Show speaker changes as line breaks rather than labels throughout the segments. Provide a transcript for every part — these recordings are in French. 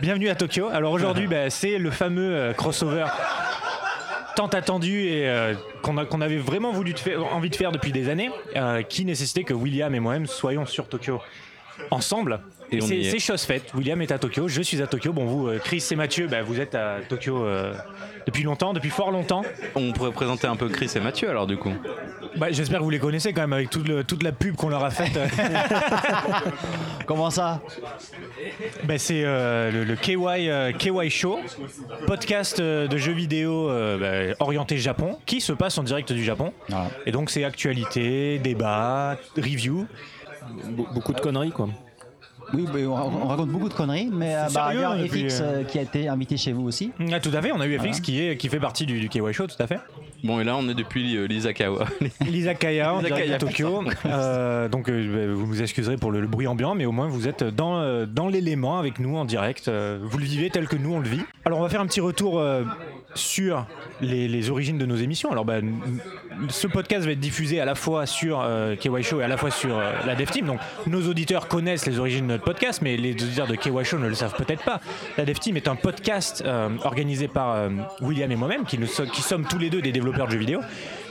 bienvenue à Tokyo. Alors aujourd'hui, bah, c'est le fameux euh, crossover tant attendu et euh, qu'on a- qu'on avait vraiment voulu de faire- envie de faire depuis des années, euh, qui nécessitait que William et moi-même soyons sur Tokyo ensemble.
Et
Et
on
c'est
y est.
c'est chose faite. William est à Tokyo, je suis à Tokyo. Bon, vous, euh, Chris et Mathieu, bah, vous êtes à Tokyo euh, depuis longtemps, depuis fort longtemps.
On pourrait présenter un peu Chris et Mathieu alors du coup.
Bah, J'espère que vous les connaissez quand même avec toute, le- toute la pub qu'on leur a faite. euh,
Comment ça
Bah, c'est euh, le, le KY, euh, KY Show, podcast euh, de jeux vidéo euh, bah, orienté Japon, qui se passe en direct du Japon.
Voilà.
Et donc c'est actualité, débat, review.
Beaucoup de conneries quoi.
Oui, bah, on, ra- on raconte beaucoup de conneries, mais euh, bah,
sérieux,
il y a
et puis,
FX
euh,
euh, qui a été invité chez vous aussi.
Ah, tout à fait, on a eu FX qui, est, qui fait partie du, du KY Show, tout à fait.
Bon et là on est depuis euh, l'Isakawa.
Lisa Kaya, en
Lisa
direct
Kaya,
à Tokyo. Euh, donc euh, bah, vous nous excuserez pour le, le bruit ambiant, mais au moins vous êtes dans, euh, dans l'élément avec nous en direct. Euh, vous le vivez tel que nous on le vit. Alors on va faire un petit retour euh, sur les, les origines de nos émissions. Alors bah, n- ce podcast va être diffusé à la fois sur euh, KY Show et à la fois sur euh, la Dev Team. Donc nos auditeurs connaissent les origines de notre podcast, mais les auditeurs de KY Show ne le savent peut-être pas. La Dev Team est un podcast euh, organisé par euh, William et moi-même, qui, nous so- qui sommes tous les deux des développeurs de jeux vidéo.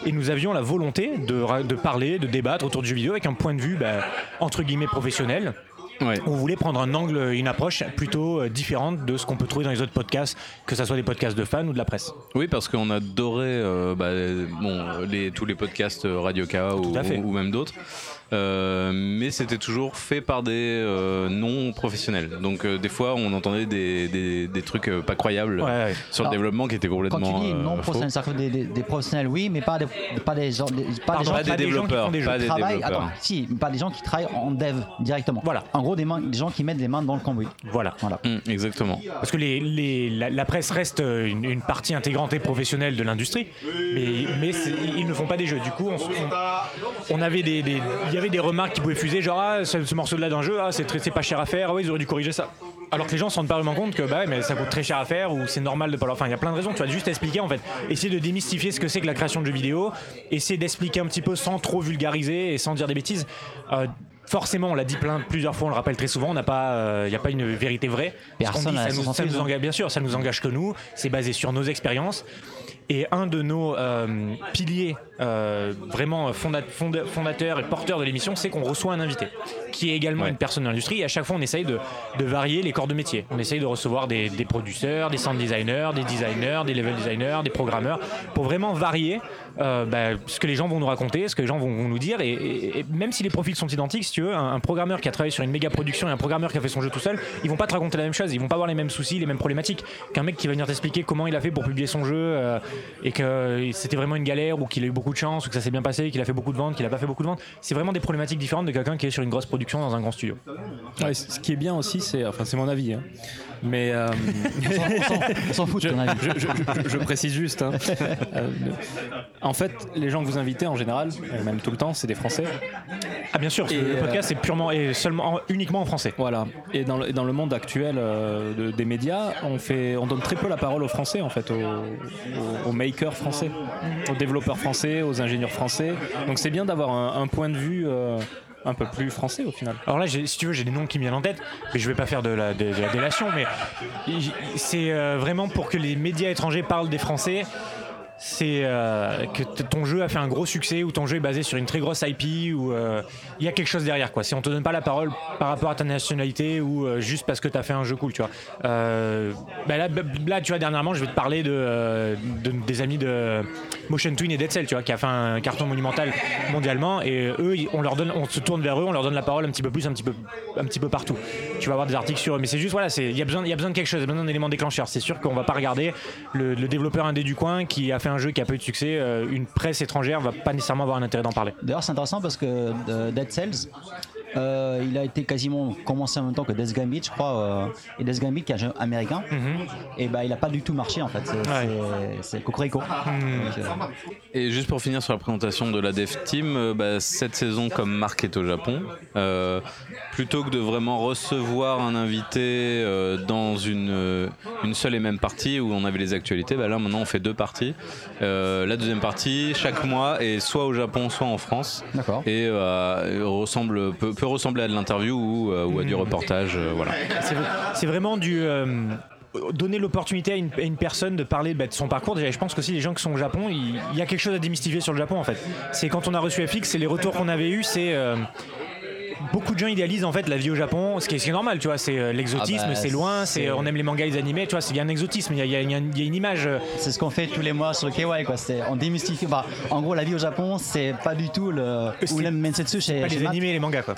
Et nous avions la volonté de, ra- de parler, de débattre autour du jeu vidéo avec un point de vue bah, entre guillemets professionnel.
ouais.
On voulait prendre un angle, une approche plutôt euh, différente de ce qu'on peut trouver dans les autres podcasts, que ce soit des podcasts de fans ou de la presse.
Oui parce qu'on adorait euh, bah, bon, les, tous les podcasts euh, Radio Kawa ou,
à fait.
ou même d'autres. Euh, mais c'était toujours fait par des euh, non professionnels. Donc euh, des fois on entendait des, des- des trucs euh, pas croyables
Ouais, ouais.
sur le
Alors,
développement qui étaient
Quand
complètement
tu dis
euh,
non
faux.
professionnels, ça des, des- des professionnels, oui, mais pas des, pas des gens, des- pas
Pardon,
des gens
pas des
qui
des gens qui
développeurs,
font des jeux.
pas des
travaillent.
développeurs.
Attends, si, mais pas des gens qui travaillent en dev directement.
Voilà.
En gros, des, mains- des gens qui mettent les mains dans le cambouis.
Voilà.
Voilà.
Mm, exactement.
Parce que les, les- la, la presse reste euh, une, une partie intégrante et professionnelle de l'industrie, mais, mais c'est- ils ne font pas des jeux. Du coup, on, se- on- on avait des, des- il y avait des remarques qui pouvaient fuser, genre ah, ce, ce morceau-là d'un jeu, ah, c'est très- c'est pas cher à faire, ah ouais, ils auraient dû corriger ça. Alors que les gens se rendent pas vraiment compte que bah, ouais, mais ça coûte très cher à faire ou c'est normal de pas leur. Enfin, il y a plein de raisons, tu vas juste expliquer en fait. Essayer de démystifier ce que c'est que la création de jeux vidéo, essayer d'expliquer un petit peu sans trop vulgariser et sans dire des bêtises. Euh, Forcément, on l'a dit plein, plusieurs fois, on le rappelle très souvent, on n'a pas, euh, il n'y a pas une vérité vraie. Ce qu'on
Personne
dit,
à la
ça nous, ça
censure.
nous engage, bien sûr, ça nous engage que nous. C'est basé sur nos expériences. Et un de nos euh, piliers euh, vraiment fonda- fonda- fondateurs et porteurs de l'émission, c'est qu'on reçoit un invité, qui est également
Ouais.
une personne de l'industrie. Et à chaque fois, on essaye de, de varier les corps de métier. On essaye de recevoir des, des producteurs, des sound designers, des designers, des level designers, des programmeurs, pour vraiment varier euh, bah, ce que les gens vont nous raconter, ce que les gens vont, vont nous dire. Et, et- et même si les profils sont identiques, si tu veux, un, un programmeur qui a travaillé sur une méga production et un programmeur qui a fait son jeu tout seul, ils vont pas te raconter la même chose, ils vont pas avoir les mêmes soucis, les mêmes problématiques qu'un mec qui va venir t'expliquer comment il a fait pour publier son jeu euh, et que c'était vraiment une galère ou qu'il a eu beaucoup de chance ou que ça s'est bien passé, qu'il a fait beaucoup de ventes, qu'il a pas fait beaucoup de ventes. C'est vraiment des problématiques différentes de quelqu'un qui est sur une grosse production dans un grand studio.
Ouais, c- ce qui est bien aussi, c'est, enfin c'est mon avis, hein. mais euh,
On s'en fout
je,
de ton avis.
je- je- je- je précise juste. hein. Euh, en fait, les gens que vous invitez en général, et même tout le temps, c'est des Français.
Ah bien sûr,
Et,
le
euh,
podcast est purement et seulement uniquement en français.
Voilà. Et dans le, et dans le monde actuel euh, de- des médias, on, fait, on donne très peu la parole aux Français, en fait, aux, aux- aux makers français, aux développeurs français, aux ingénieurs français. Donc c'est bien d'avoir un, un point de vue euh, un peu plus français au final.
Alors là, j'ai- si tu veux, j'ai des noms qui me viennent en tête, mais je vais pas faire de la, de- de la délation, mais j- c'est euh, vraiment pour que les médias étrangers parlent des Français. C'est euh, que t- ton jeu a fait un gros succès ou ton jeu est basé sur une très grosse IP ou euh, il y a quelque chose derrière quoi. Si on te donne pas la parole par rapport à ta nationalité ou euh, juste parce que t'as fait un jeu cool, tu vois. Euh, bah là, bah, là, tu vois, dernièrement, je vais te parler de, euh, de- des amis de Motion Twin et Dead Cell, tu vois, qui a fait un carton monumental mondialement. Et eux, ils- on leur donne, on se tourne vers eux, on leur donne la parole un petit peu plus, un petit peu, un petit peu partout. Tu vas avoir des articles sur eux, mais c'est juste voilà, c'est il y a besoin, il y a besoin de quelque chose, il y a besoin d'un élément déclencheur. C'est sûr qu'on va pas regarder le, le développeur indé du coin qui a fait un jeu qui a peu de succès. euh, une presse étrangère va pas nécessairement avoir un intérêt d'en parler.
D'ailleurs, c'est intéressant parce que euh, Dead Cells, euh, il a été quasiment commencé en même temps que Death Gambit, je crois, euh, et Death Gambit, qui est un jeu américain, et bah il a pas du tout marché en fait. C'est c'est- c'est Cocorico. Donc, euh,
Et juste pour finir sur la présentation de la Dev Team, euh, bah, cette saison, comme Marc est au Japon, euh, plutôt que de vraiment recevoir un invité euh, dans une, euh, une seule et même partie où on avait les actualités, bah là maintenant on fait deux parties. Euh, la deuxième partie, chaque mois, est soit au Japon, soit en France.
D'accord.
Et euh, ressemble, peut, peut peut ressembler à de l'interview ou, euh, ou à du reportage. euh, voilà.
C'est- C'est vraiment du. euh, donner l'opportunité à une, à une personne de parler bah, de son parcours déjà et je pense qu'aussi les gens qui sont au Japon il il y a quelque chose à démystifier sur le Japon en fait c'est quand on a reçu FX c'est les retours qu'on avait eu c'est euh, beaucoup de gens idéalisent en fait la vie au Japon ce qui est, ce qui est normal tu vois c'est euh, l'exotisme
Ah bah,
c'est loin c'est
c'est-
on aime les mangas les animés tu vois c'est- il y a un exotisme il y a, il y a- il y a une- il y a une image euh,
C'est ce qu'on fait tous les mois sur le KY, quoi. C'est, on démystifie. bah, en gros, la vie au Japon, c'est pas du tout le.
Euh, C'est-
Ou même Mensetsu chez.
pas
chez
les
Matt.
animés et les mangas quoi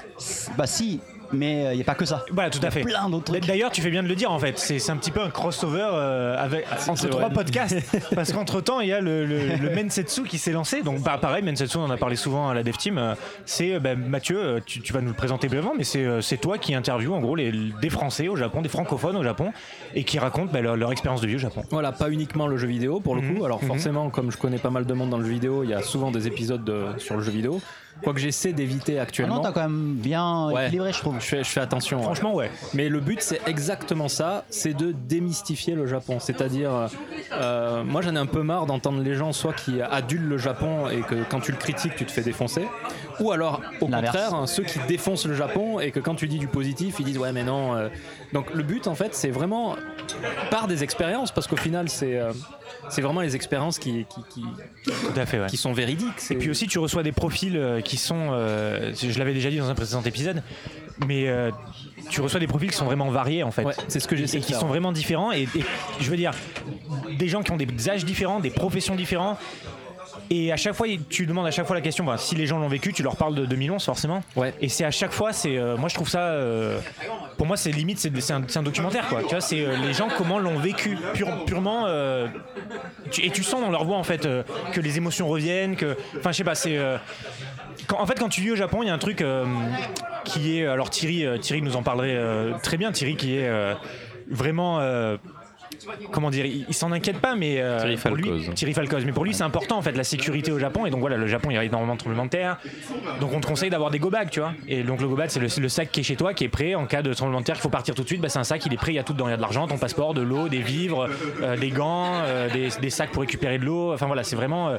Bah, si, mais il n'y a pas que ça.
voilà tout à fait
plein d'autres trucs.
D'ailleurs, tu fais bien de le dire en fait. C'est c'est un petit peu un crossover euh, avec,
Ah,
entre
c'est
trois
vrai.
podcasts. Parce qu'entre temps, il y a le, le, le Mensetsu qui s'est lancé. Donc, bah, pareil, Mensetsu, on en a parlé souvent à la Dev Team. Euh, C'est euh, bah, Mathieu, euh, tu, tu vas nous le présenter brièvement, mais c'est euh, c'est toi qui interview en gros les, des Français au Japon, des francophones au Japon, et qui racontent bah, leur, leur expérience de vie au Japon.
Voilà, pas uniquement le jeu vidéo pour le coup. Alors forcément, comme je connais pas mal de monde dans le jeu vidéo, il y a souvent des épisodes de- sur le jeu vidéo. Quoi que j'essaie d'éviter
Ah non,
actuellement.
t'as quand même bien
Ouais.
équilibré, je trouve.
je, fais, je fais attention. ouais.
Franchement, ouais.
Mais le but, c'est exactement ça, c'est de démystifier le Japon. C'est-à-dire, euh, moi j'en ai un peu marre d'entendre les gens soit qui adulent le Japon et que quand tu le critiques, tu te fais défoncer, ou alors au
L'inverse.
contraire, hein, ceux qui défoncent le Japon et que quand tu dis du positif, ils disent ouais mais non. euh. Donc le but en fait, c'est vraiment par des expériences, parce qu'au final, c'est euh, c'est vraiment les expériences qui, qui, qui,
Tout à fait, ouais.
qui sont véridiques. c'est-
Et puis aussi, tu reçois des profils euh, qui sont, euh, je l'avais déjà dit dans un précédent épisode, mais euh, tu reçois des profils qui sont vraiment variés en fait.
Ouais, c'est ce que j'essaie
et
de
qui
faire.
sont vraiment différents. Et, et je veux dire, des gens qui ont des âges différents, des professions différentes. Et à chaque fois, tu demandes à chaque fois la question, bah, si les gens l'ont vécu, tu leur parles de 2011 forcément.
Ouais.
Et c'est à chaque fois, c'est, euh, moi je trouve ça, euh, pour moi c'est limite, c'est, c'est un, c'est un documentaire quoi. Tu vois, c'est euh, les gens comment l'ont vécu pure- purement. euh, tu- et tu sens dans leur voix en fait euh, que les émotions reviennent, que, enfin je sais pas, c'est. euh, quand- en fait, quand tu vis au Japon, il y a un truc euh, qui est. Alors, Thierry, euh, Thierry nous en parlerait euh, très bien. Thierry, qui est euh, vraiment. euh, Comment dire, il, il s'en inquiète pas, mais euh,
Thierry
pour lui,
Falcoz.
Thierry Falcoz. Mais pour lui, c'est important en fait la sécurité au Japon. Et donc voilà, le Japon, il y a énormément de tremblements de terre. Donc on te conseille d'avoir des go bags, tu vois. Et donc le go bag, c'est le, c'est le sac qui est chez toi, qui est prêt en cas de tremblement de terre. Il faut partir tout de suite. Bah, c'est un sac, il est prêt. Il y a tout dedans, il y a de l'argent, ton passeport, de l'eau, des vivres, euh, des gants, euh, des, des sacs pour récupérer de l'eau. Enfin voilà, c'est vraiment. euh,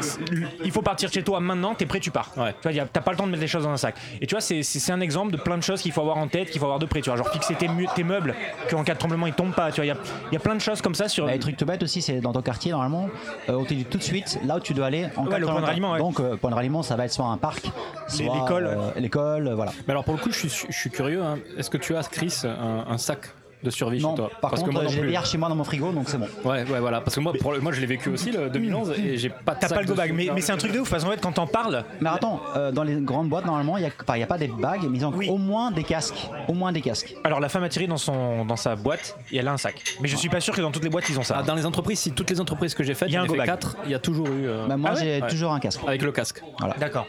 c'est- il faut partir de chez toi maintenant. T'es prêt, tu pars.
Ouais.
Tu vois, y a- t'as pas le temps de mettre les choses dans un sac. Et tu vois, c'est- c'est c'est un exemple de plein de choses qu'il faut avoir en tête, qu'il faut avoir de près. Tu vois, genre fixer tes, mu- tes meubles, qu'en cas de tremblement ils tombent pas. Tu vois, il y a, y a plein de choses comme ça sur.
Bah, les trucs tout bêtes aussi, c'est dans ton quartier, normalement, euh, on te dit tout de suite là où tu dois aller en
Ouais,
cas
le point de
tremblement terre.
ralliement, ouais.
Donc, euh, point de ralliement, ça va être soit un parc, soit
l'école,
euh, l'école, euh, voilà.
Mais alors pour le coup, je suis, je suis curieux. hein. Est-ce que tu as, Chris, un, un sac de survie
Non,
chez toi
par
Parce que
contre,
moi
euh,
non
j'ai des
plus.
bières chez moi dans mon frigo, donc c'est bon.
Ouais, ouais, voilà. Parce que moi, pour le- moi je l'ai vécu aussi, le 2011, et j'ai pas de
T'as
sac
pas le go bag,
dessus.
mais, mais c'est un truc de ouf parce qu'en fait quand t'en parles,
Mais attends, euh, dans les grandes boîtes, normalement, il n'y a pas des bagues, mais ils ont
Oui.
au moins des casques. Au moins des casques.
alors la femme a tiré dans son dans sa boîte et elle a un sac. Mais je suis pas sûr que dans toutes les boîtes ils ont ça.
Ah, dans les entreprises, si toutes les entreprises que j'ai faites,
Il y a
j'en
un
ai
go
fait
bag.
4, il y a toujours eu. euh,
Bah, moi,
Ah ouais
j'ai
Ouais.
toujours un casque.
Avec le casque.
D'accord.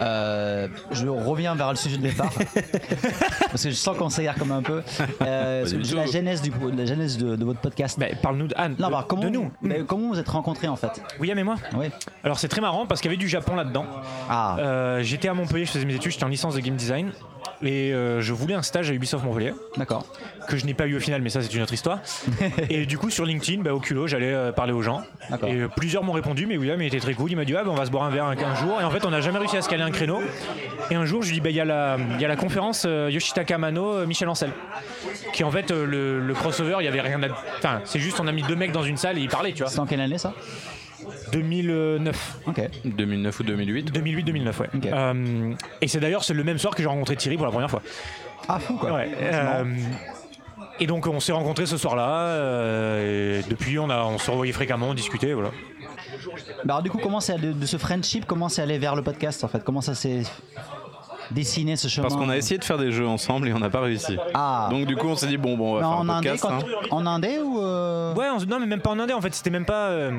Euh, je reviens vers le sujet de départ parce que je sens qu'on s'égare comme un peu. Euh, parce que
du
j'ai
tout.
la genèse du la genèse de, de votre podcast.
Bah, parle-nous de, ah,
non,
de-
bah, comment
de nous.
mais comment vous êtes rencontrés en fait
William et moi.
Oui.
Alors c'est très marrant parce qu'il y avait du Japon là-dedans.
Ah.
Euh, j'étais à Montpellier, je faisais mes études, j'étais en licence de game design et euh, je voulais un stage à Ubisoft Montpellier.
D'accord.
que je n'ai pas eu au final, mais ça c'est une autre histoire. et du coup sur LinkedIn, bah, au culot, j'allais euh, parler aux gens.
D'accord.
Et euh, plusieurs m'ont répondu, mais William il était très cool, il m'a dit ah, bah, on va se boire un verre un, un jour. Et en fait on n'a jamais réussi à se caler un créneau. Et un jour je lui dis bah, il y, a la- il y a la conférence euh, Yoshitaka Mano, euh, Michel Ancel. Qui en fait euh, le, le crossover, il y avait rien à... Enfin c'est juste on a mis deux mecs dans une salle et ils parlaient, tu vois.
C'est en quelle année ça
2009.
Ok.
2009 ou 2008
2008-2009 ouais.
Ok.
Euh, et c'est d'ailleurs c'est le même soir que j'ai rencontré Thierry pour la première fois.
Ah fou quoi.
Ouais,
C'est
euh,
marrant.
et donc on s'est rencontrés ce soir-là. euh, et depuis, on, a, on se revoyait fréquemment, on discutait, voilà.
Bah, alors du coup, comment c'est allé- de ce friendship, comment c'est allé vers le podcast en fait Comment ça s'est dessiné ce chemin
Parce qu'on a essayé de faire des jeux ensemble et on n'a pas réussi.
Ah.
Donc du coup, on s'est dit bon, bon, on va
Mais
faire un
en indé,
podcast.
quand-
hein.
en indé ou euh,
Ouais, on se- non, mais même pas en indé, en fait, c'était même pas. euh,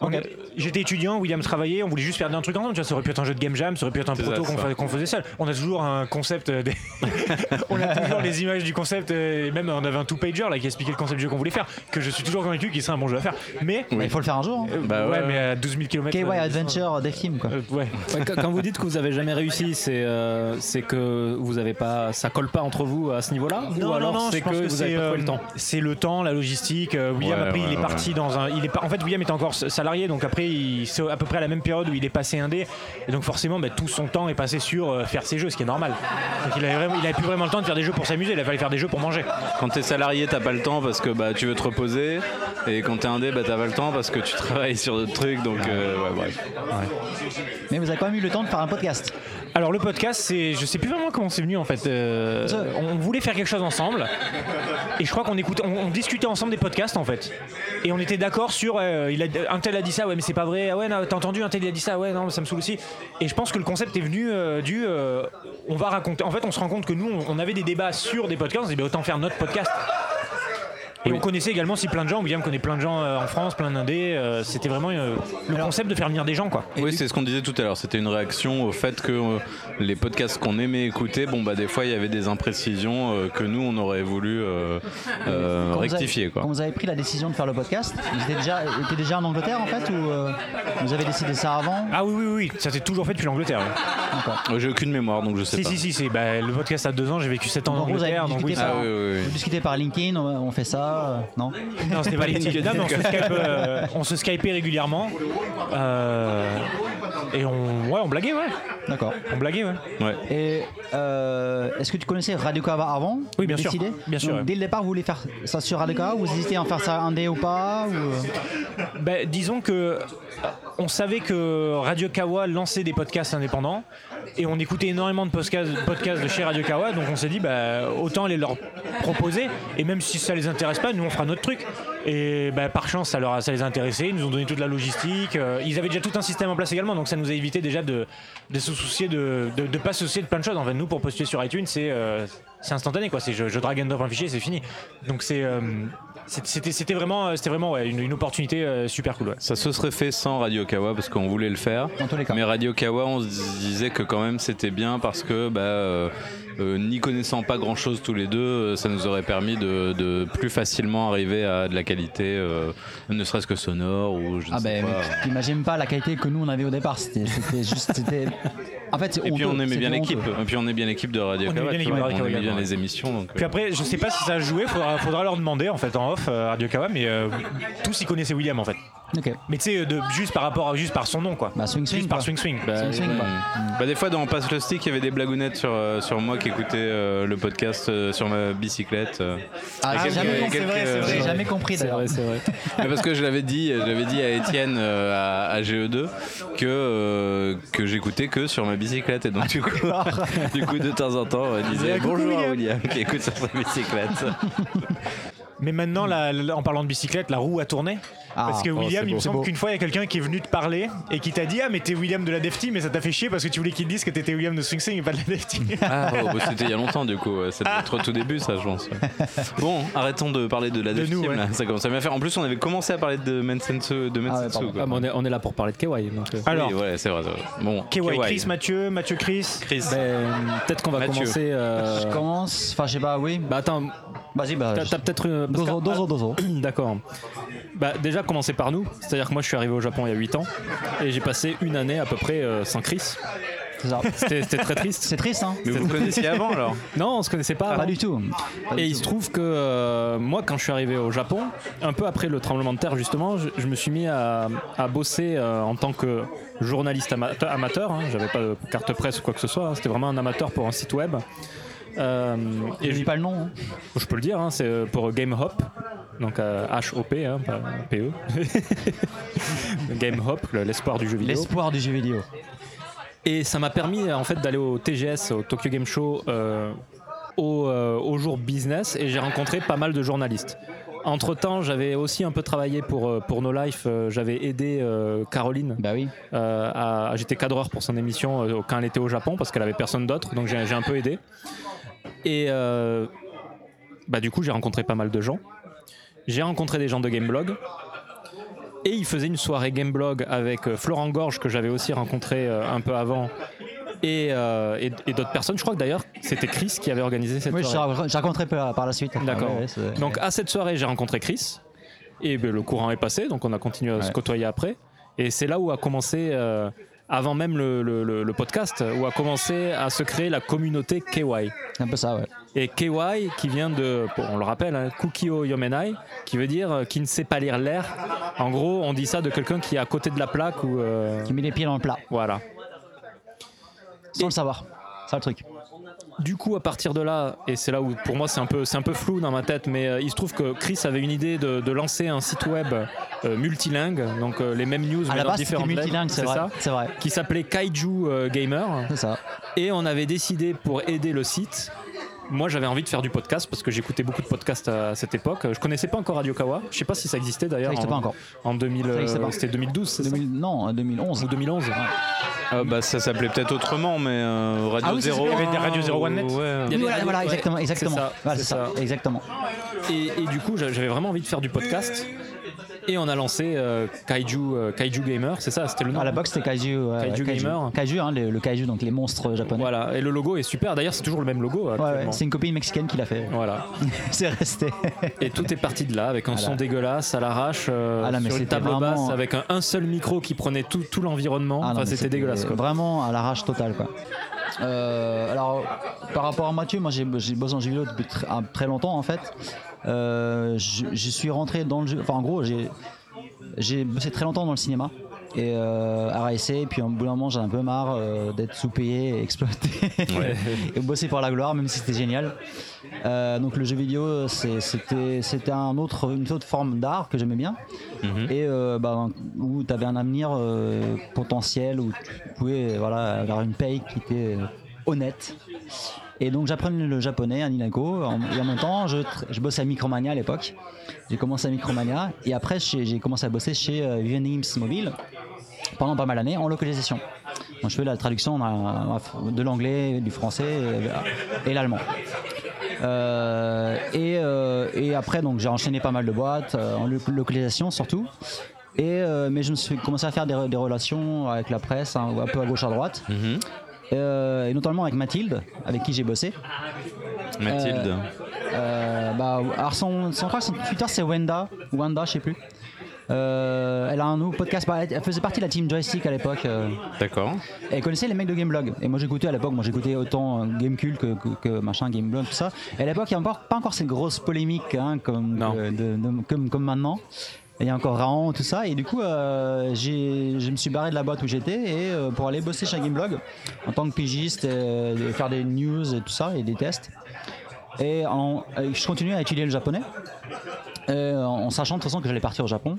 on-
Ok.
euh, J'étais étudiant, William travaillait, on voulait juste faire un truc ensemble. Tu vois, ça aurait pu être un jeu de game jam, ça aurait pu être un
C'est
proto
ça,
qu'on
ça.
fa- qu'on faisait seul. On a toujours un concept, euh, des- on a toujours les images du concept, euh, et même on avait un two-pager là qui expliquait le concept du jeu qu'on voulait faire, que je suis toujours convaincu qu'il serait un bon jeu à faire. Mais,
Bah, Il faut le faire un jour. hein.
euh,
Bah euh,
ouais,
ouais.
mais à 12 000 km.
KY Adventure des films quoi.
euh, ouais.
Ouais, quand quand vous dites que vous avez jamais réussi, c'est euh, c'est que vous avez pas, ça colle pas entre vous à ce niveau-là Ou alors c'est
je pense
que, vous avez pas
euh,
trouvé le temps
c'est le temps, la logistique. euh, William
Ouais,
après,
ouais,
il est
ouais.
parti dans un, il est pas- En fait, William était encore s- salarié, donc après, il- c'est à peu près à la même période où il est passé indé. Et donc, forcément, bah, tout son temps est passé sur euh, faire ses jeux, ce qui est normal. Donc, il avait, vraiment- il avait plus vraiment le temps de faire des jeux pour s'amuser, il a fallu faire des jeux pour manger.
Quand t'es salarié, t'as pas le temps parce que bah, tu veux te reposer. Et quand t'es indé, bah, t'as pas le temps parce que tu travailles sur d'autres trucs. Donc, euh, ouais, bref.
Mais vous avez quand même eu le temps de faire un podcast.
Alors le podcast, c'est, je sais plus vraiment comment c'est venu en fait. Euh,
Ça-
on voulait faire quelque chose ensemble, et je crois qu'on écoutait, on, on discutait ensemble des podcasts en fait, et on était d'accord sur, euh, il a- un tel a dit ça, ouais mais c'est pas vrai, ah ouais non, t'as entendu, un tel il a dit ça, ouais non mais ça me saoule aussi, et je pense que le concept est venu euh, du, euh, on va raconter, en fait on se rend compte que nous on, on avait des débats sur des podcasts, on se dit bah, autant faire notre podcast. Et on connaissait également si plein de gens, William connaît plein de gens euh, en France, plein d'indés, euh, c'était vraiment euh, le concept de faire venir des gens quoi.
Oui, c'est ce qu'on disait tout à l'heure. C'était une réaction au fait que euh, les podcasts qu'on aimait écouter, bon, bah, des fois, il y avait des imprécisions euh, que nous, on aurait voulu euh, euh,
Quand vous avez-
rectifier. Quoi.
Quand vous avez pris la décision de faire le podcast, vous étiez déjà, étiez déjà en Angleterre en fait ou euh, vous avez décidé ça avant
Ah oui oui oui, ça s'est toujours fait depuis l'Angleterre. oui.
D'accord.
Euh, J'ai aucune mémoire, donc je sais
Si,
pas.
si, si, si, bah, le podcast a deux ans, j'ai vécu 7 ans en
Donc, vous avez
Angleterre, donc oui,
discuté
ça-
Ah oui, oui,
Vous
oui.
discutez par LinkedIn, on on fait ça, euh, non
Non, c'était pas LinkedIn. Non, mais on se Skype, euh, on se skypait régulièrement. euh, et on, ouais, on blaguait, ouais.
D'accord.
On blaguait, ouais.
Ouais.
Et euh, est-ce que tu connaissais Radio Kava avant
Oui, bien sûr.
Décidé
Bien sûr,
Donc,
ouais.
Dès le départ, vous voulez faire ça sur Radio Kava Vous hésitez à en faire ça un dé ou euh pas ou-
Ben, disons que euh, on savait que Radio Kawa lançait des podcasts indépendants et on écoutait énormément de podcasts, podcasts de chez Radio Kawa, donc on s'est dit bah, autant les leur proposer et même si ça les intéresse pas, nous on fera notre truc. Et ben, par chance, ça, leur a- ça les a intéressés, ils nous ont donné toute la logistique, euh, ils avaient déjà tout un système en place également, donc ça nous a évité déjà de, de se soucier de, de, de pas se soucier de plein de choses. En fait, nous pour postuler sur iTunes, c'est euh, c'est instantané quoi, c'est je, je drag and drop un fichier, c'est fini. Donc c'est euh, c'est- c'était c'était vraiment, euh, c'était vraiment ouais, une, une opportunité euh, super cool. ouais.
Ça se serait fait sans Radio Kawa parce qu'on voulait le faire.
Dans tous les cas.
Mais Radio Kawa, on se disait que quand même c'était bien parce que, bah, euh, euh, n'y connaissant pas grand chose tous les deux, euh, ça nous aurait permis de, de plus facilement arriver à de la qualité, euh, ne serait-ce que sonore ou je ne
Ah
sais
ben,
pas.
mais t'imagines pas la qualité que nous on avait au départ. C'était c'était juste, c'était. En fait, c'est
Et puis on
honteux,
aimait
c'était
bien l'équipe.
honteux.
Et puis on est bien l'équipe de Radio
On
Kawa.
aimait bien
tu vois,
l'équipe
on
de Radio
aimait
Kawa,
bien
ouais.
les émissions. Donc,
Puis
euh,
après, je sais pas si ça a joué, faudra, faudra leur demander en fait en off euh, Radio Kawa, mais euh, tous y connaissaient William en fait.
Euh,
Ok.
Mais tu sais, de- juste par rapport à, juste par son nom quoi.
Bah, swing, swing,
juste par
quoi.
swing swing.
bah,
c'est une swing,
ouais.
quoi.
Bah, des fois, dans Passe le Stick, il y avait des blagounettes sur, euh, sur moi qui écoutais euh, le podcast euh, sur ma bicyclette. euh.
Ah, j'ai
quelques-
jamais, compris-
quelques-
j'ai jamais compris
C'est
d'ailleurs.
vrai, c'est vrai.
Mais parce que je l'avais dit, je l'avais dit à Étienne euh, à, à GE2 que euh, que j'écoutais que sur ma bicyclette et donc du coup, du coup de temps en temps, il disait bonjour à William qui écoute sur sa bicyclette.
Mais maintenant, la- la- en parlant de bicyclette, la roue a tourné.
Ah,
parce que
oh,
William,
c'est
il
beau.
me
C'est
semble
beau.
qu'une fois, il y a quelqu'un qui est venu te parler et qui t'a dit Ah, mais t'es William de la Defty, mais ça t'a fait chier parce que tu voulais qu'il dise que t'étais William de Swing Swing et pas de la Defty.
Ah, oh, bah, c'était il y a longtemps du coup, ouais. c'était trop tout début ça je pense. Bon, arrêtons de parler de la
De
deuxième
nous, ouais.
là, ça commence à bien faire. En plus on avait commencé à parler de Mensensu, de
Ah ouais,
Mensensu
pardon.
quoi.
Ah, mais on, est, on est là pour parler de KY. Donc, euh,
Alors,
Oui, ouais, c'est vrai, c'est vrai. Bon, Bah,
KY,
KY.
Chris, Mathieu, Mathieu, Chris.
Chris.
ben, peut-être qu'on va
Mathieu.
commencer. euh,
Je commence, enfin je sais pas, oui.
Bah attends,
Vas-y, bah.
t'as
je-
t'as peut-être une. parce
Dozo,
que-
dozo, dozo.
D'accord. Bah, déjà, commencer par nous. C'est-à-dire que moi, je suis arrivé au Japon il y a 8 ans et j'ai passé une année à peu près euh, sans Chris. Ah.
C'est ça.
C'était c'était très triste.
C'est triste, hein
Mais vous connaissiez avant alors
Non, on se connaissait pas.
Ah, Pas
avant.
du tout. Pas du
Et il
tout.
se trouve que euh, moi, quand je suis arrivé au Japon, un peu après le tremblement de terre, justement, je, je me suis mis à, à bosser euh, en tant que journaliste amate- amateur. hein. J'avais pas de carte presse ou quoi que ce soit. hein. C'était vraiment un amateur pour un site web. Euh, et
Je dis
je,
pas le nom. hein.
je peux le dire, hein, c'est euh, pour GameHop. Donc euh, H-O-P, hein, pas P-E. GameHop, le- l'espoir du jeu vidéo.
L'espoir du jeu vidéo.
Et ça m'a permis euh, en fait d'aller au TGS, au Tokyo Game Show, euh, au, euh, au jour business, et j'ai rencontré pas mal de journalistes. Entre temps, j'avais aussi un peu travaillé pour, euh, pour No Life. euh, J'avais aidé euh, Caroline.
Bah oui.
euh, à- à- J'étais cadreur pour son émission euh, quand elle était au Japon parce qu'elle avait personne d'autre, donc j'ai j'ai un peu aidé. Et euh, bah, du coup, j'ai rencontré pas mal de gens. J'ai rencontré des gens de Gameblog. Et ils faisaient une soirée Gameblog avec euh, Florent Gorge, que j'avais aussi rencontré euh, un peu avant, et, euh, et- et d'autres personnes. Je crois que d'ailleurs, c'était Chris qui avait organisé cette
Oui, je,
soirée.
ra- je raconterai par par la suite.
D'accord.
Ah Ouais, ouais, c'est-
Donc à cette soirée, j'ai rencontré Chris. Et ben, le courant est passé, donc on a continué à se
Ouais.
côtoyer après. Et c'est là où a commencé, euh, avant même le, le- le- le podcast, où a commencé à se créer la communauté KY.
un peu ça, ouais.
et KY qui vient de, bon, on le rappelle, hein, Kukio Yomenai, qui veut dire euh, qui ne sait pas lire l'air. En gros, on dit ça de quelqu'un qui est à côté de la plaque ou. euh,
Qui met les pieds dans le plat,
voilà.
sans le savoir. C'est le truc.
Du coup, à partir de là, et c'est là où pour moi c'est un peu, c'est un peu flou dans ma tête, mais euh, il se trouve que Chris avait une idée de, de lancer un site web euh, multilingue, donc euh, les mêmes news
À
mais
la
dans
base, c'était
différentes lettres,
multilingue, c'est vrai.
ça,
C'est vrai.
qui s'appelait Kaiju euh, Gamer,
C'est ça.
et on avait décidé pour aider le site. Moi, j'avais envie de faire du podcast parce que j'écoutais beaucoup de podcasts à cette époque. Je connaissais pas encore Radio Kawa. Je sais pas si ça existait
Ça
d'ailleurs.
n'existe
en-
pas encore.
En 2000,
Ça existe
euh,
pas.
c'était 2012, c'est ça
2000 non, euh, 2011.
ou 2011.
Ah, bah, ça s'appelait peut-être autrement, mais euh, Radio
Ah oui, c'est ça,
01.
il y
avait des Radio
ou-
01 net.
ouais.
Il y
Oui,
avait
voilà,
la-
voilà,
ouais,
exactement,
c'est
exactement.
ça,
Voilà,
c'est
c'est ça,
ça.
exactement.
Et, et du coup, j'a- j'avais vraiment envie de faire du podcast. Et on a lancé euh, Kaiju, euh, Kaiju Gamer, c'est ça, c'était le nom.
À Ah, la boxe, c'était Kaiju. euh,
Kaiju Gamer.
Kaiju, hein, le, le Kaiju, donc les monstres japonais.
Voilà, et le logo est super. D'ailleurs, c'est toujours le même logo. euh,
Ouais, ouais,
actuellement.
c'est une copine mexicaine qui l'a fait.
voilà.
c'est resté. Ah,
Et tout est parti de là, avec un
Voilà.
son dégueulasse à l'arrache, euh,
Ah là, mais
sur une
c'était
table
vraiment-
basse, avec un, un seul micro qui prenait tout, tout l'environnement.
Ah non,
enfin,
mais
c'était dégueulasse. quoi.
Vraiment à l'arrache totale, quoi. Euh, alors, par rapport à Mathieu, moi j'ai j'ai bossé en jeu vidéo depuis tr- un- très longtemps en fait. Euh, je, je suis rentré dans le jeu. Enfin, en gros, j'ai j'ai bossé très longtemps dans le cinéma et euh, RAC, puis au bout d'un moment, j'en ai un peu marre euh, d'être sous-payé et exploité et bosser pour la gloire, même si c'était génial. Euh, donc, le jeu vidéo, c'est- c'était c'était un autre, une autre forme d'art que j'aimais bien
Mhm.
et euh, bah, où tu avais un avenir euh, potentiel où tu pouvais euh, voilà, avoir une paye qui était euh, honnête. Et donc j'apprenais le japonais à Ninago en- et en même temps je, tra- je bossais à Micromania à l'époque. J'ai commencé à Micromania et après j'ai j'ai commencé à bosser chez euh, Unim's Mobile pendant pas mal d'années en localisation. Donc, je fais la traduction euh, de l'anglais, du français et- et l'allemand. Euh, et, euh, et après, donc j'ai enchaîné pas mal de boîtes, euh, en lo- localisation surtout. Et, euh, mais je me suis commencé à faire des, re- des relations avec la presse, hein, un peu à gauche à droite,
Mhm.
Euh, et notamment avec Mathilde, avec qui j'ai bossé.
Mathilde.
Euh, bah, alors son, son, je crois que son Twitter c'est Wenda, Wanda, je sais plus. Euh, elle a un nouveau podcast, bah, elle elle faisait partie de la team Joystick à l'époque. euh,
D'accord.
elle connaissait les mecs de Gameblog. Et moi j'écoutais à l'époque, moi j'écoutais autant euh, Gamecube que, que, que machin, Gameblog, tout ça. Et à l'époque, il n'y a encore, pas encore ces grosses polémiques hein, comme,
Non.
euh, de- de- comme, comme maintenant. Et Il y a encore Raon, tout ça. Et du coup, euh, j'ai- je me suis barré de la boîte où j'étais et euh, pour aller bosser chez Gameblog en tant que pigiste, euh, faire des news et tout ça et des tests. Et en- euh, je continuais à étudier le japonais euh, en en sachant de toute façon que j'allais partir au Japon.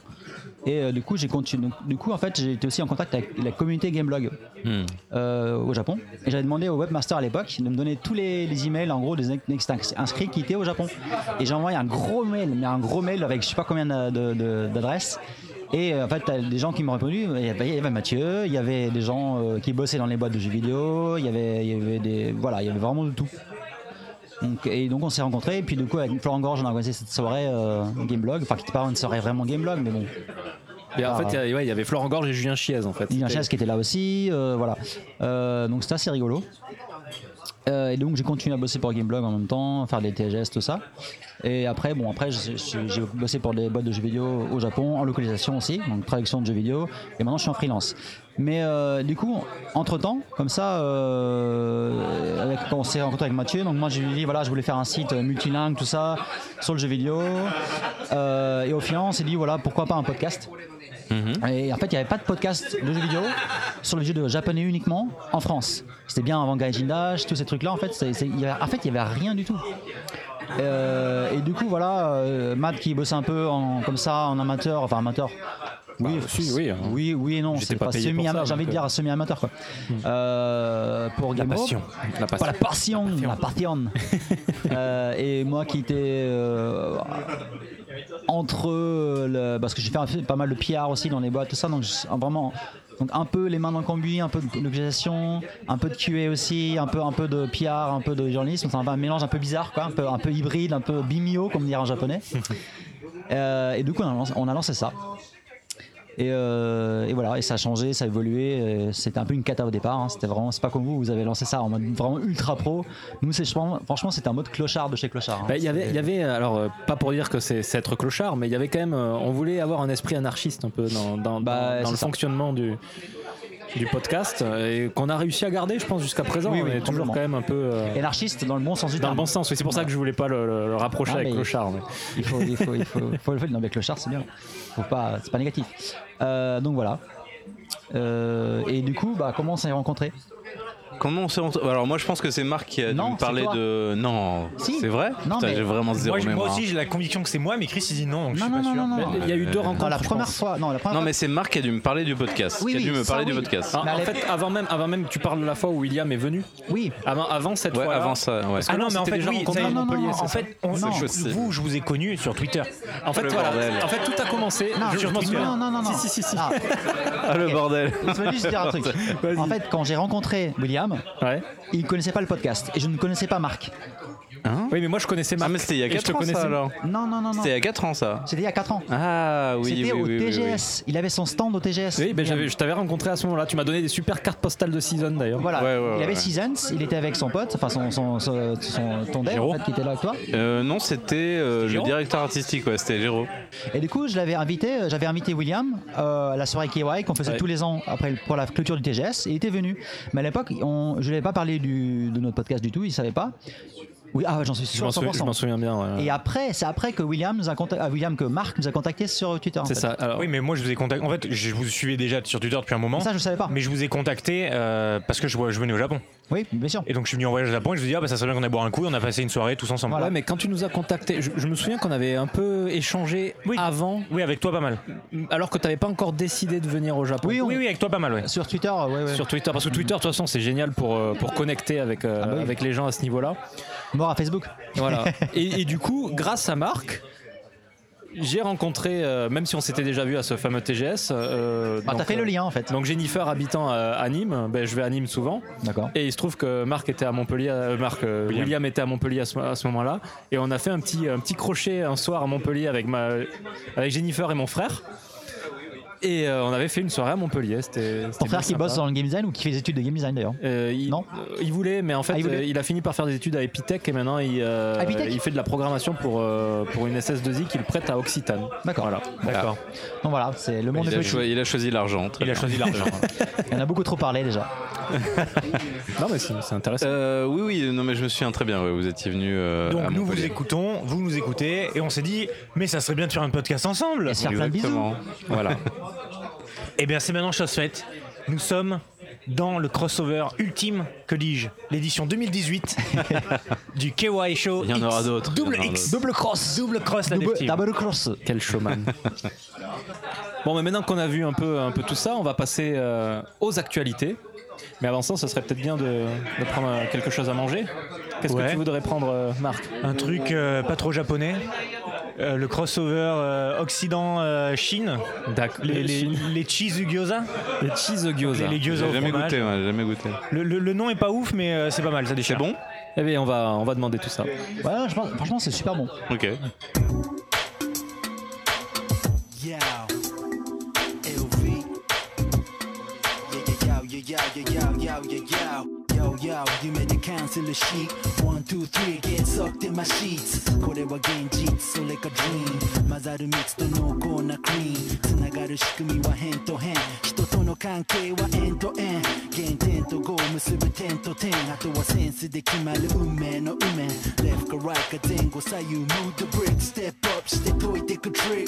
Et euh, du coup, j'ai continué. donc, Du coup, en fait, j'ai été aussi en contact avec la communauté Gameblog
Hmm.
euh, au Japon. Et j'avais demandé au webmaster à l'époque de me donner tous les, les emails, en gros, des ex- ex- inscrits qui étaient au Japon. Et j'ai envoyé un gros mail, mais un gros mail avec je sais pas combien de- de- de- d'adresses. Et euh, en fait, t'as des gens qui m'ont répondu. Il y, avait, il y avait Mathieu, il y avait des gens euh, qui bossaient dans les boîtes de jeux vidéo, il y avait, il y avait des. Voilà, il y avait vraiment de tout. Donc, et donc on s'est rencontrés, et puis du coup, avec Florent Gorge, on a organisé cette soirée euh, Gameblog. Enfin, qui n'était pas une soirée vraiment Gameblog, mais bon,
Et en
Ah.
fait, il y avait- ouais, il y avait Florent Gorge et Julien Chiez en fait.
Julien Chaise qui était là aussi, euh, voilà. Euh, donc c'était assez rigolo. Euh, et donc j'ai continué à bosser pour Gameblog en même temps, faire des TGS, tout ça. Et après, bon, après j'ai j'ai- j'ai bossé pour des boîtes de jeux vidéo au Japon, en localisation aussi, donc traduction de jeux vidéo. Et maintenant je suis en freelance. Mais euh, du coup, entre temps, comme ça, euh, avec- quand on s'est rencontré avec Mathieu, donc moi je lui ai dit voilà, je voulais faire un site euh, multilingue, tout ça, sur le jeu vidéo. Euh, et au final, on s'est dit voilà, pourquoi pas un podcast et en fait, il n'y avait pas de podcast de jeux vidéo sur le jeu de japonais uniquement en France. C'était bien avant Gaijin Dash, tous ces trucs-là. En fait, c'est- c'est- il y avait- en fait, il n'y avait rien du tout. Euh, et du coup, voilà, euh, Matt qui bossait un peu en, comme ça en amateur, enfin amateur. Oui,
si, oui, hein.
oui, oui et non.
J'étais
C'est
pas
pas
payé pour
semi
ça,
j'ai envie de
donc, Hmm.
dire semi-amateur quoi. Euh, pour Game Pro.
passion.
La
Pas la passion, la passion. Euh, et moi qui étais euh, entre euh, le, parce que j'ai fait un- pas mal de PR aussi dans les boîtes tout ça, donc je- vraiment donc un peu les mains dans le combi, un peu de localisation, un peu de QA aussi, un peu un peu de PR, un peu de journalisme, c'est un, un mélange un peu bizarre quoi, un peu un peu hybride, un peu bimio comme dire en japonais. Euh, et du coup on a lancé, on a lancé ça. Et, euh, et voilà, et ça a changé, ça a évolué. euh, C'était un peu une cata au départ. hein, C'était vraiment, c'est pas comme vous, vous avez lancé ça en mode vraiment ultra pro. Nous, c'est je pense- franchement, c'était un mode clochard de chez clochard. hein.
Bah, Il y avait, il y avait, alors euh, pas pour dire que c'est c'est être clochard, mais il y avait quand même, euh, on voulait avoir un esprit anarchiste un peu dans, dans,
Bah,
dans- dans
c'est
le
ça.
fonctionnement du, du podcast euh, et qu'on a réussi à garder, je pense, jusqu'à présent.
Oui,
on
oui,
est toujours
complètement.
quand même un peu euh,
Anarchiste dans le bon sens du
dans le
terme.
bon sens. Et c'est pour ça que je voulais pas le, le- le rapprocher
Ah,
avec
mais-
le char.
Bah,
Il faut, il faut, il faut, faut le faire. Non, mais avec le char, c'est bien. Faut pas, c'est pas négatif. Euh, donc voilà. Euh, et du coup, bah, comment on s'est rencontrés
Comment on s'est rencontrés Alors moi je pense que c'est Marc qui a
Non,
dû me
c'est
parler
toi.
de. Non,
Si.
c'est vrai
Non,
Putain,
mais-
J'ai vraiment zéro
Moi, j'ai- moi
mémoire.
aussi, j'ai la conviction que c'est moi, mais Chris, il dit non, donc je
Non,
suis
non,
pas
non,
sûr.
non, non.
Il y a eu deux
Euh,
rencontres.
Non, la
je
première
pense.
fois. Non, la première
Non
fois-
mais c'est Marc qui a dû me parler du podcast.
Oui,
qui a
oui,
dû me
ça,
parler du
oui.
podcast.
Ah,
Mais
en
elle-
fait, avant même, avant même, tu parles de la fois où William est venu.
Oui.
Avant, avant cette
ouais,
fois.
avant ça. Ouais.
Ah non, mais en
C'était
fait,
déjà
oui, ça
rencontré
y est,
à
Non, non,
Montpellier,
non,
c'est
en
ça
fait, on-
Non.
je-
C'est
vous, je vous ai connu sur Twitter.
En fait,
le
voilà.
bordel.
En fait, tout a commencé.
Non,
je je m'en souviens.
non, non, non, non.
Si, si, si, si.
Ah,
Ah le bordel.
je vais juste dire un truc. En fait, quand j'ai rencontré William,
Ouais. Ah,
il ne connaissait pas le podcast et je ne connaissais pas Marc.
Hein
Oui, mais moi, je connaissais
ah
Marc.
mais c'était il y a
Et je
4
te
ans ça
connaissais.
alors.
Non, non, non, non.
C'était il y a 4 ans ça.
C'était il y a 4 ans.
Ah oui. oui,
C'était au
oui, oui, oui,
TGS. Il avait son stand au TGS.
Oui, ben, j'avais- je t'avais rencontré à ce moment-là. Tu m'as donné des super cartes postales de season d'ailleurs.
Voilà,
Ouais, ouais,
il avait
ouais.
Seasons, il était avec son pote, enfin son, son, son, son- ton dev
Géraud.
en fait, qui était là avec toi.
oui. Euh, non c'était euh, le
Géraud
directeur artistique ouais c'était Géraud.
Et du coup, je l'avais invité, euh, j'avais invité William euh, à la soirée KY qu'on faisait tous les ans après le- pour la clôture du TGS. Et il était venu. Mais à l'époque, on- je ne lui avais pas parlé du- de notre podcast du tout, il ne savait pas. Oui, ah, ouais, j'en suis
Je
sûr
m'en
à
souviens, je
100%.
m'en souviens bien. ouais.
Et après, c'est après que William nous a contact- ah, William que Marc nous a contacté sur Twitter. en
C'est
fait.
ça. Alors,
Oui, mais moi, je vous ai contacté. En fait, je vous suivais déjà sur Twitter depuis un moment.
Ça, je ne savais pas.
Mais je vous ai contacté euh, parce que je, je venais au Japon.
Oui, bien sûr.
Et donc je suis venu en voyage au Japon et je me dis ah bah ça serait bien qu'on aille boire un coup et on a passé une soirée tous ensemble.
Voilà.
Ouais, mais quand tu nous as contacté, je, je me souviens qu'on avait un peu échangé
Oui.
avant,
Oui avec toi pas mal.
alors que tu n'avais pas encore décidé de venir au Japon.
Oui, on-
Oui oui avec toi pas mal ouais.
Sur Twitter, ouais, ouais.
Sur Twitter, parce que Twitter, de toute façon, c'est génial pour, euh, pour connecter avec, euh,
Ah bah oui.
avec les gens à ce niveau-là.
Mort à Facebook.
Voilà. et, et du coup, grâce à Marc, j'ai rencontré, euh, même si on s'était déjà vu à ce fameux TGS. euh,
Ah,
donc,
t'as fait
euh,
le lien en fait.
Donc Jennifer habitant à, à Nîmes, ben, je vais à Nîmes souvent,
D'accord.
et il se trouve que Marc était à Montpellier, euh, Marc euh, William.
William.
était à Montpellier à ce, à ce moment-là, et on a fait un petit un petit crochet un soir à Montpellier avec ma avec Jennifer et mon frère, et euh, on avait fait une soirée à Montpellier. C'était c'était
Ton
bien
frère qui
sympa.
bosse dans le game design ou qui fait des études de game design d'ailleurs.
Euh, il,
Non.
euh, il voulait, mais en fait,
Ah, il voulait.
euh, il a fini par faire des études à Epitech et maintenant il, euh,
À Epitech
il fait de la programmation pour, euh, pour une SS2i qu'il prête à Occitane.
D'accord.
Voilà.
D'accord.
Donc voilà, c'est le monde
Il
est
a,
petit.
choisi, il a choisi l'argent. très
Il a
bien.
choisi l'argent.
Il y en a beaucoup trop parlé déjà.
Non, mais c'est c'est intéressant.
Euh, oui oui non mais je me souviens très bien ouais, vous étiez venu. euh, à
donc nous vous
Montpellier.
écoutons, vous nous écoutez et on s'est dit mais ça serait bien de faire un podcast ensemble.
Et se faire plein de bisous.
Exactement. Voilà.
Et Eh bien c'est maintenant chose faite. Nous sommes dans le crossover ultime, que dis-je, l'édition 2018 du KY Show.
Il y en
X,
aura d'autres, il y en
Double
aura
X.
Double cross.
Double cross la
Double,
Dev Team.
double cross.
Quel showman. bon, mais maintenant qu'on a vu un peu, un peu tout ça, on va passer euh, aux actualités. Mais avant ça, ce serait peut-être bien de, de prendre euh, quelque chose à manger. Qu'est-ce que
Ouais.
tu voudrais prendre, euh, Marc
Un truc euh, pas trop japonais. Euh, le crossover euh, Occident-Chine.
D'accord.
les, les, les cheese du gyoza.
les cheese gyoza.
Les, les
Ah, J'ai
gyoza au
jamais
fromage.
goûté, ouais, j'ai jamais goûté.
Le, le- le nom est pas ouf, mais euh, c'est pas mal, ça déchire.
C'est bon
Eh bien, on va, on va demander tout ça.
Ouais, je pense- franchement, c'est super bon.
Ok.
Yeah. LV. Yeah, yeah, yeah, yeah, yeah, yeah, yeah, yeah, yeah. Yo, yo, you made the cancel the sheet. One, two, three, get sucked in my sheets. これは現実、それか dream。混ざる蜜と濃厚なクリーム。つながる仕組みは変と変。人との関係は円と円。原点と語を結ぶ点と点。あとはセンスで決まる運命の運命。left か right か前後左右。move the brick。step up して解いてく trick。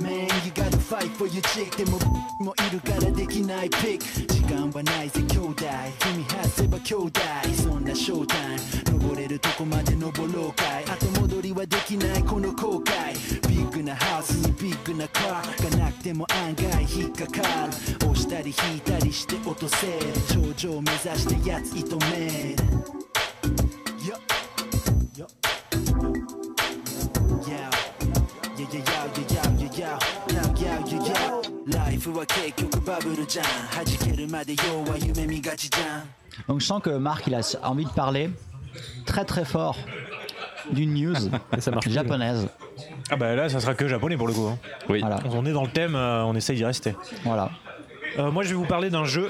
man you gotta fight for your chick でももいるからできない pick 時間はないぜ兄弟君外せば兄弟そんなショータイム登れるとこまで登ろうかい後戻りはできないこの後悔ビッグなハウスにビッグなカーがなくても案外引っかかる押したり引いたりして落とせ頂上目指してやつ射止める Yup. Yup. Yeah. Yeah, yeah, yeah, yeah, yeah, yeah, yeah, yeah, yeah, yeah. ライフは結局バブルじゃん弾けるまで要は夢見がちじゃん
Donc je sens que Marc, il a envie de parler très très fort d'une news
ça marche plus.
japonaise.
Ah bah là, ça sera que japonais pour le coup. hein.
Oui.
Voilà.
On on est dans le thème, euh, on essaye d'y rester.
Voilà.
Euh, moi, je vais vous parler d'un jeu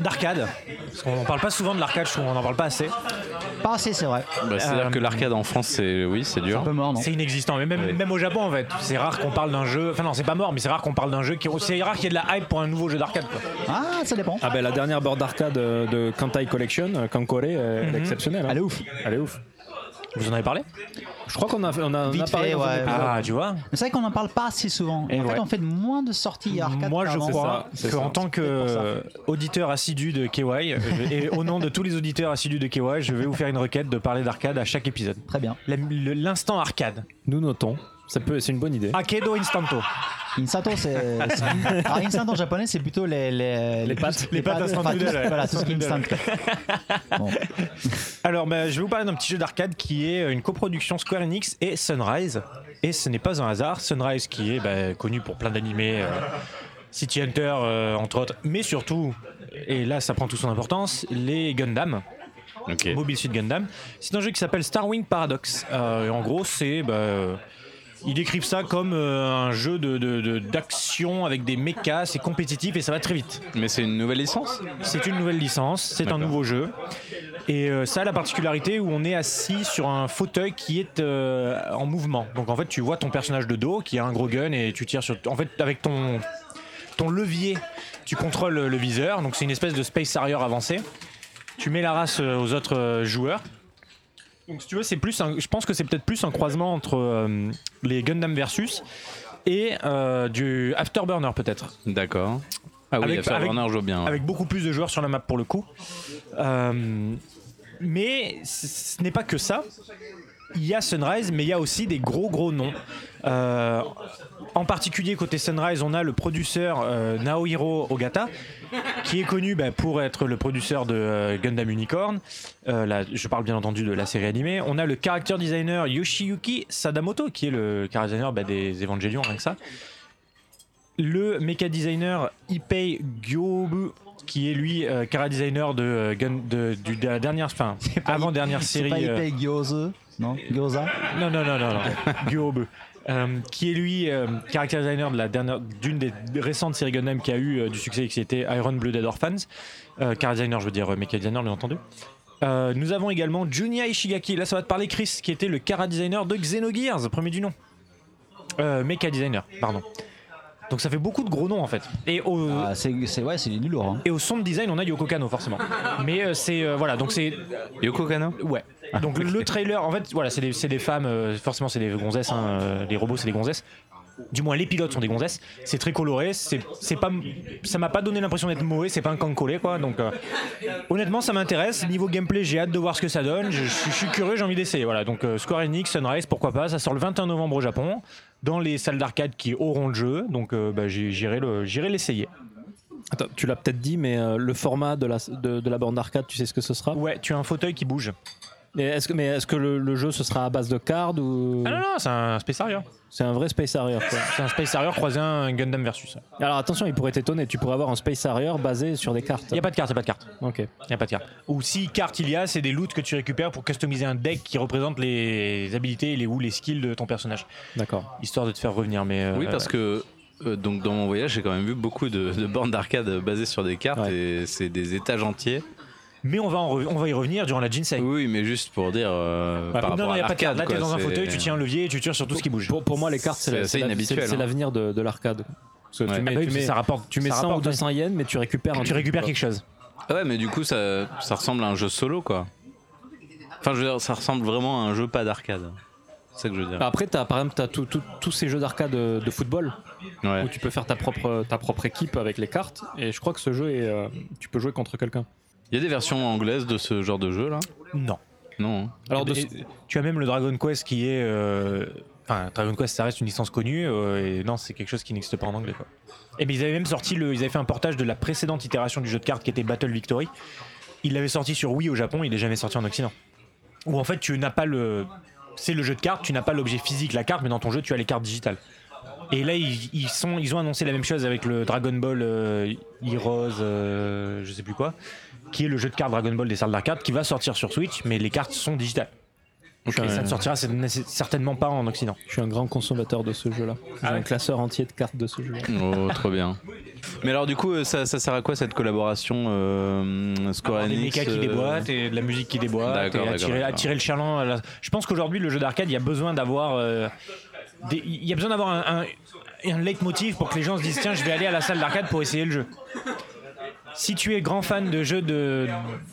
d'arcade. Parce qu'on n'en parle pas souvent de l'arcade, je trouve, on n'en parle pas assez.
Pas assez, c'est vrai.
Bah, C'est-à-dire
Euh,
que l'arcade en France, c'est oui, c'est
C'est un
dur.
peu mort, non
C'est inexistant, mais même,
Oui.
même au Japon en fait, c'est rare qu'on parle d'un jeu. Enfin non, c'est pas mort, mais c'est rare qu'on parle d'un jeu qui. C'est rare qu'il y ait de la hype pour un nouveau jeu d'arcade. quoi.
Ah, ça dépend.
Ah ben la dernière board d'arcade euh, de Kantai Collection, euh, Kankore, euh, elle est exceptionnelle. hein.
Elle est ouf.
Elle est ouf.
Vous en avez parlé
Je crois qu'on a, on a, on a
Vite
parlé
fait,
dans un
ouais.
épisode.
Ah, tu vois.
Mais c'est vrai qu'on n'en parle pas assez souvent. Et
Et
en fait,
ouais.
on fait de moins de sorties arcade.
Moi, je
qu'avant.
crois
C'est ça, c'est
qu'en
ça.
tant que euh, auditeur assidu de KY, je- et au nom de tous les auditeurs assidus de KY, je vais vous faire une requête de parler d'arcade à chaque épisode.
Très bien.
La- le- L'instant arcade.
Nous notons. Ça peut, c'est une bonne idée.
Akedo Instanto.
Insato, c'est. c'est- Alors, Insato en japonais, c'est plutôt les. Les, les
pâtes.
Les pâtes instant
enfin, tout-
noodle, ouais.
Voilà, tout ce qui est instant. Bon.
Alors, bah, je vais vous parler d'un petit jeu d'arcade qui est euh, une coproduction Square Enix et Sunrise. Et ce n'est pas un hasard. Sunrise, qui est bah, connu pour plein d'animés, euh, City Hunter, euh, entre autres, mais surtout, et là, ça prend toute son importance, les Gundam.
Ok.
Mobile Suit Gundam. C'est un jeu qui s'appelle Starwing Paradox. Euh, et en gros, c'est. bah, euh, ils décrivent ça comme euh, un jeu de- de- de- d'action avec des mechas, c'est compétitif et ça va très vite.
Mais c'est une nouvelle licence
C'est une nouvelle licence, c'est un
D'accord.
nouveau jeu. Et euh, ça a la particularité où on est assis sur un fauteuil qui est euh, en mouvement. Donc en fait, tu vois ton personnage de dos qui a un gros gun et tu tires sur. En fait, avec ton, ton levier, tu contrôles le viseur. Donc c'est une espèce de Space Harrier avancé. Tu mets la race euh, aux autres euh, joueurs. Donc si tu veux, c'est plus. un- je pense que c'est peut-être plus un croisement entre euh, les Gundam versus et euh, du Afterburner peut-être
D'accord. Ah oui,
Avec-
After
avec-
Burner, je vois bien. ouais.
avec beaucoup plus de joueurs sur la map pour le coup. Euh, mais ce- ce n'est pas que ça. Il y a Sunrise, mais il y a aussi des gros gros noms. Euh, en particulier côté Sunrise, on a le producteur euh, Naohiro Ogata, qui est connu bah, pour être le producteur de euh, Gundam Unicorn. Euh, là, je parle bien entendu de la série animée. On a le character designer Yoshiyuki Sadamoto, qui est le character designer bah, des Evangelion, rien que ça le mecha designer Ipei Gyobu qui est lui euh, chara designer de, euh, Gun- de- du de la dernière enfin avant dernière
C'est
série
pas
euh,
épais gyoza, non Gyoza
non non non non, non. Gyobu Euh, qui est lui euh, character designer de la dernière d'une des récentes séries Gundam qui a eu euh, du succès qui était Iron Blue Dead Orphans euh, chara designer je veux dire euh, mecha designer bien entendu Euh, nous avons également Junya Ishigaki là ça va te parler Chris qui était le chara designer de Xenogears premier du nom euh, mecha designer pardon donc ça fait beaucoup de gros noms en fait et au,
Ah, C'est c'est- ouais, c'est du lourd. hein.
et au sound design, on a Yoko Kano forcément. Mais euh, c'est euh, voilà, donc c'est
Yoko Kano Ah,
ouais. Donc le trailer, en fait, voilà, c'est des, c'est des femmes. euh, forcément, c'est des gonzesses. hein, euh, les robots, c'est des gonzesses. Du moins, les pilotes sont des gonzesses. C'est très coloré. C'est c'est pas, ça m'a pas donné l'impression d'être mauvais. C'est pas un camp collé quoi. Donc euh, honnêtement, ça m'intéresse. Niveau gameplay, j'ai hâte de voir ce que ça donne. Je, je suis- je suis curieux. J'ai envie d'essayer. Voilà. Donc euh, Square Enix, Sunrise, pourquoi pas. Ça sort le 21 novembre au Japon dans les salles d'arcade qui auront le jeu. Donc euh, bah, j'ai- j'irai le- j'irai l'essayer.
Attends, tu l'as peut-être dit, mais euh, le format de la, de, de la borne d'arcade, tu sais ce que ce sera
Ouais, tu as un fauteuil qui bouge.
Mais est-ce que, mais est-ce que le, le jeu, ce sera à base de cards ou
Ah non, non, c'est un Space Harrier.
c'est un vrai Space Harrier quoi
C'est un Space Harrier croisé à un Gundam Versus.
Alors attention, il pourrait t'étonner, tu pourrais avoir un Space Harrier basé sur des cartes.
Il n'y a pas de carte, il a pas de carte.
Ok.
Y a pas de carte. Ou si carte il y a, c'est des loots que tu récupères pour customiser un deck qui représente les habilités les, ou les skills de ton personnage.
D'accord.
Histoire de te faire revenir. Mais euh,
Oui, parce que euh, donc dans mon voyage, j'ai quand même vu beaucoup de, de bornes d'arcade basées sur des cartes
Ouais.
et c'est des étages entiers.
Mais on va, en re- on va y revenir durant la Jinsei.
Oui, mais juste pour dire. euh, par
Bah, non,
rapport
non,
à
y a pas de carte. Là,
l'arcade,
t'es dans un
quoi,
fauteuil,
c'est-
tu tiens un levier et tu tires sur tout ce qui bouge.
Pour, pour moi, les cartes, c'est,
C'est
la-
assez
c'est la-
inhabituel,
c'est- c'est
hein.
l'avenir de, de l'arcade. Parce que
Ouais.
tu
Ah
mets,
bah oui,
tu
parce que
mets-
ça rapporte,
tu mets
ça
100 ou
rapporte,
200 yens, mais tu récupères un
Tu
truc,
récupères
quoi.
quelque chose.
Ah ouais, mais du coup, ça, ça ressemble à un jeu solo, quoi. Enfin, je veux dire, ça ressemble vraiment à un jeu pas d'arcade. C'est ça que je veux dire.
Après, t'as, par exemple, tu as tous ces jeux d'arcade euh, de football
Ouais.
où tu peux faire ta propre, ta propre équipe avec les cartes. Et je crois que ce jeu, est, euh, tu peux jouer contre quelqu'un.
Il y a des versions anglaises de ce genre de jeu, là
Non.
Non. hein
Alors, de
Et-
ce-
et- tu as même le Dragon Quest qui est. euh, Enfin, Dragon Quest, ça reste une licence connue. euh, et non, c'est quelque chose qui n'existe pas en anglais. Quoi. Et bien, ils avaient même sorti le. Ils avaient fait un portage de la précédente itération du jeu de cartes qui était Battle Victory. Ils l'avaient sorti sur Wii au Japon. Il n'est jamais sorti en Occident. Où en fait, tu n'as pas le. C'est le jeu de cartes. Tu n'as pas l'objet physique, la carte, mais dans ton jeu, tu as les cartes digitales. Et là, ils, ils sont, ils ont annoncé la même chose avec le Dragon Ball euh, Heroes, euh, je sais plus quoi, qui est le jeu de cartes Dragon Ball des salles d'arcade, qui va sortir sur Switch, mais les cartes sont digitales. Et ça ne sortira c'est- c'est certainement pas en Occident. Ah
Je suis un grand consommateur de ce jeu-là. J'ai un classeur entier de cartes de ce jeu.
Oh, trop bien. Mais alors, du coup, euh, ça, ça sert à quoi cette collaboration euh, Square
Des
Enix
mechas qui
euh,
déboîtent et de la musique qui déboîte, et
D'accord, d'accord,
attirer,
d'accord.
attirer le chaland. à la- Je pense qu'aujourd'hui, le jeu d'arcade, il y a besoin d'avoir. euh, des- Il y a besoin d'avoir un, un, un leitmotiv pour que les gens se disent tiens, je vais aller à la salle d'arcade pour essayer le jeu. Si tu es grand fan de jeux de,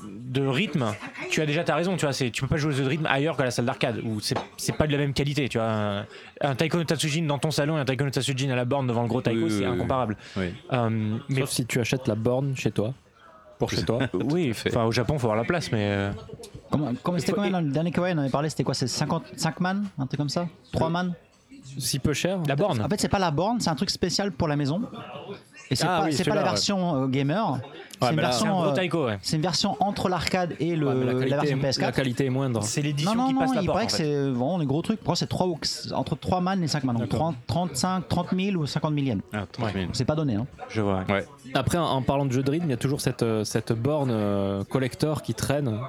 de rythme, tu as déjà ta raison, tu vois. c'est- Tu peux pas jouer aux jeux de rythme ailleurs qu'à la salle d'arcade, où c'est c'est pas de la même qualité, tu vois. Un, un Taiko no Tatsujin dans ton salon et un Taiko no Tatsujin à la borne devant le gros Taiko,
Oui, oui,
c'est
oui, oui.
incomparable.
Oui.
Euh, mais
Sauf si tu achètes la borne chez toi, pour chez toi.
oui,
fait.
enfin, au Japon, faut avoir la place, mais. euh,
Comment- comment- C'était combien dans le dernier kawaii On en avait parlé, c'était quoi C'est 55 man Un truc comme ça 3 man
Si peu cher.
La borne
En fait, c'est pas la borne, c'est un truc spécial pour la maison. Et c'est
Ah
pas,
oui,
c'est pas la
celui-là,
version euh, gamer. c'est une
Ah, mais là-
C'est un
version.
gros
euh,
taiko, ouais.
c'est une version entre l'arcade et le,
Ouais, mais
la,
la, qualité
version
est,
PS4.
la qualité est moindre.
C'est
non,
l'édition
non,
qui
non,
passe la
il paraît
porte.
que c'est euh, vraiment des gros trucs. Pour moi, c'est trois ou- entre 3 man et 5 man. Donc 30, 35, 30 000 ou 50 000 yens.
Ah, 30 000.
C'est pas donné. Hein.
Je vois.
Ouais.
Après, en- en parlant de jeu de rythme, il y a toujours cette, euh, cette borne euh, collector qui traîne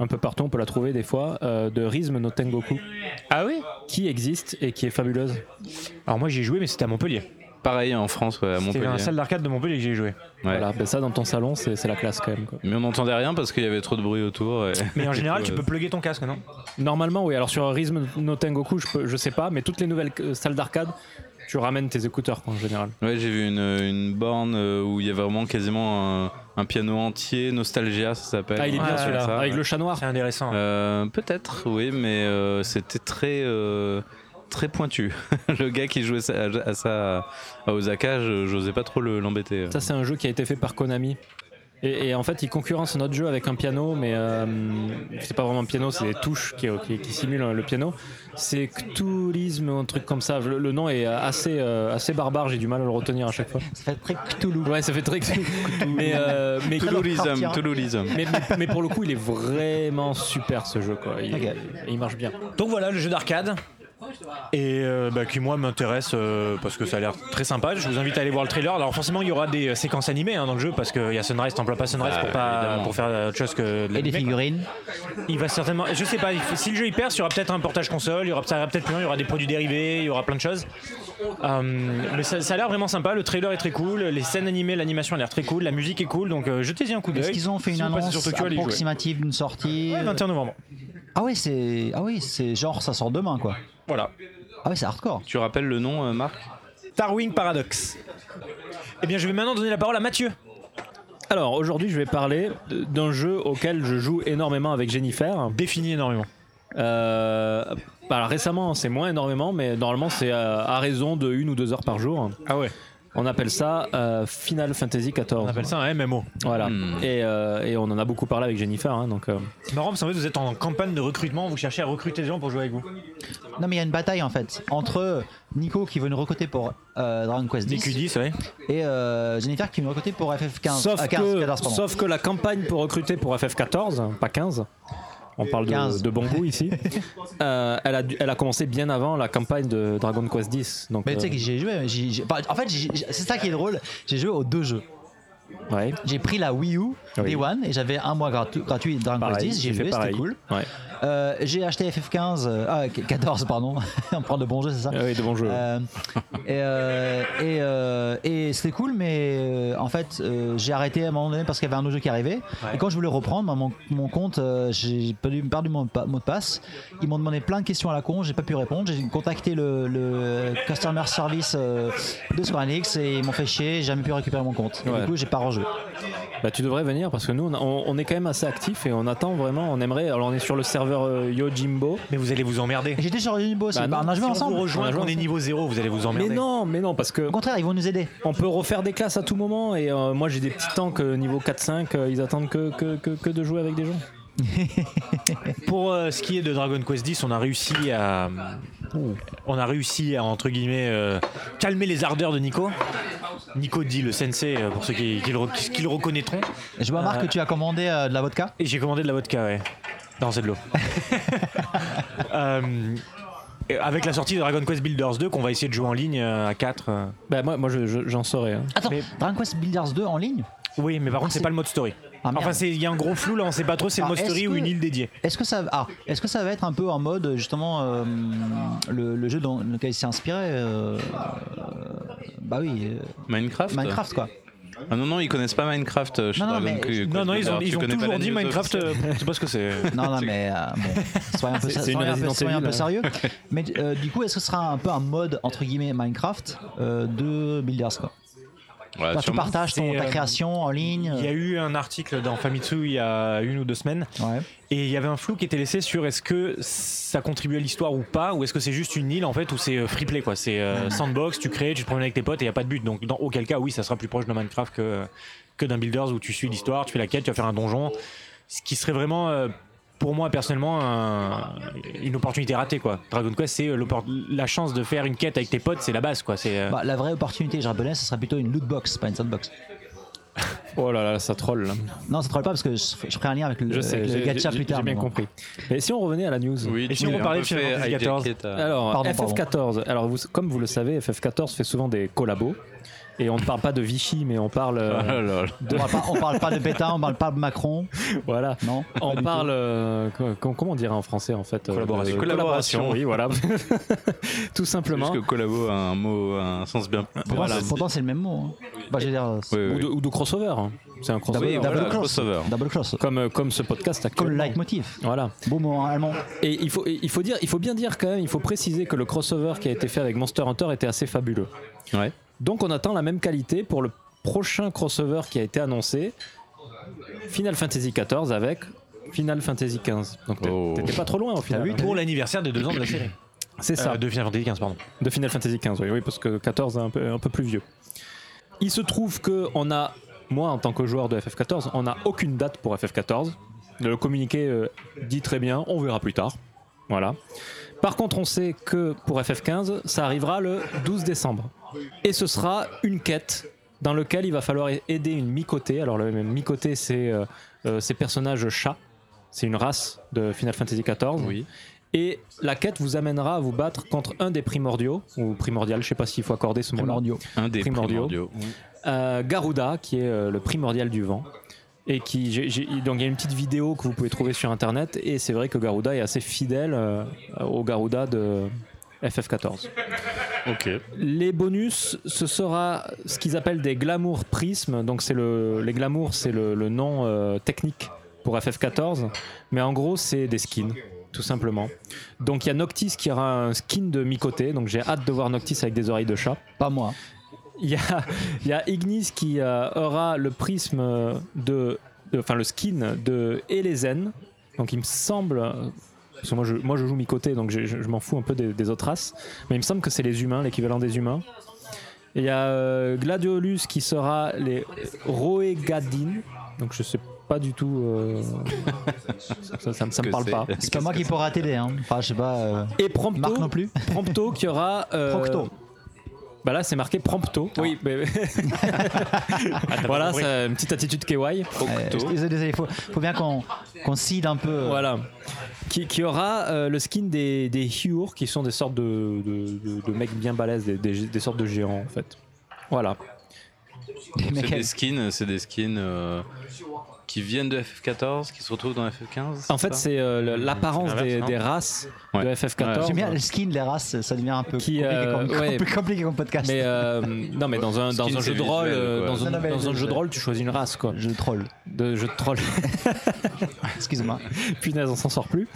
un peu partout, on peut la trouver des fois, euh, de Rhythm no Tengoku,
Ah oui
qui existe et qui est fabuleuse.
Alors moi j'ai joué, mais c'était à Montpellier.
Pareil en France, ouais, à
C'était
Montpellier.
dans la salle d'arcade de Montpellier que j'ai joué.
Ouais.
Voilà, ben ça dans ton salon, c'est c'est la classe quand même. quoi.
Mais on n'entendait rien parce qu'il y avait trop de bruit autour. et-
Mais en
du
général,
coup,
tu
euh,
peux plugger ton casque, non
Normalement, oui. Alors sur Rhythm no Tengoku, je, peux, je sais pas, mais toutes les nouvelles euh, salles d'arcade, tu ramènes tes écouteurs quoi, en général.
Ouais, j'ai vu une, une borne euh, où il y a vraiment quasiment un, un piano entier, Nostalgia, ça s'appelle.
Ah, il est bien
Ouais,
celui-là,
ça,
avec
ouais.
le chat noir.
C'est intéressant.
Euh, Peut-être, oui, mais euh, c'était très. euh, Très pointu. le gars qui jouait ça- à, à ça à Osaka, je- j'osais pas trop le- l'embêter.
Ça, c'est un jeu qui a été fait par Konami. Et, et en fait, ils concurrencent notre jeu avec un piano, mais euh, c'est pas vraiment un piano, c'est des touches qui, euh, qui- qui simulent le piano. C'est Cthulhisme ou un truc comme ça. Le, le nom est assez, euh, assez barbare, j'ai du mal à le retenir à chaque fois.
Ça fait très Cthulhu.
Ouais, ça fait très. mais, euh, mais,
Touloulism,
sortira.
Touloulism.
mais, mais- mais pour le coup, il est vraiment super ce jeu, quoi. Il,
Ok.
il marche bien.
Donc voilà le jeu d'arcade. Et euh, bah, qui moi m'intéresse euh, parce que ça a l'air très sympa. Je vous invite à aller voir le trailer. Alors forcément il y aura des euh, séquences animées hein, dans le jeu parce qu'il y a Sunrise, t'emploies pas Sunrise
Ah,
pour, pas,
évidemment.
pour faire euh, autre chose que de
Et des
l'animé, quoi.
figurines.
Il va certainement. Je sais pas. il faut- Si le jeu il perce, il y aura peut-être un portage console, il y aura, ça ira peut-être plus loin, il y aura des produits dérivés, il y aura plein de choses. Euh, mais ça, ça a l'air vraiment sympa. Le trailer est très cool, les scènes animées, l'animation a l'air très cool, la musique est cool. Donc euh, jetez-y un coup d'œil.
Est-ce qu'ils ont fait une
Si vous passez
annonce
sur Tokyo, allez y jouer.
approximative d'une sortie
Ouais, 21 novembre.
Ah oui, c'est ah oui, c'est genre ça sort demain quoi.
Voilà.
Ah oui, c'est hardcore.
Tu rappelles le nom, euh, Marc
Tarwing Paradox. Eh bien, je vais maintenant donner la parole à Mathieu.
Alors aujourd'hui, je vais parler de- d'un jeu auquel je joue énormément avec Jennifer.
Définis énormément.
Euh, alors récemment, c'est moins énormément, mais normalement, c'est euh, à raison de une ou deux heures par jour.
Ah ouais.
On appelle ça euh, Final Fantasy XIV.
On appelle ça un MMO.
Voilà.
Hmm.
Et, euh, et on en a beaucoup parlé avec Jennifer. hein, donc, euh,
C'est marrant parce qu'en fait, vous êtes en campagne de recrutement, vous cherchez à recruter des gens pour jouer avec vous.
Non mais il y a une bataille en fait entre Nico qui veut nous recruter pour euh, Dragon Quest X
ouais.
et euh, Jennifer qui veut nous recruter pour FF15.
sauf,
ah, 15,
que,
14, pardon.
sauf que la campagne pour recruter pour FF14, pas 15. On parle de,
15.
de bon goût ici. euh, elle, a dû- elle a commencé bien avant la campagne de Dragon Quest X. Donc,
Mais tu sais
euh,
que j'ai joué. j'ai- j'ai- bah, en fait, j'ai- j'ai- c'est ça qui est drôle. J'ai joué aux deux jeux.
euh, ouais,
J'ai pris la Wii U
Oui.
Day One et j'avais un mois gratu- gratuit de Dragon
pareil,
Quest X. J'ai
fait
joué, c'était
pareil.
cool.
Ouais.
Euh, j'ai acheté FF15, euh, ah, 14 pardon. On prend de bons jeux, c'est ça.
Ah oui, de bons jeux.
Euh, et euh, et, euh, et c'était cool, mais euh, en fait, euh, j'ai arrêté à un moment donné parce qu'il y avait un autre jeu qui arrivait. Et quand je voulais reprendre, bah, mon, mon compte, euh, j'ai perdu, perdu mon pa- mot de passe. Ils m'ont demandé plein de questions à la con, j'ai pas pu répondre. J'ai contacté le, le customer service euh, de Square Enix et ils m'ont fait chier, j'ai jamais pu récupérer mon compte. Et
Ouais.
Du coup, j'ai pas rejoué.
Bah, tu devrais venir parce que nous on, on- on est quand même assez actifs et on attend vraiment, on aimerait. Alors on est sur le serveur euh, Yojimbo.
Mais vous allez vous emmerder.
Et J'étais sur Unibo, c'est
Bah
bah, on
non,
a joué
Si on
ensemble.
vous
On
rejoint
a joué
quand on est
ensemble.
niveau 0, vous allez vous
Mais
emmerder.
non, mais non, parce que
Au contraire, ils vont nous aider.
on peut refaire des classes à tout moment et euh, moi j'ai des petits tanks euh, niveau 4-5, euh, ils attendent que, que, que, que de jouer avec des gens.
Pour euh, ce qui est de Dragon Quest X, on a réussi à, on a réussi à entre guillemets euh, calmer les ardeurs de Nico. Nico dit le sensei euh, pour ceux qui, qui le, re- qui- qui le reconnaîtront.
Je vois, Marc, que tu as commandé euh, de la vodka.
Et j'ai commandé de la vodka, ouais. Non, c'est de l'eau. Euh, et avec la sortie de Dragon Quest Builders 2, qu'on va essayer de jouer en ligne euh, à 4.
Bah moi, moi je- je- j'en saurais. hein.
Attends,
Mais-
Dragon Quest Builders 2 en ligne
Oui, mais par contre, c'est
c'est-
pas le mode story.
Ah, merde.
enfin, c'est- il y a un gros flou là, on sait pas trop si c'est le
Ah,
mode
est-ce
story ou
que-
une île dédiée.
Est-ce que ça, ah, est-ce que ça va être un peu en mode justement euh, le, le jeu dans lequel il s'est inspiré euh, euh, Bah oui, euh,
Minecraft
Minecraft quoi.
Ah non, non, ils connaissent pas Minecraft euh, chez
Non, non,
Dragon
mais-
Q-
Non, non, ils ont,
Alors, tu
ils ont
connais pas
toujours
la
dit
news
Minecraft,
officielle.
euh, je sais pas ce que c'est.
Non, non, mais euh, bon, soyez un peu,
C'est- c'est une
soyez un peu-
Resident
soyez un peu
Evil,
sérieux.
hein.
Mais euh, du coup, est-ce que ce sera un peu un mode entre guillemets Minecraft euh, de Builders quoi
euh,
Ouais,
Enfin, Tu
sûrement.
partages ton,
C'est,
ta
euh,
création en ligne.
Il y a
euh,
eu un article dans Famitsu il y a une ou deux semaines
Ouais.
et il y avait un flou qui était laissé sur est-ce que ça contribue à l'histoire ou pas ou est-ce que c'est juste une île en fait où c'est euh, free play quoi c'est euh, sandbox tu crées tu te promènes avec tes potes et il y a pas de but donc dans auquel cas oui ça sera plus proche de Minecraft que que d'un Builders où tu suis l'histoire tu fais la quête tu vas faire un donjon ce qui serait vraiment euh, pour moi personnellement un- une opportunité ratée quoi Dragon Quest c'est euh, l'oppor- la chance de faire une quête avec tes potes c'est la base quoi c'est euh,
Bah, la vraie opportunité, je rappelais, ce sera plutôt une loot box, pas une sandbox.
Oh là là, ça troll. là.
Non, ça ne pas parce que je, je ferai un lien avec le,
Je sais,
avec le
j'ai-
gacha
j'ai-
plus tard.
J'ai bien
mais bon.
compris. Et si on revenait à la news
Oui,
Et
tu
si on
nous as
parlait
un
de
peu
Final
fait
Fantasy
hijacker
XIV?
ta-
Alors,
Pardon,
FF14, alors vous- comme vous le savez, FF14 fait souvent des collabos. Et on ne parle pas de Vichy, mais on parle. euh,
Ah là là.
On parle pas, on parle pas de Pétain, on parle pas de Macron,
voilà.
non pas
On
du tout.
parle. euh, co- co- comment on dirait en français en fait euh,
Collaboration.
de-
Collaboration.
Oui, voilà.
C'est
Tout simplement.
Juste que collabo a un mot, a un sens bien.
Pourtant,
Voilà.
c'est- pourtant, c'est le même mot. hein. Bah, je veux dire, c'est-
Oui, oui,
Ou de,
oui.
ou de crossover. hein. C'est un crossover.
Oui,
double
voilà,
cross.
crossover.
double cross.
Comme, euh, comme ce podcast
Comme le
actuellement.
leitmotiv.
Voilà.
Beau mot en allemand.
Et il faut, et il, faut dire, il faut bien dire quand même, il faut préciser que le crossover qui a été fait avec Monster Hunter était assez fabuleux.
Ouais.
Donc on attend la même qualité pour le prochain crossover qui a été annoncé, Final Fantasy XIV avec Final Fantasy XV. Donc t'es-
Oh.
t'étais pas trop loin au final. hein.
pour l'anniversaire des deux ans de la série
C'est ça.
Ah Euh, de Final Fantasy 15 pardon
De Final Fantasy XV, oui, oui, parce que 14 est un peu, un peu plus vieux. Il se trouve que on a, moi en tant que joueur de FF14, on n'a aucune date pour FF14. Le communiqué euh, dit très bien, on verra plus tard. Voilà. Par contre, on sait que pour FF15, ça arrivera le 12 décembre. Et ce sera une quête dans laquelle il va falloir aider une micotée. Alors, le micotée, c'est euh, euh, ces personnages chats. C'est une race de Final Fantasy XIV.
Oui.
Et la quête vous amènera à vous battre contre un des primordiaux, ou primordial, je sais pas s'il faut accorder ce mot-là.
Primordiaux.
Un des
Primordiaux.
primordiaux.
Euh, Garuda, qui est euh, le primordial du vent. Et qui, j'ai- j'ai- donc il y a une petite vidéo que vous pouvez trouver sur internet, et c'est vrai que Garuda est assez fidèle euh, au Garuda de FF14.
Ok.
Les bonus, ce sera ce qu'ils appellent des glamour prismes. Donc c'est le, les glamour, c'est le, le nom euh, technique pour FF14, mais en gros c'est des skins, tout simplement. Donc il y a Noctis qui aura un skin de mi-côté, donc j'ai hâte de voir Noctis avec des oreilles de chat.
Pas moi.
Il y a, il y a Ignis qui euh, aura le prisme euh, de, de- enfin le skin de Elezen. Donc il me semble, euh, parce que moi je, moi je joue mi-côté, donc je, je- je m'en fous un peu des, des autres races, mais il me semble que c'est les humains, l'équivalent des humains. Et Il y a euh, Gladiolus qui sera les Roegadin. Donc je sais pas du tout. euh, ça, ça, me- ça me
Que
parle
c'est-
pas.
C'est pas moi qui pourra t'aider. Hein. Enfin, je sais pas. euh,
Et Prompto.
Marc non plus.
Prompto qui aura. euh,
Procto.
Bah là, c'est marqué Prompto. Oui, mais- voilà,
compris.
c'est une petite attitude KY.
Euh, je- désolé, désolé, faut, faut bien qu'on qu'on cide un peu. euh,
Voilà. Qui, qui aura euh, le skin des, des Hyur, qui sont des sortes de, de, de- de mecs bien balèzes, des, des- des sortes de géants, en fait. Voilà.
des mecs
C'est
avec-
des skins, c'est des skins euh, qui viennent de FF14, qui se retrouvent dans FF15.
En fait,
ça
c'est euh, le- l'apparence
C'est l'inverse,
des,
non
des races
Ouais.
de FF14.
J'aime bien
hein.
le skin, les races, ça devient un peu
Qui,
compliqué,
euh,
comme,
ouais.
plus compliqué comme podcast.
mais euh, non, mais dans un, dans
Skin,
un
c'est
jeu de rôle,
visuel,
euh,
quoi.
dans un,
Non, non, mais
dans un
je-
jeu de rôle, tu choisis une race, quoi.
Je troll,
De jeu de troll. euh,
excuse-moi.
Punaise, on s'en sort plus.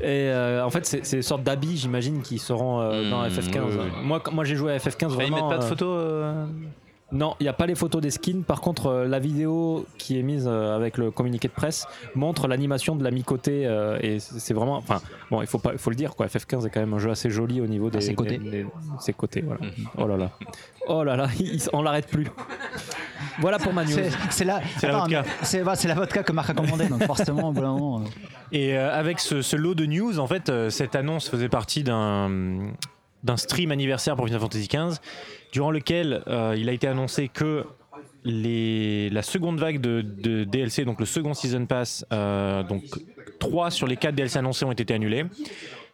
Et euh, en fait, c'est c'est des sortes d'habits, j'imagine, qui seront euh, dans
Mmh,
FF15.
oui, oui.
Moi, quand- moi j'ai joué à
Enfin,
FF15
ils mettent
vraiment.
pas de
euh,
photos. euh,
Non, il n'y a pas les photos des skins. Par contre, euh, la vidéo qui est mise euh, avec le communiqué de presse montre l'animation de la mi-côté. euh, et c'est c'est vraiment. Enfin, bon, il faut, pas, il faut le dire, quoi. FF15 est quand même un jeu assez joli au niveau des.
ses côtés.
des- des- ses côtés, voilà.
Mmh.
Oh là là. Oh là là, il- on l'arrête plus. Voilà pour ma news.
C'est c'est la,
C'est la
Attends,
vodka.
mais c'est bah, c'est la vodka que Marc a commandé, donc forcément, au bout d'un moment. euh,
Et euh, avec ce, ce lot de news, en fait, euh, cette annonce faisait partie d'un d'un stream anniversaire pour Final Fantasy XV, durant lequel euh, il a été annoncé que les, la seconde vague de, de DLC, donc le second Season Pass, euh, donc 3 sur les 4 DLC annoncés ont été annulés.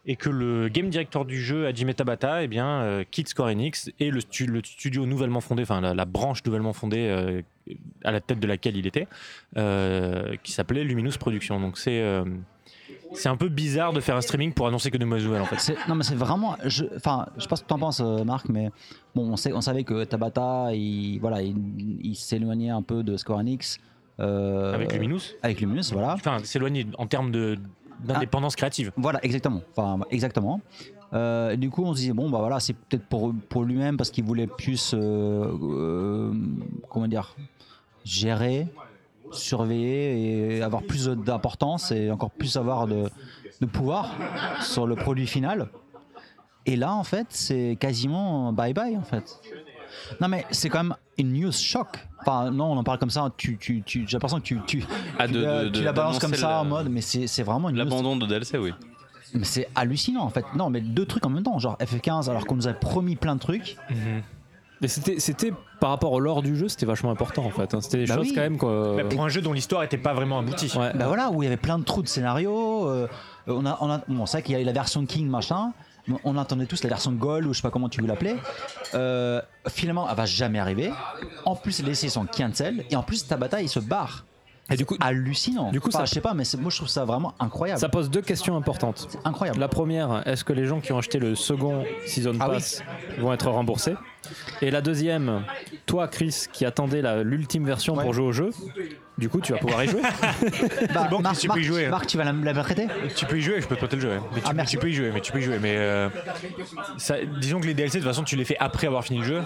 et que le game director du jeu, Hajime Tabata, eh bien, euh, quitte Square Enix et le, stu- le studio nouvellement fondé, enfin la, la branche nouvellement fondée euh, à la tête de laquelle il était, euh, qui s'appelait Luminous Productions. Donc c'est euh, c'est un peu bizarre de faire un streaming pour annoncer que de mauvaises nouvelles en fait.
C'est- Non, mais c'est vraiment. je- Enfin, je, sais pas ce que t'en penses, euh, Marc, mais bon, on, sait, on savait que Tabata, il, voilà, il, il s'éloignait un peu de Square Enix. euh,
Avec Luminous,
Avec Luminous, voilà.
enfin s'éloigner en termes de- d'indépendance créative.
Voilà, exactement. Enfin, exactement. Euh, du coup, on se disait bon, bah voilà, c'est peut-être pour, pour lui-même parce qu'il voulait plus, euh, euh, comment dire, gérer, surveiller et avoir plus d'importance et encore plus avoir de, de pouvoir sur le produit final. Et là, en fait, c'est quasiment bye bye, en fait. Non, mais c'est quand même une news choc. Enfin, non, on en parle comme ça. Tu, tu, tu- j'ai l'impression que tu, tu,
Ah,
tu
de-
la,
de-
tu
de-
la balances comme
d'annoncer
ça
la-
en mode, mais c'est c'est vraiment une news
L'abandon de DLC, oui.
mais c'est hallucinant en fait. Non, mais deux trucs en même temps, genre F15 alors qu'on nous avait promis plein de trucs.
Mais c'était, c'était par rapport au lore du jeu, c'était vachement important en fait. hein. C'était des
Bah
choses
oui.
quand même quoi.
Bah, pour un jeu dont l'histoire n'était pas vraiment aboutie.
Ouais.
Bah voilà, où il y avait plein de trous de scénario. euh, on a, on a, bon, c'est vrai qu'il y a eu la version King machin. mais On attendait tous la version Gold ou je sais pas comment tu veux l'appeler. Euh, finalement, elle va jamais arriver. En plus, les essais sont cancel et en plus Tabata il se barre.
Et du coup,
Hallucinant.
Du coup,
Enfin,
ça-
je sais pas, mais c'est- moi je trouve ça vraiment incroyable.
ça pose deux questions importantes.
Incroyable.
La première, est-ce que les gens qui ont acheté le second Season
Ah
Pass vont être remboursés Et la deuxième, toi Chris qui attendais la- l'ultime version
Ouais.
pour jouer au jeu, du coup tu vas pouvoir y jouer.
Bah,
bon,
Marc,
tu peux y
Marc-
jouer. hein.
Marc, tu vas la, la me prêter
Ah,
Tu peux y jouer, je peux te prêter le jeu. ouais. Mais tu,
Ah, merci.
tu peux y jouer, mais tu peux y jouer. Mais euh, ça- disons que les DLC, de toute façon, tu les fais après avoir fini le jeu.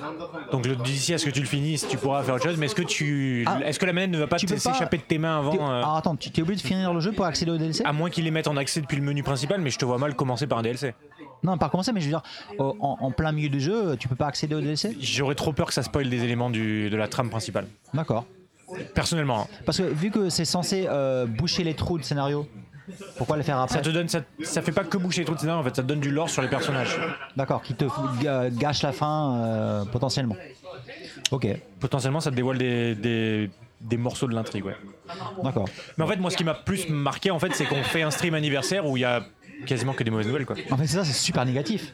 Donc le- d'ici à ce que tu le finisses, tu pourras faire autre chose. Mais est-ce que tu,
Ah.
est-ce que la manette ne va pas
Tu
te-
peux pas-
s'échapper de tes mains avant
T'es-
euh,
Alors attends, tu Ah. t'es obligé de finir le jeu pour accéder au DLC
À moins qu'ils les mettent en accès depuis le menu principal, mais je te vois mal commencer par un DLC.
Non, pas commencer, mais je veux dire, euh, en, en plein milieu du jeu, tu peux pas accéder au DLC
J'aurais trop peur que ça spoil des éléments du- de la trame principale.
D'accord.
Personnellement, hein.
Parce que vu que c'est censé euh, boucher les trous de scénario, pourquoi le faire
ça
après
te donne, ça, ça fait pas que boucher les trous de scénario, en fait, ça te donne du lore sur les personnages.
D'accord, qui te f- ga- gâche la fin euh, potentiellement. Ok,
Potentiellement, ça te dévoile des, des- des morceaux de l'intrigue, ouais.
d'accord.
Mais en fait, moi, ce qui m'a plus marqué, en fait, c'est qu'on fait un stream anniversaire où il y a quasiment que des mauvaises nouvelles, quoi.
En fait, c'est ça, c'est super négatif.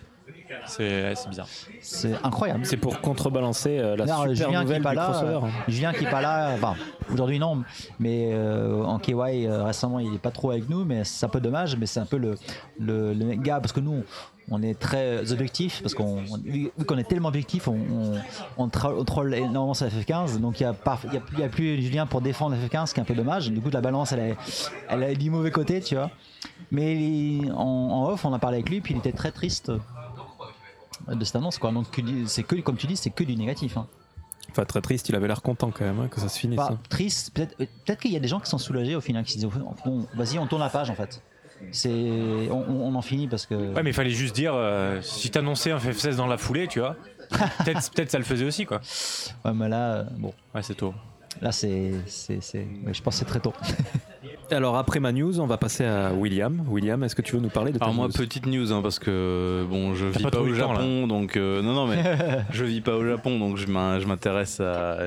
C'est ouais, c'est bizarre.
C'est incroyable.
C'est pour contrebalancer euh, la
D'ailleurs,
super
Julien qui est
nouvelle
pas
du
là,
crossover.
euh, Julien qui est pas là, enfin aujourd'hui non, mais euh, en KY euh, récemment il est pas trop avec nous, mais c'est un peu dommage, mais c'est un peu le, le, le gars parce que nous on est très objectif parce qu'on on- vu vu qu'on est tellement objectif, on, on, on tra- on troll énormément sur la FF15, donc il y a pas il y a plus- il y a plus Julien pour défendre la FF15, ce qui est un peu dommage. Du coup la balance elle est, elle est du mauvais côté, tu vois. Mais il- en, en off on a parlé avec lui, puis il était très triste euh, de cette annonce quoi. Donc que du- c'est que comme tu dis c'est que du négatif. hein.
Enfin très triste, il avait l'air content quand même hein, que ça se finisse.
Pas
hein.
triste, peut-être peut qu'il y a des gens qui sont soulagés au final, qui se disent bon, vas-y, on tourne la page en fait. C'est, on, on- on en finit parce que.
Ouais, mais il fallait juste dire, euh, si t'annonçais un FF16 dans la foulée, tu vois, peut-être peut ça le faisait aussi, quoi.
Ouais, mais là, euh, bon,
Ouais, c'est tôt.
là c'est, c'est, c'est- ouais, je pense que c'est très tôt.
Alors après ma news, on va passer à William. William, est-ce que tu veux nous parler de ta
Alors moi
news
petite news hein, parce que bon je vis
pas
pas,
trop
au
eu le temps,
Japon donc euh, non non mais je vis pas au Japon donc je m'in- je m'intéresse à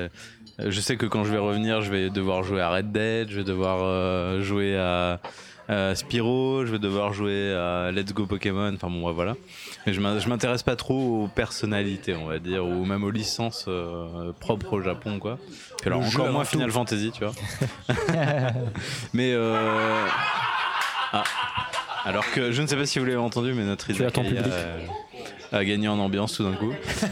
je sais que quand je vais revenir je vais devoir jouer à Red Dead je vais devoir euh, jouer à, à Spyro je vais devoir jouer à Let's Go Pokémon enfin bon bah, voilà mais je m'in- je m'intéresse pas trop aux personnalités on va dire ou même aux licences euh, propres au Japon quoi Puis alors
Le jeu
encore
avant
moins
tout.
Final Fantasy tu vois mais euh, ah. alors que je ne sais pas si vous l'avez entendu, mais notre
as ton
Izakaya,
public.
euh, a gagné en ambiance tout d'un coup.
C'est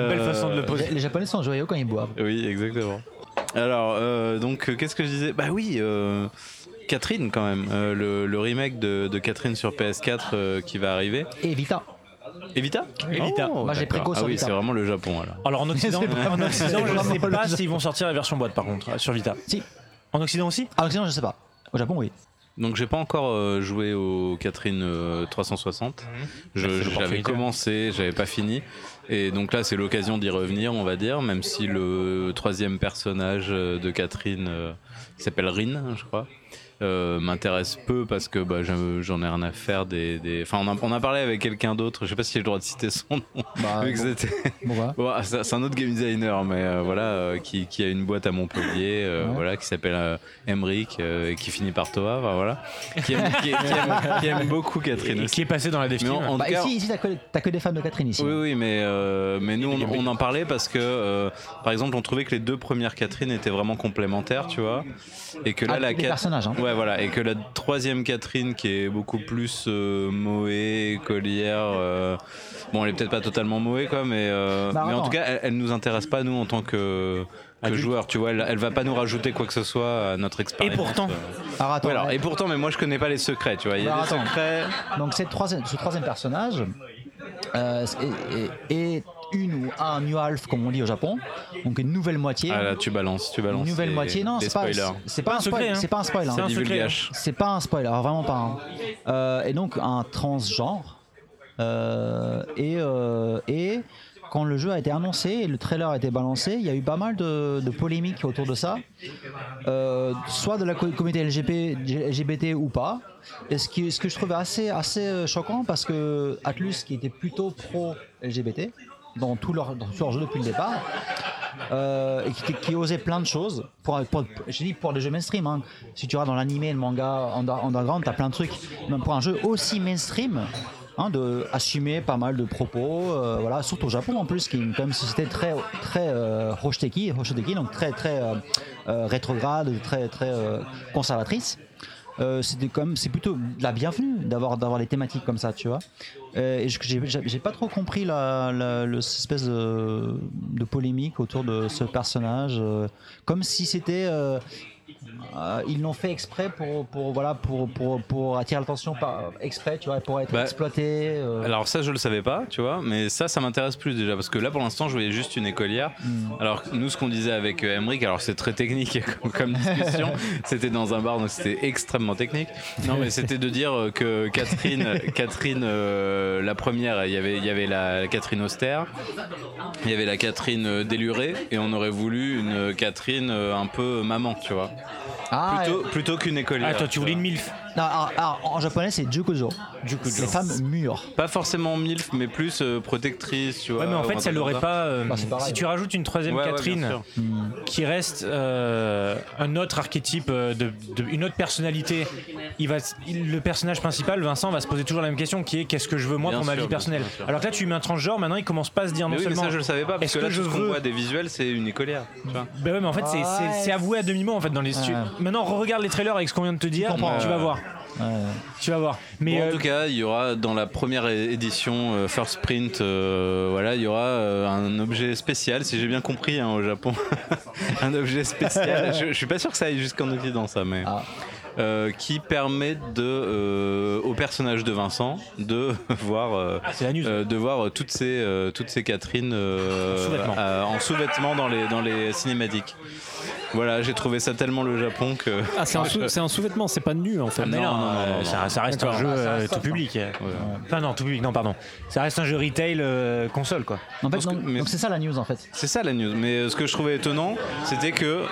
une belle
Euh,
façon de le poser.
Les, les Japonais sont joyeux quand ils boivent.
Oui, exactement. Alors, euh, donc, euh, qu'est-ce que je disais Bah oui, euh, Catherine quand même, euh, le, le remake de, de Catherine sur PS4 euh, qui va arriver.
Et Vita, Oh,
Evita
Evita.
Moi, j'ai
d'accord.
préco sur
Ah oui,
Vita.
c'est vraiment le Japon alors.
Alors en Occident,
C'est pas-
en Occident,
c'est
je sais
vraiment
pas
le-
s'ils vont sortir la version boîte, par contre, euh, sur Vita.
si.
En Occident aussi
Ah, sinon, je sais pas. Au Japon, oui.
Donc j'ai pas encore euh, joué au Catherine euh, 360. Je-
C'est
J'avais
l'opportunité.
commencé, j'avais pas fini. Et donc là, c'est l'occasion d'y revenir, on va dire, même si le troisième personnage euh, de Catherine euh, qui s'appelle Rin, je crois. euh, m'intéresse peu parce que bah, j'en j'en ai rien à faire des, des- enfin on a, on a parlé avec quelqu'un d'autre je sais pas si j'ai le droit de citer son nom
Bah,
vu que
bon.
c'était-
Bon, voilà.
Bon, ah, c'est c'est un autre game designer, mais euh, voilà, euh, qui, qui a une boîte à Montpellier, euh,
Ouais.
voilà, qui s'appelle euh, Emric, euh, et qui finit par Toa, enfin, voilà, qui aime, qui- qui aime- qui aime beaucoup Catherine.
Et
aussi.
qui est passé dans la dev
Mais
team.
en- en
Bah,
tout cas,
ici, ici t'as que, t'as que des fans de Catherine ici.
oui, oui, mais, euh, mais nous, on, on en parlait parce que, euh, par exemple, on trouvait que les deux premières Catherine étaient vraiment complémentaires, tu vois. Et que là,
Ah,
la
des
Cat-
personnages, hein.
Ouais, voilà. Et que la troisième Catherine, qui est beaucoup plus euh, Moé, Collière. euh, Bon, elle est peut-être pas totalement Moé, quoi, mais, euh,
Bah,
mais en
non.
tout cas, elle, elle nous intéresse pas, nous, en tant que. Que joueur, tu vois, elle, elle va pas nous rajouter quoi que ce soit à notre expérience.
pourtant.
Euh,
Alors, attends,
ouais, alors,
mais-
et pourtant, mais moi je connais pas les secrets, tu vois. Il y a
Alors,
des
Bah, attends.
secrets.
Donc cette troisième, ce troisième personnage euh, est, est- est une ou un new half comme on dit au Japon, donc une nouvelle moitié.
Ah là, tu balances, tu
une
balances.
nouvelle
les-
moitié, non,
les
c'est pas,
spoilers.
c'est pas un
secret,
spoil,
hein.
c'est pas un spoil. hein.
C'est un secret,
Divulgage.
C'est pas un spoil, alors vraiment pas. hein. Euh, et donc un transgenre. Euh, et, euh, et quand le jeu a été annoncé et le trailer a été balancé, il y a eu pas mal de, de polémiques autour de ça. Euh, soit de la co- communauté LGP LGBT ou pas. Et ce, qui, ce que je trouvais assez, assez euh, choquant parce que Atlus, qui était plutôt pro-LGBT dans tout leur, dans tout leur jeu depuis le départ, euh, et qui, qui osait plein de choses. Pour, pour, je dis pour des jeux mainstream. hein. Si tu vas dans l'animé, le manga, under- underground, t'as plein de trucs. Même pour un jeu aussi mainstream, hein, de assumer pas mal de propos. euh, voilà, surtout au Japon en plus, qui est une- quand même une société très très euh, Hoshteki, Hoshteki, donc très très euh, euh, rétrograde, très très euh, conservatrice. Euh, c'était quand même- c'est plutôt de la bienvenue d'avoir d'avoir les thématiques comme ça tu vois Euh, et je- j'ai j'ai- j'ai pas trop compris la, la- le- cette espèce de, de polémique autour de ce personnage euh, comme si c'était euh, euh, ils l'ont fait exprès pour, pour voilà pour pour, pour attirer l'attention par exprès tu vois pour être
Bah,
exploité euh.
Alors ça je le savais pas, tu vois, mais ça ça m'intéresse plus déjà parce que là pour l'instant je voyais juste une écolière.
Hmm.
Alors que nous ce qu'on disait avec euh, Emric, alors c'est très technique comme, comme discussion, c'était dans un bar donc c'était extrêmement technique. Non mais c'était de dire euh, que Catherine, Catherine euh, la première, il y avait il y avait la Catherine austère, il y avait la Catherine euh, délurée et on aurait voulu une euh, Catherine euh, un peu maman, tu vois,
Ah,
plutôt plutôt qu'une écolière.
Ah, Attends, tu
tu
voulais
vois.
une MILF
euh, non, alors- alors, en japonais c'est jukujo
Jukujo.
les femmes mûres
Pas forcément milf, mais plus euh, protectrice, tu vois.
Ouais, mais en
ou un
fait, ça
truc
l'aurait
comme
pas. euh,
Bah, c'est pareil.
si tu rajoutes une troisième
Ouais, ouais,
Catherine
bien sûr.
qui reste euh, un autre archétype, euh, de, de- une autre personnalité, il va, s- il- le personnage principal, Vincent, va se poser toujours la même question qui est qu'est-ce que je veux moi
Bien
pour ma
sûr,
vie
bien
personnelle
sûr, bien sûr.
Alors que là, tu lui mets un transgenre, maintenant il commence pas à se dire non
Mais oui, mais ça
seulement.
je le savais pas parce
est-ce
que là
que
tout
je
ce qu'on
veux-
voit des visuels c'est une écolière. tu vois.
Bah ouais, mais en fait, c'est- c'est
Ouais.
c'est avoué à demi-mot en fait dans les stu-
Ouais.
Maintenant, regarde les trailers avec ce qu'on vient de te dire,
comprends.
tu vas voir.
Ouais.
Tu vas voir. Mais
Bon, en
euh,
tout cas, il y aura dans la première é- édition euh, First Print, euh, voilà, il y aura euh, un objet spécial, si j'ai bien compris, hein, au Japon, un objet spécial. je, je suis pas sûr que ça aille jusqu'en Occident, ça, mais
Ah.
euh, qui permet de euh, au personnage de Vincent de voir euh,
Ah, c'est la news.
euh, de voir toutes ces euh, toutes ces Catherine euh,
En sous-vêtements.
euh, en sous-vêtements dans les dans les cinématiques. Voilà, j'ai trouvé ça tellement le Japon que
Ah, c'est un sous- c'est un sous-vêtement, c'est pas nu en fait.
Ah, mais non, non, non,
Euh,
non.
ça, ça reste un
D'accord.
jeu
Ah, ça
euh,
reste
tout
soft,
public. euh. Enfin non, tout public, non pardon. Ça reste un jeu retail euh, console quoi.
en fait
Parce que-
donc-
mais-
donc c'est ça la news en fait
C'est ça la news. Mais euh, ce que je trouvais étonnant, c'était que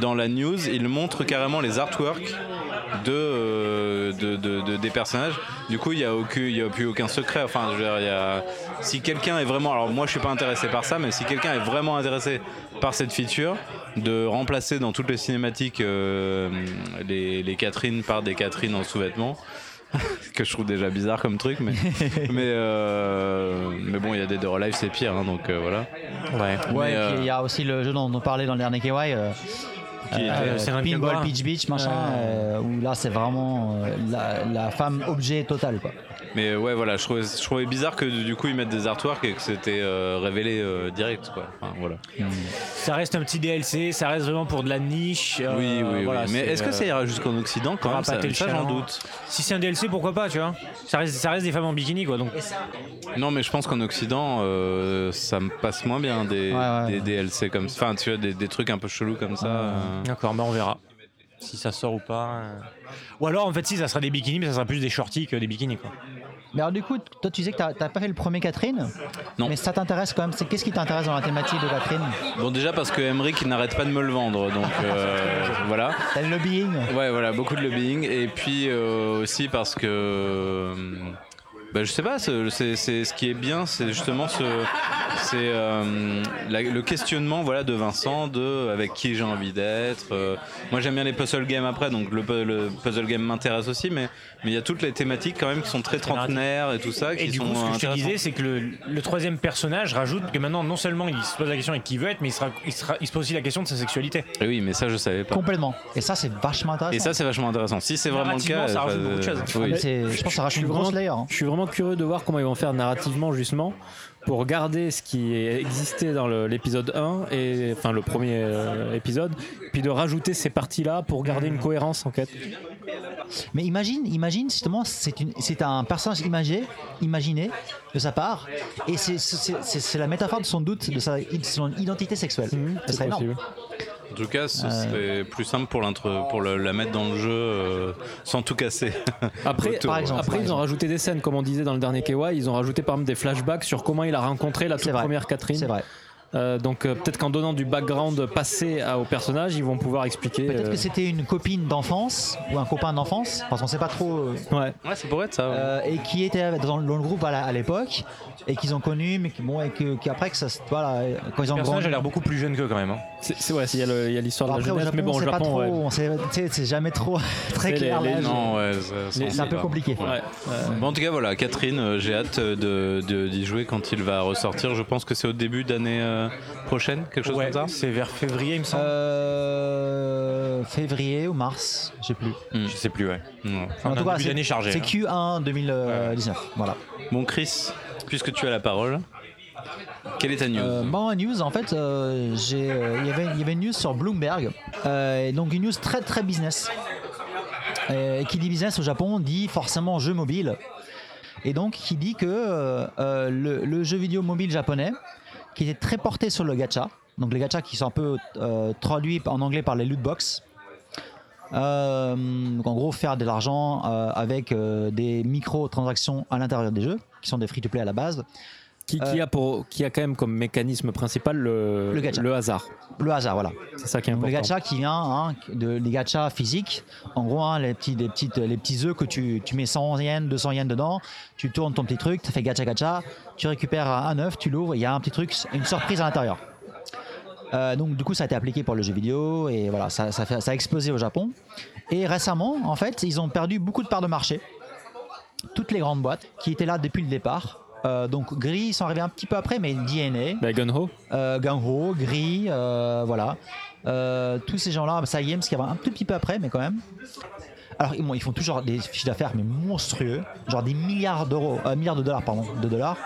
dans la news, ils montrent carrément les artworks de, euh, de- de- de- des personnages. Du coup, il n'y a, aucun- il y a plus aucun secret. Enfin, je veux dire, il y a- si quelqu'un est vraiment. Alors, moi, je suis pas intéressé par ça, mais si quelqu'un est vraiment intéressé par cette feature, de remplacer dans toutes les cinématiques euh, les, les Catherine par des Catherine en sous-vêtements. que je trouve déjà bizarre comme truc, mais, mais, euh, mais bon, il y a des Dead or Alive, c'est pire, hein, donc euh, voilà.
Ouais.
Ouais,
Mais,
et puis
euh,
il y a aussi le jeu dont on parlait dans le dernier KY, euh,
Qui
euh,
était-
euh, c'est un
Pinball
Pinball.
Peach Beach, machin, euh, où là c'est vraiment euh, la, la femme objet totale. Quoi.
Mais ouais, voilà, je trouvais, je trouvais bizarre que du coup ils mettent des artworks et que c'était euh, révélé euh, direct, quoi. Enfin, voilà.
Ça reste un petit DLC, ça reste vraiment pour de la niche. euh,
oui, oui,
voilà,
oui. Mais est-ce que ça
euh,
ira jusqu'en Occident quand
t'auras
même Ça,
pas tel
ça, j'en
challenge.
doute.
Si c'est un DLC, pourquoi pas, tu vois ça reste, ça reste des femmes en bikini quoi. Donc
Non, mais je pense qu'en Occident, euh, ça me passe moins bien des,
Ouais, ouais.
des DLC comme ça. Enfin, tu vois, des, des trucs un peu chelous comme ça. euh.
d'accord, bah on verra si ça sort ou pas. euh. Ou alors en fait si ça sera des bikinis, mais ça sera plus des shorties que des bikinis quoi.
Mais alors, du coup, toi, tu disais que t'as t'as pas fait le premier Catherine
Non.
Mais ça t'intéresse quand même. C'est qu'est-ce qui t'intéresse dans la thématique de Catherine
Bon, déjà parce que Emmerich n'arrête pas de me le vendre, donc euh, voilà.
T'as le lobbying.
Ouais, voilà, beaucoup de lobbying. Et puis euh, aussi parce que. euh, bah, je sais pas, c'est, c'est- c'est- ce qui est bien, c'est justement ce, c'est, euh, la- le questionnement voilà, de Vincent de avec qui j'ai envie d'être. euh. moi j'aime bien les puzzle games après, donc le, pu- le puzzle game m'intéresse aussi, mais mais il y a toutes les thématiques quand même qui sont très trentenaires et tout ça. Qui
Et du
sont
coup, ce que je te
intéressantes.
disais, c'est que le, le troisième personnage rajoute que maintenant, non seulement il se pose la question avec qui il veut être, mais il, sera- il, sera- il se pose aussi la question de sa sexualité.
Eh oui, mais ça je savais pas.
Complètement. Et ça, c'est vachement intéressant.
Et ça c'est vachement intéressant. Si c'est vraiment le
Narrativement,
cas,
ça rajoute
euh,
beaucoup de choses.
oui.
Mais c'est- je pense que ça rajoute
suis
une grosse
vraiment-
layer. hein.
Je suis vraiment curieux de voir comment ils vont faire narrativement justement pour garder ce qui existait dans le- l'épisode 1 et enfin le premier euh, épisode, puis de rajouter ces parties-là pour garder
Mmh.
une cohérence en fait.
Mais imagine, imagine justement, c'est une- c'est un personnage imagé, imaginé de sa part, et c'est- c'est c'est- c'est la métaphore de son doute, de sa, de son identité sexuelle. Ce
Mhm. C'est
serait énorme.
possible.
En tout cas, ce serait plus simple pour, l'intro- pour le- la mettre dans le jeu euh, sans tout casser.
Après,
Autour.
Par exemple,
après
par
ils ont
exemple.
rajouté des scènes, comme on disait dans le dernier KY, ils ont rajouté par exemple des flashbacks sur comment il a rencontré la
C'est
toute
vrai.
première
C'est
Catherine.
vrai.
Euh, donc euh, peut-être qu'en donnant du background passé à- au personnage, ils vont pouvoir expliquer.
Peut-être
euh,
que c'était une copine d'enfance ou un copain d'enfance, parce qu'on sait pas trop, euh,
Ouais.
Ouais, ça pourrait être ça. ouais.
euh, et qui était dans, le- dans le groupe à la- à l'époque, et qu'ils ont connu, mais qui- bon, et que- qu'après que ça, se- voilà, quand ils
Le
ont
personnage
grandi.
a l'air beaucoup plus jeune que quand même. hein.
C'est c'est- ouais, il y a le- il y a l'histoire de la
Après au
jeunesse,
Japon,
mais bon,
on
au
sait pas
Japon,
trop,
ouais.
on sait- tu sais, c'est jamais trop très
les-
clair.
les
l'âge.
non, ouais, ça- ça, on
c'est
sait
un peu
pas.
compliqué.
Ouais. Euh,
Bon, en tout cas, voilà, Catherine, euh, j'ai hâte de, de- d'y jouer quand il va ressortir. Je pense que c'est au début d'année euh, prochaine, quelque chose
Ouais,
comme ça.
c'est vers février, il me semble.
Euh, février ou mars, je sais plus.
Je sais plus, ouais.
Ouais.
On a un début
c'est-
d'année chargé,
C'est
hein.
Q1 2019. euh, Voilà.
Bon, Chris, puisque tu as la parole, quelle est ta news
Euh, bon, en news, en fait, euh, j'ai, euh, il y avait- il y avait une news sur Bloomberg. Euh, et donc, une news très très business. Euh, et qui dit business au Japon dit forcément jeu mobile. Et donc, qui dit que euh, euh, le, le jeu vidéo mobile japonais, qui était très porté sur le gacha, donc les gachas qui sont un peu euh, traduits en anglais par les loot box. Euh, donc en gros, faire de l'argent euh, avec euh, des micro-transactions à l'intérieur des jeux, qui sont des free-to-play à la base.
qui, qui a pour, qui a quand même comme mécanisme principal le,
Euh, Le gacha.
hasard.
Le hasard, voilà.
C'est ça qui est
Donc,
important.
le gacha qui vient hein, de les gachas physiques. En gros, hein, les petits, des petites, les petits œufs que tu, tu mets 100 yens, 200 yens dedans. Tu tournes ton petit truc, ça fait gacha gacha. Tu récupères un œuf, tu l'ouvres, il y a un petit truc, une surprise à l'intérieur. Euh, donc du coup, ça a été appliqué pour le jeu vidéo et voilà, ça, ça fait- ça a explosé au Japon. Et récemment, en fait, ils ont perdu beaucoup de parts de marché. Toutes les grandes boîtes qui étaient là depuis le départ. Euh, donc Gris, ils sont arrivés un petit peu après, mais DNA,
Bah, Gunho,
euh, Gangho, Gris, euh, voilà. Euh, tous ces gens-là, ça y est, parce qu'il y avait un tout petit peu après, mais quand même. Alors, ils, bon, ils font toujours des fiches d'affaires, mais monstrueux, genre des milliards d'euros, euh, milliards de dollars, pardon, de dollars.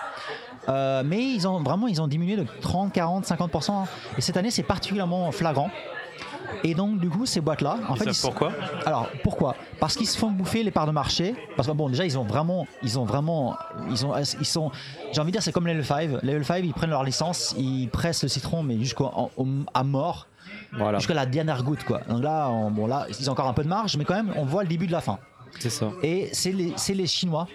Euh, mais ils ont vraiment, ils ont diminué de 30, 40, 50%. hein. Et cette année, c'est particulièrement flagrant. Et donc, du coup, ces boîtes-là, en
Ils
fait,
savent
ils se-
pourquoi
alors pourquoi Parce qu'ils se font bouffer les parts de marché. Parce que bon, déjà ils ont vraiment, ils ont vraiment, ils ont, ils sont. J'ai envie de dire, c'est comme Level 5. Level 5, ils prennent leur licence, ils pressent le citron, mais jusqu'à à mort,
voilà,
jusqu'à la dernière goutte quoi. Donc là, on- bon là, ils ont encore un peu de marge, mais quand même, on voit le début de la fin.
c'est ça.
Et c'est les, c'est les Chinois.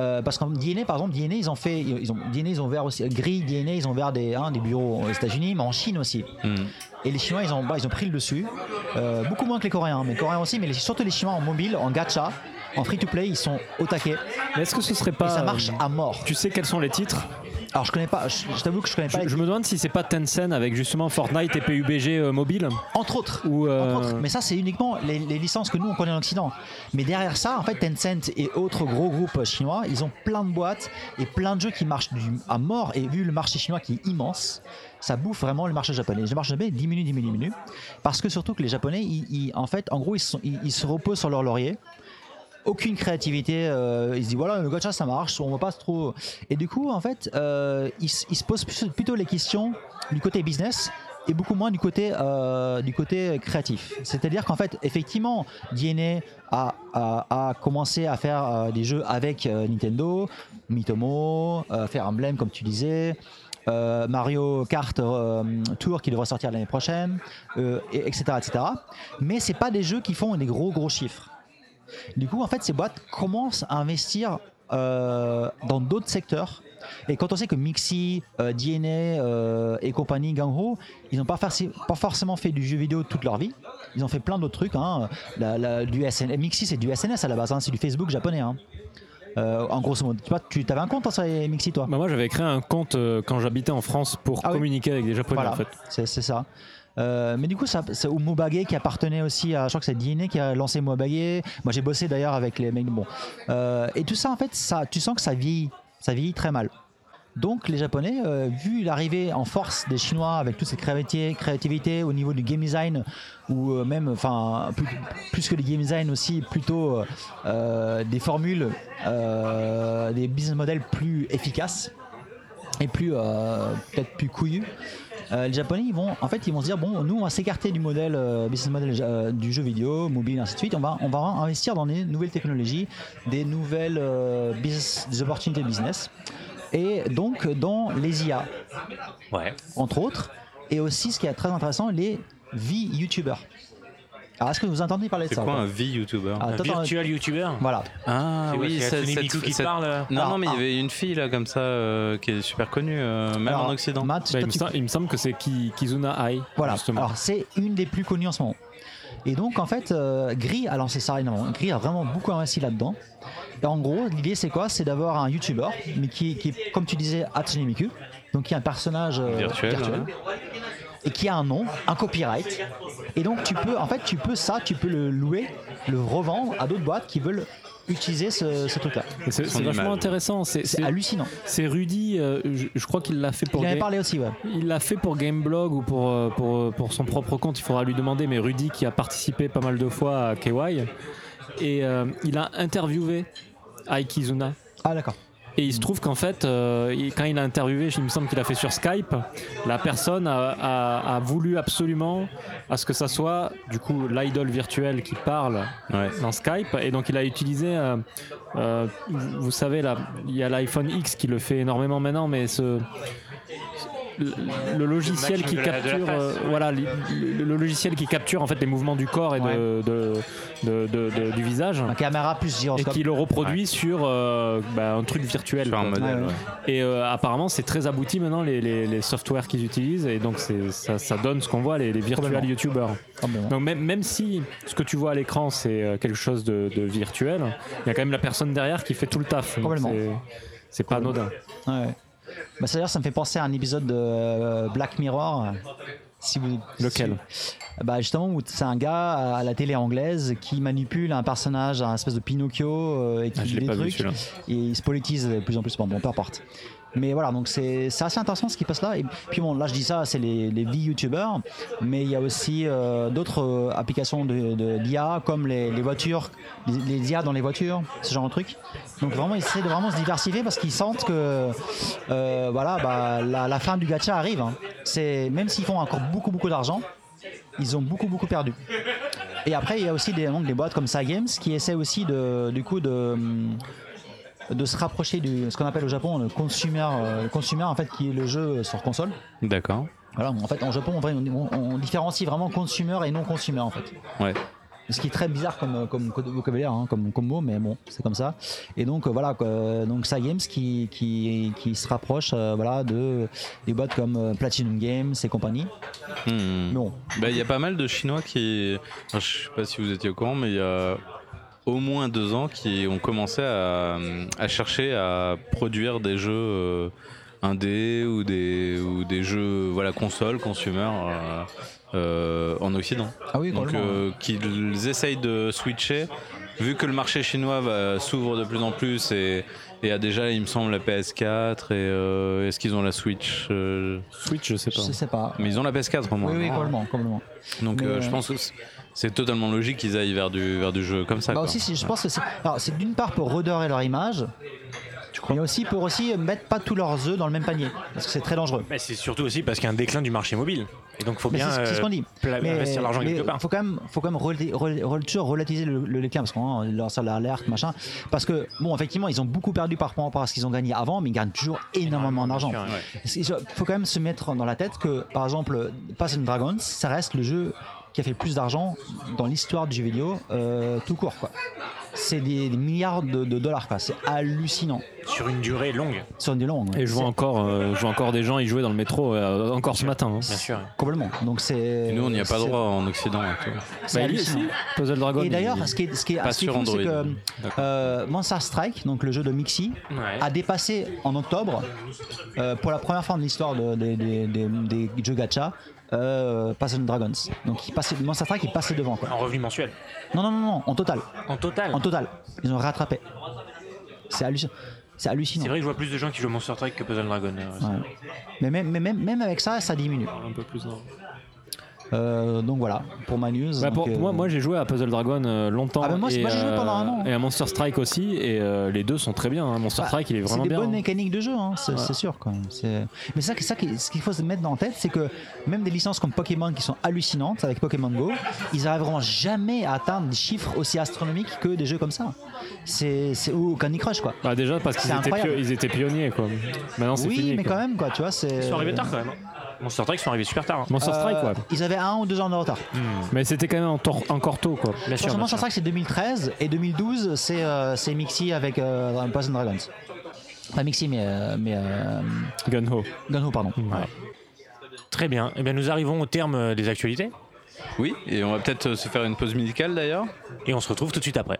Euh, parce qu'en DNA, par exemple, DNA, ils ont fait, ils ont, DNA, ils ont ouvert aussi, Gris, DNA, ils ont ouvert des, hein, des bureaux aux États-Unis, mais en Chine aussi.
Hmm.
Et les Chinois, ils ont, bah, ils ont pris le dessus. Euh, beaucoup moins que les Coréens, mais les Coréens aussi, mais les- surtout les Chinois en mobile, en gacha, en free-to-play, ils sont au taquet.
Mais est-ce que ce serait
Et
pas.
ça marche
euh,
à mort.
Tu sais quels sont les titres
Alors je connais pas, je, je t'avoue que je connais pas.
je, je me demande si c'est pas Tencent avec justement Fortnite et PUBG euh, mobile.
Entre autres.
Ou, euh,
Entre autres. Mais ça, c'est uniquement les, les licences que nous, on connaît en Occident. Mais derrière ça, en fait, Tencent et autres gros groupes chinois, ils ont plein de boîtes et plein de jeux qui marchent du- à mort. Et vu le marché chinois qui est immense, ça bouffe vraiment le marché japonais. Le marché japonais diminue, diminue, diminue. Parce que surtout que les Japonais, ils, ils- en fait, en gros, ils, sont- ils- ils se reposent sur leur laurier. Aucune créativité, euh, ils se disent voilà, le gacha ça marche, on va pas trop. Et du coup, en fait, euh, ils, s- ils se posent plus- plutôt les questions du côté business et beaucoup moins du côté, euh, du côté créatif. C'est-à-dire qu'en fait, effectivement, DNA a, a- a commencé à faire euh, des jeux avec euh, Nintendo, Mitomo, euh, Fire Emblem, comme tu disais, euh, Mario Kart euh, Tour qui devrait sortir l'année prochaine, euh, et- etc., etc. Mais c'est pas des jeux qui font des gros, gros chiffres. Du coup, en fait, ces boîtes commencent à investir euh, dans d'autres secteurs. Et quand on sait que Mixi, euh, DNA euh, et compagnie, Gangho, ils n'ont pas, farci- pas forcément fait du jeu vidéo toute leur vie. Ils ont fait plein d'autres trucs. hein. La- la- du SN Mixi, c'est du SNS à la base, hein, c'est du Facebook japonais. hein. Euh, en grosso modo, tu vois, tu avais un compte hein, sur les Mixi, toi
Bah, moi, j'avais créé un compte euh, quand j'habitais en France pour
Ah oui.
communiquer avec des Japonais,
Voilà,
en fait.
c'est c'est ça. Euh, mais du coup, ça- c'est au Mobage qui appartenait aussi à. Je crois que c'est DNA qui a lancé Mobage. Moi, j'ai bossé d'ailleurs avec les mecs. Bon. Euh, et tout ça, en fait, ça, tu sens que ça vieillit. Ça vieillit très mal. Donc, les Japonais, euh, vu l'arrivée en force des Chinois avec toute cette créati- créativité au niveau du game design, ou euh, même, enfin, plus, plus que du game design aussi, plutôt euh, euh, des formules, euh, des business models plus efficaces et plus euh, peut-être plus couillu. Euh, les Japonais, ils vont, en fait, ils vont se dire bon, nous, on va s'écarter du modèle euh, business model euh, du jeu vidéo, mobile, ainsi de suite. On va, on va investir dans des nouvelles technologies, des nouvelles euh, business, des opportunités business, et donc dans les IA,
Ouais.
entre autres, et aussi ce qui est très intéressant, les vies youtubeurs. Alors, est-ce que vous entendez parler de
C'est
ça
quoi
ou pas
un V-YouTuber
Ah,
Un
t'entends-
virtual YouTuber
Voilà.
Ah
C'est quoi,
oui,
c'est
cette-
Hatsune
cette-
Miku qui
cette-
parle euh
Non,
Alors,
non, mais
ah.
il y avait une fille là comme ça euh, qui est super connue, euh, même
Alors,
en Occident.
Matt,
Bah, il,
toi,
me
tu-
sem- il me semble que c'est Ki- Kizuna Ai.
Voilà.
Justement.
Alors c'est une des plus connues en ce moment. Et donc en fait, euh, Gris a lancé ça énormément. Gris a vraiment beaucoup investi là-dedans. Et en gros, l'idée c'est quoi C'est d'avoir un YouTuber, mais qui, qui est, comme tu disais, Hatsune Miku, donc qui est un personnage euh,
Virtuel,
et qui a un nom, un copyright. Et donc tu peux, en fait, tu peux ça, tu peux le louer, le revendre à d'autres boîtes qui veulent utiliser ce, ce truc-là.
Et C'est
Son
c'est vachement
image.
intéressant. C'est
C'est
c'est-
hallucinant.
c'est Rudy, euh, je, je crois qu'il l'a fait pour
Il en avait
Ga-
parlé aussi, ouais.
Il l'a fait pour Gameblog ou pour, euh, pour, euh, pour son propre compte, il faudra lui demander, mais Rudy qui a participé pas mal de fois à KY, et euh, il a interviewé Aikizuna.
Ah d'accord.
Et il se trouve qu'en fait, euh, il- quand il a interviewé, il me semble qu'il a fait sur Skype, la personne a, a- a voulu absolument à ce que ça soit du coup l'idole virtuelle qui parle
Ouais.
dans Skype. Et donc il a utilisé, euh, euh, vous vous savez, là, il y a l'iPhone X qui le fait énormément maintenant, mais ce le, le logiciel
matching
qui
de la- de la
capture
face,
euh,
ouais.
voilà li- le, le logiciel qui capture en fait les mouvements du corps et de- de- de- de- de- du visage
Un caméra plus
et
gyroscope.
qui le reproduit sur euh, bah, un truc virtuel.
Sur un
quoi.
modèle,
Ouais, ouais.
ouais.
Et euh, apparemment, c'est très abouti maintenant les, les, les softwares qu'ils utilisent, et donc c'est- ça, ça donne ce qu'on voit, les, les virtual
Complètement.
YouTubers.
Ah, bon.
Donc même, même si ce que tu vois à l'écran, c'est euh, quelque chose de, de virtuel, il y a quand même la personne derrière qui fait tout le taf. Donc
Complètement.
c'est- C'est pas anodin.
Ouais. Bah, c'est-à-dire, ça me fait penser à un épisode de euh, Black Mirror. Si vous,
Lequel
si- bah, Justement, où c'est un gars à la télé anglaise qui manipule un personnage, un espèce de Pinocchio, euh, et qui
Ah, je
dit
l'ai
des
pas vu,
trucs.
celui-là.
et il se politise de plus en plus. Bon, bon peu importe. Mais voilà, donc c'est c'est assez intéressant ce qui passe là. Et puis bon, là je dis ça, c'est les, les vies youtubeurs, mais il y a aussi euh, d'autres euh, applications d'IA, de, d'IA comme les, les voitures, les, les IA dans les voitures, ce genre de truc. Donc vraiment, ils essaient de vraiment se diversifier parce qu'ils sentent que euh, voilà, bah, la, la fin du gacha arrive. hein. C'est Même s'ils font encore beaucoup, beaucoup d'argent, ils ont beaucoup, beaucoup perdu. Et après, il y a aussi des, donc, des boîtes comme Games qui essaient aussi de, du coup de. hum, de se rapprocher du ce qu'on appelle au Japon le consumer euh, le consumer en fait qui est le jeu sur console.
D'accord.
Voilà, en fait en Japon en vrai, on, on- on différencie vraiment consumer et non consumer en fait.
Ouais.
Ce qui est très bizarre comme, comme code- vocabulaire, hein, comme, comme mot, mais bon, c'est comme ça. Et donc euh, voilà, euh, donc ça Games qui, qui, qui se rapproche euh, voilà, de des boîtes comme euh, Platinum Games et compagnie.
Hmm.
Mais bon,
Bah, il y a pas mal de Chinois qui. enfin, je sais pas si vous étiez au courant, mais il y a au moins deux ans qui ont commencé à, à chercher à produire des jeux euh, indés ou des, ou des jeux voilà, console, consumer euh, euh, en Occident.
ah oui,
Donc
complètement.
euh, qu'ils essayent de switcher. Vu que le marché chinois va- s'ouvre de plus en plus et, et a déjà, il me semble, la PS4 et euh, est-ce qu'ils ont la Switch euh,
Switch, je sais pas.
je sais pas.
Mais ils ont la PS4 au moins. Ah.
Oui, oui, complètement, complètement.
Donc
Mais,
euh,
euh,
je pense que c'est- c'est totalement logique qu'ils aillent vers du, vers du jeu comme ça.
Bah
quoi.
aussi, c'est- je pense que c'est, alors, c'est d'une part pour redorer leur image, mais aussi pour aussi mettre pas tous leurs œufs dans le même panier, parce que c'est très dangereux.
Mais c'est surtout aussi parce qu'il y a un déclin du marché mobile. Et donc, faut
Mais
bien
c'est, ce- c'est ce
euh,
qu'on dit.
pla- investir l'argent
mais
quelque part.
Faut quand même, faut quand même relati- rel- rel- toujours relativiser le, le déclin parce qu'on hein, leur sort l'alerte machin. Parce que bon, effectivement, ils ont beaucoup perdu par rapport à ce qu'ils ont gagné avant, mais ils gagnent toujours énormément d'argent.
bien sûr,
Il faut quand même se mettre dans la tête que, par exemple, Pass and Dragons, ça reste le jeu qui a fait le plus d'argent dans l'histoire du jeu vidéo euh, tout court, quoi. c'est des, des milliards de, de dollars, quoi. C'est hallucinant.
Sur une durée longue,
Sur des langues.
Et je vois,
c'est-
encore, euh, je vois encore des gens y jouer dans le métro, euh, encore ce matin. hein.
bien sûr.
Complètement. Donc c'est.
Et nous, on n'y a pas
c'est-
droit en Occident. et tout.
c'est
Bah, lui
hallucinant.
aussi, Puzzle Dragon.
Et
il-
d'ailleurs, ce qui est, ce qui est,
Pas
ce qui est
sur
fou, c'est
Android.
que euh, Monster Strike, donc le jeu de Mixi,
Ouais.
a dépassé en octobre, euh, pour la première fois en histoire de- des- des- des- des jeux gacha, euh, Puzzle and Dragons. Donc il passait, Monster Strike, il passait devant. Quoi.
En revenu mensuel.
Non, non, non, non, en total.
En total.
En total. Ils ont rattrapé. C'est hallucinant. C'est hallucinant.
C'est vrai que je vois plus de gens qui jouent à Monster Truck que Puzzle Dragon. euh,
Ouais. Mais même, mais même, même avec ça, ça diminue.
Un peu plus. non.
Euh, donc voilà, pour ma news.
Bah,
donc,
pour-
euh,
Moi, moi j'ai joué à Puzzle Dragon euh, longtemps.
Ah bah, moi, c'est-
et, euh,
moi, j'ai joué pendant un an.
Et à Monster Strike aussi. Et euh, les deux sont très bien. hein. Monster
bah,
Strike, il est
c'est
vraiment
des
bien.
bonnes
hein.
mécaniques de jeu, hein, c'est c'est sûr. Quoi. C'est- Mais ça, ça, qui- ce qu'il faut se mettre dans la tête, c'est que même des licences comme Pokémon qui sont hallucinantes avec Pokémon Go, ils arriveront jamais à atteindre des chiffres aussi astronomiques que des jeux comme ça. C'est c'est- ou Candy Crush quoi.
Bah, déjà parce qu'ils
C'est
étaient,
incroyable.
pio- ils étaient pionniers. Quoi. Maintenant, c'est hein.
Oui,
fini.
mais
quoi.
quand même quoi, tu vois, c'est.
Ils sont arrivés tard quand même. hein. Monster Truck ils sont arrivés super tard. hein.
Monster
Euh,
Strike, quoi.
Ils avaient un ou deux ans de retard.
Mais c'était quand même en tor- encore tôt,
Bien
quoi.
sûr,
Franchement,
bien sûr.
Monster Strike c'est 2013 et 2012 c'est euh, c'est Mixi avec euh, Poison Dragons. Pas Mixi mais euh, mais euh,
Gunho.
Gunho pardon.
Très bien. Eh bien, nous arrivons au terme euh, des actualités
Oui, et on va peut-être euh, se faire une pause musicale d'ailleurs.
et on se retrouve tout de suite après.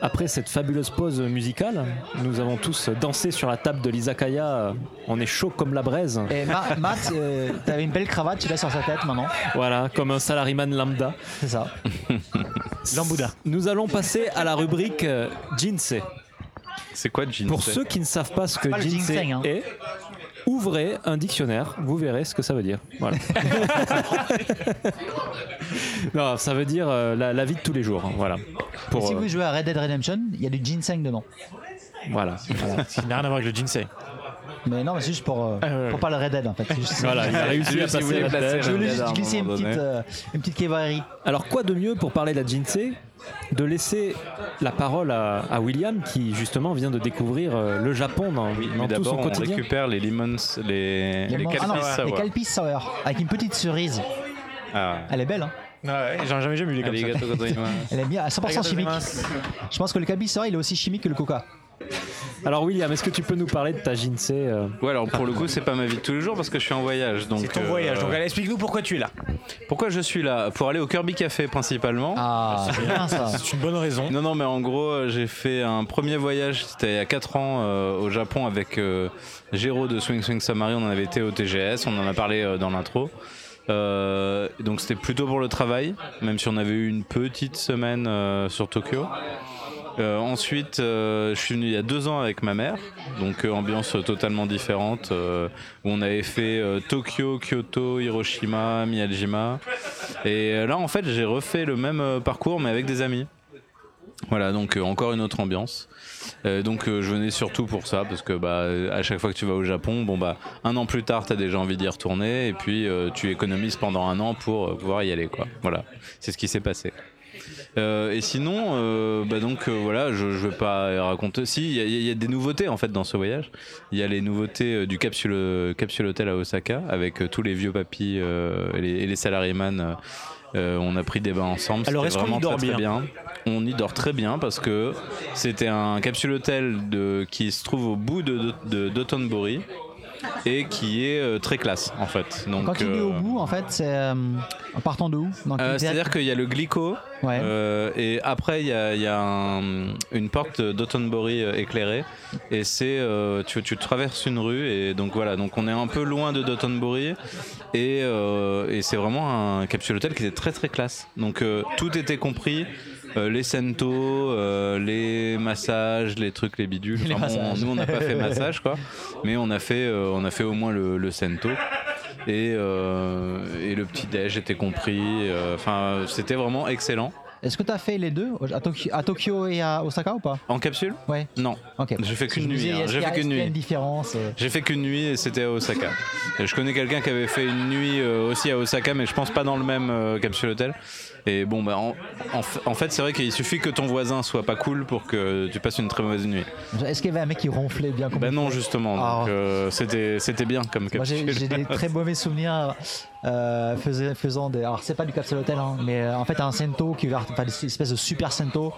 Après cette fabuleuse pause musicale, nous avons tous dansé sur la table de l'Izakaya. On est chaud comme la braise.
Et Eh, Ma- Matt, euh, t'avais une belle cravate, tu l'as sur sa tête maintenant.
Voilà, comme un salaryman lambda.
C'est ça.
Lambouda.
Nous allons passer à la rubrique euh, Jinsei.
C'est quoi Jean
Pour ceux qui ne savent pas ce que
Pas le
Jinsei
ginseng, hein.
est, ouvrez un dictionnaire, vous verrez ce que ça veut dire. Voilà. non, ça veut dire euh, la, la vie de tous les jours. hein, Voilà.
Et
Pour,
si
euh,
vous jouez à Red Dead Redemption, il y a du ginseng dedans.
voilà.
Ce qui n'a rien à voir avec le ginseng.
Mais non, mais c'est juste pour, euh,
ouais,
pour
ouais.
pas le Red Dead en fait. C'est juste-
Ah, voilà, il a réussi à
Si vous
passer
voulez
la
placer
tête.
Je voulais
À un
juste glisser une
moment
petite,
donné.
euh, une petite cavalerie.
Alors quoi de mieux pour parler de la Jinsei de laisser la parole à, à William qui justement vient de découvrir euh, le Japon dans,
Oui,
dans
mais
tout
d'abord,
son
on
quotidien.
récupère les lemons, les, les
Ah
calpis
non,
sour.
les Calpis Sour, avec une petite cerise.
Ah,
Elle est belle, hein
Ouais, j'en ai jamais jamais vu Ah, les
allez, gâteau, gâteau, gâteau.
Elle est bien à 100% chimique. Je pense que le Calpis Sour, il est aussi chimique que le Coca.
Alors William, est-ce que tu peux nous parler de ta Jinsei euh,
Ouais, alors pour le coup, c'est pas ma vie de tous les jours parce que je suis en voyage. donc,
C'est ton
euh,
voyage. Donc, allez, explique-nous pourquoi tu es là.
Pourquoi je suis là Pour aller au Kirby Café principalement.
Ah, c'est bien ça.
C'est une bonne raison.
Non, non, mais en gros, euh, j'ai fait un premier voyage, c'était il y a 4 ans euh, au Japon avec euh, Géraud de Swing Swing Samari. On en avait été au TGS, on en a parlé euh, dans l'intro. Euh, donc c'était plutôt pour le travail, même si on avait eu une petite semaine euh, sur Tokyo. Euh, ensuite, euh, je suis venu il y a deux ans avec ma mère, donc euh, ambiance totalement différente. euh, où on avait fait euh, Tokyo, Kyoto, Hiroshima, Miyajima. Et euh, là, en fait, j'ai refait le même euh, parcours, mais avec des amis. Voilà, donc euh, encore une autre ambiance. Euh, donc euh, je venais surtout pour ça parce que bah à chaque fois que tu vas au Japon, bon bah un an plus tard, t'as déjà envie d'y retourner et puis euh, tu économises pendant un an pour euh, pouvoir y aller quoi. Voilà, c'est ce qui s'est passé. Euh, et sinon, euh, bah donc euh, voilà, je, je vais pas raconter. Si, il y a- il y, a des nouveautés en fait dans ce voyage. Il y a les nouveautés euh, du capsule, capsule hôtel à Osaka avec euh, tous les vieux papis euh, et, les, et les salariés man. euh, on a pris des bains ensemble.
Alors,
c'était
est-ce qu'on y
vraiment
dort
très, très
bien
bien On y dort très bien parce que c'était un capsule hôtel de, qui se trouve au bout de, de, de- d'Otonbori et qui est euh, très classe en fait. Donc,
Quand il est au
euh,
bout, en fait, c'est euh, en partant de où Dans quel
euh,
théâtre
C'est-à-dire qu'il y a le Glico,
Ouais.
euh, et après il y a, il y a un- une porte d'Otonbori euh, éclairée, et c'est euh, tu, tu traverses une rue, et donc voilà, donc on est un peu loin de Dotonbori, et, euh, et c'est vraiment un capsule hôtel qui était très très classe. Donc euh, tout était compris. euh, les sento, euh, les massages, les trucs, les bidules.
Les
Enfin, bon,
massages.
nous on n'a pas fait massage quoi, mais on a fait, euh, on a fait au moins le, le sento et, euh, et le petit déj était compris. euh, Enfin, euh, c'était vraiment excellent.
Est-ce que tu as fait les deux à, Toki- à Tokyo et à Osaka ou pas
En capsule
Ouais.
Non.
Ok.
J'ai fait
Parce que
qu'une
je me
nuit,
disais,
hein,
est-ce
j'ai
qu'il y a-
fait qu'une
est-ce qu'il y a
nuit.
une différence euh,
J'ai fait qu'une nuit et c'était à Osaka. Et je connais quelqu'un qui avait fait une nuit euh, aussi à Osaka, mais je pense pas dans le même euh, capsule hôtel. Et bon, bah, en, en f- en fait, c'est vrai qu'il suffit que ton voisin soit pas cool pour que tu passes une très mauvaise nuit.
Est-ce qu'il y avait un mec qui ronflait bien comme
Bah non, justement.
Ah.
Donc, euh, c'était, c'était bien comme
Moi, j'ai
capsule.
j'ai des très mauvais souvenirs euh, faisais- faisant des. Alors, c'est pas du Capsule Hotel, hein, mais euh, en fait, un Sento qui est ouvert, enfin, des espèces de super Sento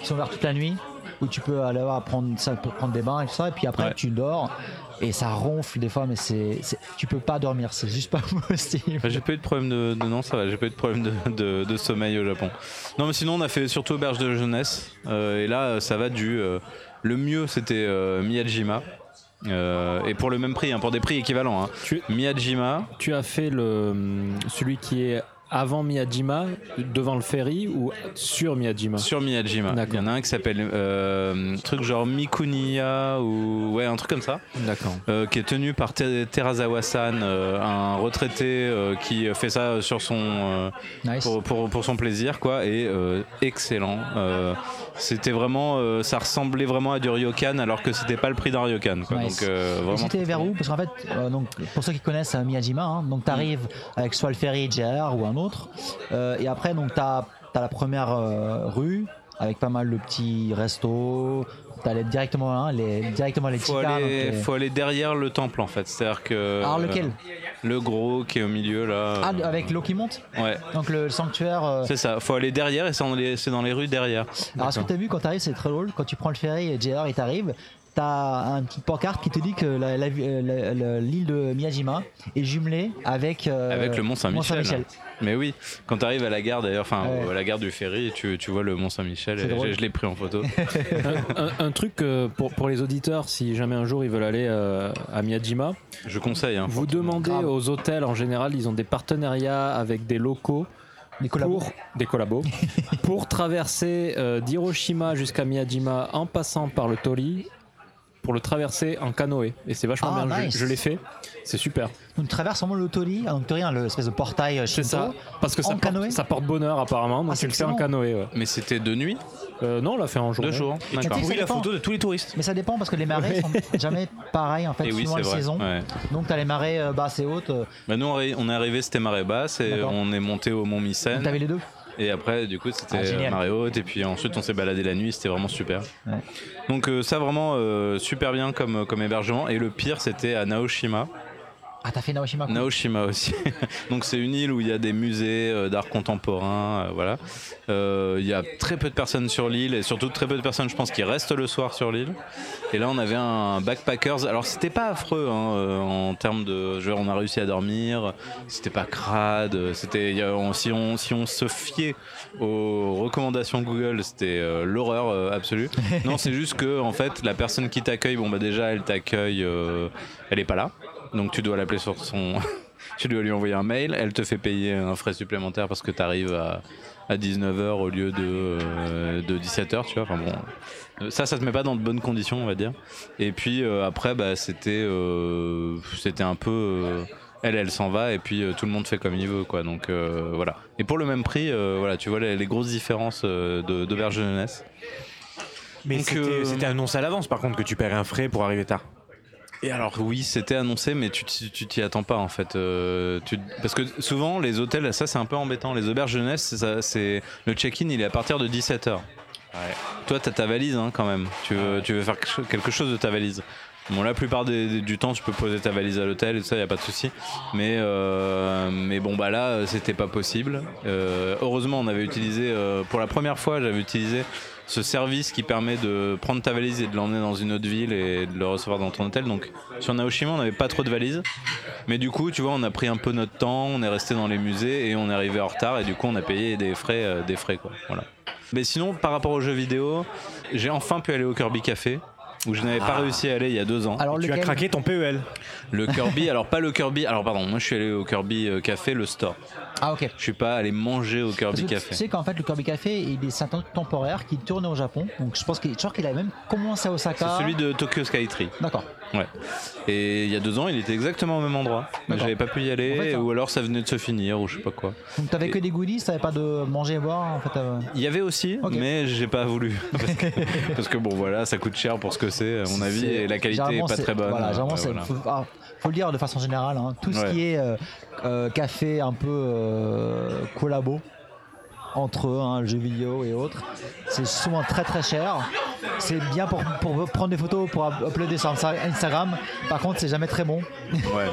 qui sont ouverts toute la nuit, où tu peux aller voir prendre, ça, peut prendre des bains et tout ça, et puis après,
Ouais.
tu dors, et ça ronfle des fois, mais c'est, c'est- tu peux pas dormir, c'est juste pas possible.
Bah, J'ai pas eu de problème de, de- non ça va j'ai pas eu de problème de, de- de sommeil au Japon. Non mais sinon on a fait surtout auberge de jeunesse euh, et là euh, ça va du euh, le mieux c'était euh, Miyajima Euh, et pour le même prix hein, pour des prix équivalents hein.
Tu-
Miyajima
Tu as fait le, hum, celui qui est avant Miyajima, devant le ferry ou sur Miyajima
sur Miyajima. Il
D'accord.
y en a un qui s'appelle euh, truc genre Mikuniya ou ouais un truc comme ça.
D'accord.
euh, qui est tenu par Te- Terazawa-san, euh, un retraité euh, qui fait ça sur son euh,
Nice.
pour, pour, pour son plaisir quoi et euh, excellent Euh, c'était vraiment euh, ça ressemblait vraiment à du ryokan alors que c'était pas le prix d'un ryokan quoi.
Nice.
donc euh,
Et
vraiment
C'était vers où Parce qu'en fait, euh, donc, pour ceux qui connaissent euh, Miyajima, hein, donc t'arrives avec soit le ferry JR ou un autre, euh, et après donc t'as as la première euh, rue avec pas mal de petits restos. T'allais directement hein, les directement les
faut
chikas,
aller,
donc, les-
faut aller derrière le temple en fait c'est à dire que euh,
Alors, lequel
le gros qui est au milieu là
Ah,
euh,
avec l'eau qui monte.
ouais
Donc le sanctuaire. euh,
c'est ça faut aller derrière et c'est dans les, c'est dans les rues derrière
Alors ce que t'as vu quand t'arrives, c'est très drôle. Quand tu prends le ferry et JR et t'arrives, t'as un petit pancarte qui te dit que la- la- la- la- l'île de Miyajima est jumelée avec euh,
avec le Mont Saint-Michel. Mais oui, quand tu arrives à la gare d'ailleurs, enfin
Ouais.
à la gare du ferry, tu, tu vois le Mont Saint-Michel.
C'est
et
drôle.
Je, je l'ai pris en photo.
Un, un truc euh, pour, pour les auditeurs, si jamais un jour ils veulent aller euh, à Miyajima,
Je conseille. hein.
vous demandez
Grave.
aux hôtels en général, ils ont des partenariats avec des locaux
Les collabos.
pour des collabos pour traverser euh, d'Hiroshima jusqu'à Miyajima en passant par le Tori pour le traverser en canoë et c'est vachement
Ah,
bien Je-
nice.
je, l'ai fait c'est super
Nous traversons le Tori, donc Tori, hein, l'espèce de portail euh,
c'est
Shinto.
ça parce que
en
ça
canoë
porte, ça porte bonheur apparemment donc
Ah, c'est
tu le fais en
excellent.
canoë ouais.
Mais c'était de nuit,
Euh, non on l'a fait en jour
deux jours.
tu
D'accord.
sais que
Pourri
ça
la
dépend.
photo de tous les touristes.
Mais ça dépend parce que les marées sont jamais pareilles en fait,
Et Eh oui,
suivant
c'est
les
vrai.
saisons.
ouais.
Donc t'as les marées euh, basses et hautes. euh,
Bah nous on est on est arrivé c'était marée basse et
D'accord.
on est monté au mont
donc
Mycène
t'avais les deux.
et après du coup c'était
Ah,
euh,
génial.
marée haute et puis ensuite on s'est baladé la nuit c'était vraiment super
Ouais.
donc euh, ça vraiment euh, super bien comme, comme hébergement et le pire c'était à Naoshima
Ah t'as fait Naoshima. quoi.
Naoshima aussi donc c'est une île où il y a des musées euh, d'art contemporain euh, voilà Euh, il y a très peu de personnes sur l'île et surtout très peu de personnes je pense qui restent le soir sur l'île et là on avait un backpackers alors c'était pas affreux hein, euh, en termes de je veux dire, on a réussi à dormir c'était pas crade euh, c'était il y a- on- si on si on se fiait aux recommandations Google c'était euh, l'horreur euh, absolue non c'est juste que en fait la personne qui t'accueille bon bah déjà elle t'accueille euh, elle est pas là donc tu dois l'appeler sur son tu dois lui envoyer un mail, elle te fait payer un frais supplémentaire parce que tu arrives à, à 19h au lieu de, euh, de 17h, tu vois. Enfin bon, euh, ça, ça te met pas dans de bonnes conditions, on va dire. Et puis euh, après, bah, c'était euh, c'était un peu. euh, elle, elle s'en va et puis euh, tout le monde fait comme il veut, quoi. Donc euh, voilà. Et pour le même prix, euh, voilà, tu vois les, les grosses différences euh, de- d'auberge de jeunesse.
Mais
Donc,
c'était
euh,
c'était annoncé à l'avance, par contre, que tu paierais un frais pour arriver tard.
Et alors oui, c'était annoncé, mais tu t'y- tu t'y attends pas en fait. Euh, tu- parce que souvent les hôtels, ça c'est un peu embêtant. Les auberges jeunesse, c'est ça- c'est le check-in, il est à partir de 17h. Toi, t'as ta valise hein, quand même. Tu veux, tu veux faire quelque cho- quelque chose de ta valise. Bon, la plupart des- des- du temps, tu peux poser ta valise à l'hôtel et tout ça, y a pas de souci. Mais, euh, mais bon, bah là, euh, c'était pas possible. Euh, heureusement, on avait utilisé, euh, pour la première fois, j'avais utilisé ce service qui permet de prendre ta valise et de l'emmener dans une autre ville et de le recevoir dans ton hôtel. Donc, sur Naoshima, on n'avait pas trop de valises. Mais du coup, tu vois, on a pris un peu notre temps, on est resté dans les musées et on est arrivé en retard. Et du coup, on a payé des frais, euh, des frais quoi. Voilà. Mais sinon, par rapport aux jeux vidéo, j'ai enfin pu aller au Kirby Café où je n'avais pas réussi à aller il y a deux ans.
Alors
Tu as
lequel
craqué ton E PEL.
Le Kirby, alors pas le Kirby, alors pardon, moi je suis allé au Kirby euh, Café, le store.
Ah ok.
Je suis pas allé manger au
Parce
Kirby
que Tu
Café.
sais qu'en fait, le Kirby Café, il est c'est un temps temporaire qui tourne au Japon. Donc je pense qu'il je crois qu'il a même commencé à
C'est
Osaka.
celui de Tokyo Skytree.
D'accord.
Ouais. Et il y a deux ans, il était exactement au même endroit. Mais
D'accord.
j'avais pas pu y aller,
En fait, ça-
ou alors ça venait de se finir, ou je sais pas quoi.
Donc t'avais que des goodies, t'avais pas de manger et boire en fait. euh.
Il y avait aussi,
Ok.
mais j'ai pas voulu. Parce que, parce que bon, voilà, ça coûte cher pour ce que c'est, à mon avis,
C'est-
et la qualité est
généralement,
pas
c'est-
très bonne.
Voilà, généralement,
Ouais,
c'est-
voilà.
Faut, ah, faut le dire de façon générale, hein, tout ce
Ouais.
qui est euh, euh, café un peu euh, collabo entre eux, hein, jeux vidéo et autres, c'est souvent très très cher. C'est bien pour, pour prendre des photos, pour up- uploader sur Insta- Instagram. Par contre, c'est jamais très bon.
Ouais.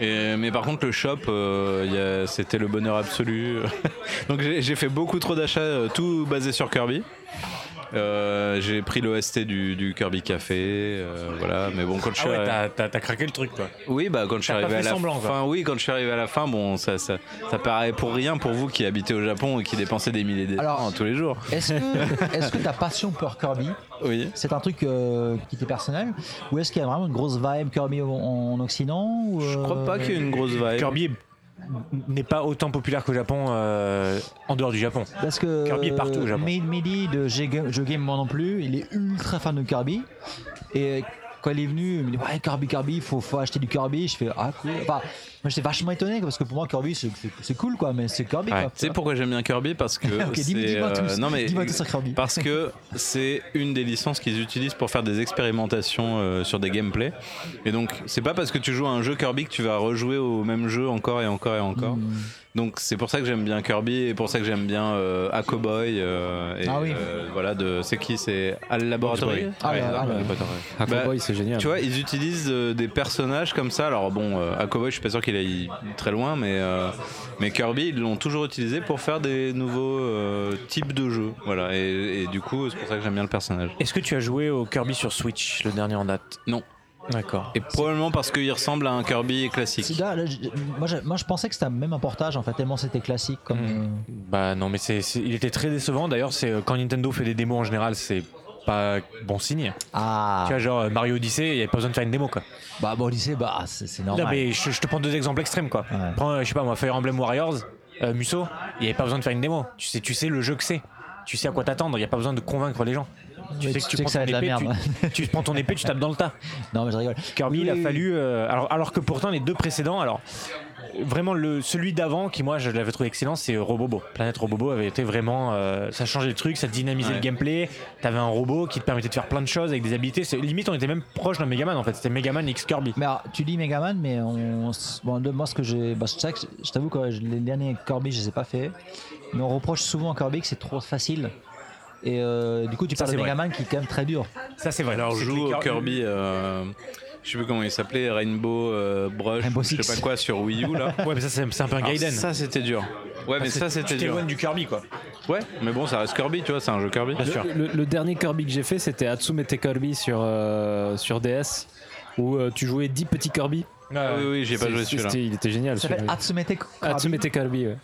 Et- mais par contre, le shop, euh, il y a- c'était le bonheur absolu. Donc j'ai j'ai fait beaucoup trop d'achats, euh, tout basé sur Kirby. Euh, j'ai pris l'OST du, du Kirby Café, euh, voilà. Mais bon, quand je
Ah
suis
ouais,
arri-
t'as- t'as t'as craqué le truc, quoi.
oui, bah quand je suis
T'as pas
arrivé
fait
à la
semblant, quoi.
fin, oui, quand je suis arrivé à la fin, bon, ça, ça, ça paraît pour rien pour vous qui habitez au Japon et qui dépensez des milliers de
Alors-
tous les jours.
Est-ce que, est que ta passion pour Kirby,
Oui.
c'est un truc euh, qui t'est personnel Ou est-ce qu'il y a vraiment une grosse vibe Kirby en, en Occident ou,
Je crois
euh,
pas qu'il y ait une grosse vibe.
Kirby n'est pas autant populaire qu'au Japon, euh, en dehors du Japon.
Parce que
Kirby est partout au Japon.
Mid- Midi de G- Je Game moi non plus, il est ultra fan de Kirby. Et euh, quand il est venu, il me dit ouais Kirby Kirby, faut, faut acheter du Kirby. Je fais ah cool. Enfin, moi j'étais vachement étonné parce que pour moi Kirby c'est- c'est c'est cool quoi, mais c'est Kirby.
Ouais.
quoi.
Tu sais pourquoi j'aime bien Kirby Parce que.
Ok, dis-
c'est,
dis-moi
euh,
tout,
non, mais-
dis-moi tout sur Kirby.
Parce que c'est une des licences qu'ils utilisent pour faire des expérimentations euh, sur des gameplays. Et donc, c'est pas parce que tu joues à un jeu Kirby que tu vas rejouer au même jeu encore et encore et encore.
Hmm.
Donc, c'est pour ça que j'aime bien Kirby et pour ça que j'aime bien euh, Acoboy. euh, et,
Ah oui.
euh, voilà, de, c'est qui C'est Al Laboratory.
Ah,
Ouais,
là,
Al
ah, là.
Laboratory. Bah,
Boy, c'est génial.
tu vois, ils utilisent euh, des personnages comme ça. Alors bon, euh, Akoboy, je suis pas sûr qu'il aille très loin, mais, euh, mais Kirby, ils l'ont toujours utilisé pour faire des nouveaux euh, types de jeux. Voilà, et, et du coup, c'est pour ça que j'aime bien le personnage.
Est-ce que tu as joué au Kirby sur Switch, le dernier en date
Non.
D'accord.
Et probablement parce qu'il ressemble à un Kirby
C'est
classique.
là, là, je- moi, je, moi je pensais que c'était même un portage en fait, tellement c'était classique comme. euh,
Bah non, mais c'est, c'est- il était très décevant. D'ailleurs, c'est euh, quand Nintendo fait des démos en général, c'est pas bon signe.
Ah
Tu vois, genre euh, Mario Odyssey, il n'y a pas besoin de faire une démo quoi.
bah bon lycée bah c'est c'est normal.
Non, mais je, je te prends deux exemples extrêmes quoi.
Ouais.
Prends, euh, je sais pas moi, Fire Emblem Warriors, euh, Musso, il n'y avait pas besoin de faire une démo. Tu sais, tu sais le jeu que c'est. Tu sais à quoi t'attendre, il n'y a pas besoin de convaincre les gens.
Ouais, tu sais que ça va être la
épée,
merde.
tu, tu prends ton épée, tu tapes dans le tas.
Non mais je rigole.
Kirby,
Oui,
il a
oui,
fallu. euh, alors, alors que pourtant, les deux précédents, alors euh, vraiment le celui d'avant qui moi je l'avais trouvé excellent c'est Robobo Planète Robobo avait été vraiment euh, ça changeait le truc ça dynamisait
Ouais.
le gameplay t'avais un robot qui te permettait de faire plein de choses avec des habilités C'est- limite on était même proche d'un Megaman en fait c'était Megaman X Kirby
Mais alors, tu dis Megaman, mais on, s- bon, de- moi ce que j'ai, bah, je sais que je- je t'avoue que je- les derniers Kirby je les ai pas fait, mais on reproche souvent à Kirby que c'est trop facile. Et euh, du coup tu
Ça,
parles de
c'est vrai.
Megaman qui est quand même très dur.
ça c'est vrai
Alors,
C'est que
joue
les
au
Kir-
Kirby. euh, je sais plus comment il s'appelait, Rainbow euh, Brush,
Rainbow
je sais
Six.
pas quoi, sur Wii U là.
ouais mais ça c'est c'est un peu un
Alors,
Gaiden Ah,
ça c'était dur. Ouais, mais ça c'était
tu
dur.
t'éloignes du Kirby quoi
Ouais, mais bon, ça reste Kirby, tu vois, c'est un jeu Kirby.
bien sûr
Le, le dernier Kirby que j'ai fait, c'était Hatsumete Kirby sur, euh, sur DS, où euh, tu jouais 10 petits Kirby.
Ah
Euh,
oui, oui, j'ai pas
C'est-
joué
c'est-
celui-là.
c'était- Il était génial.
Ça s'appelle
celui-là.
Hatsumete Kirby.
Hatsumete Kirby, ouais.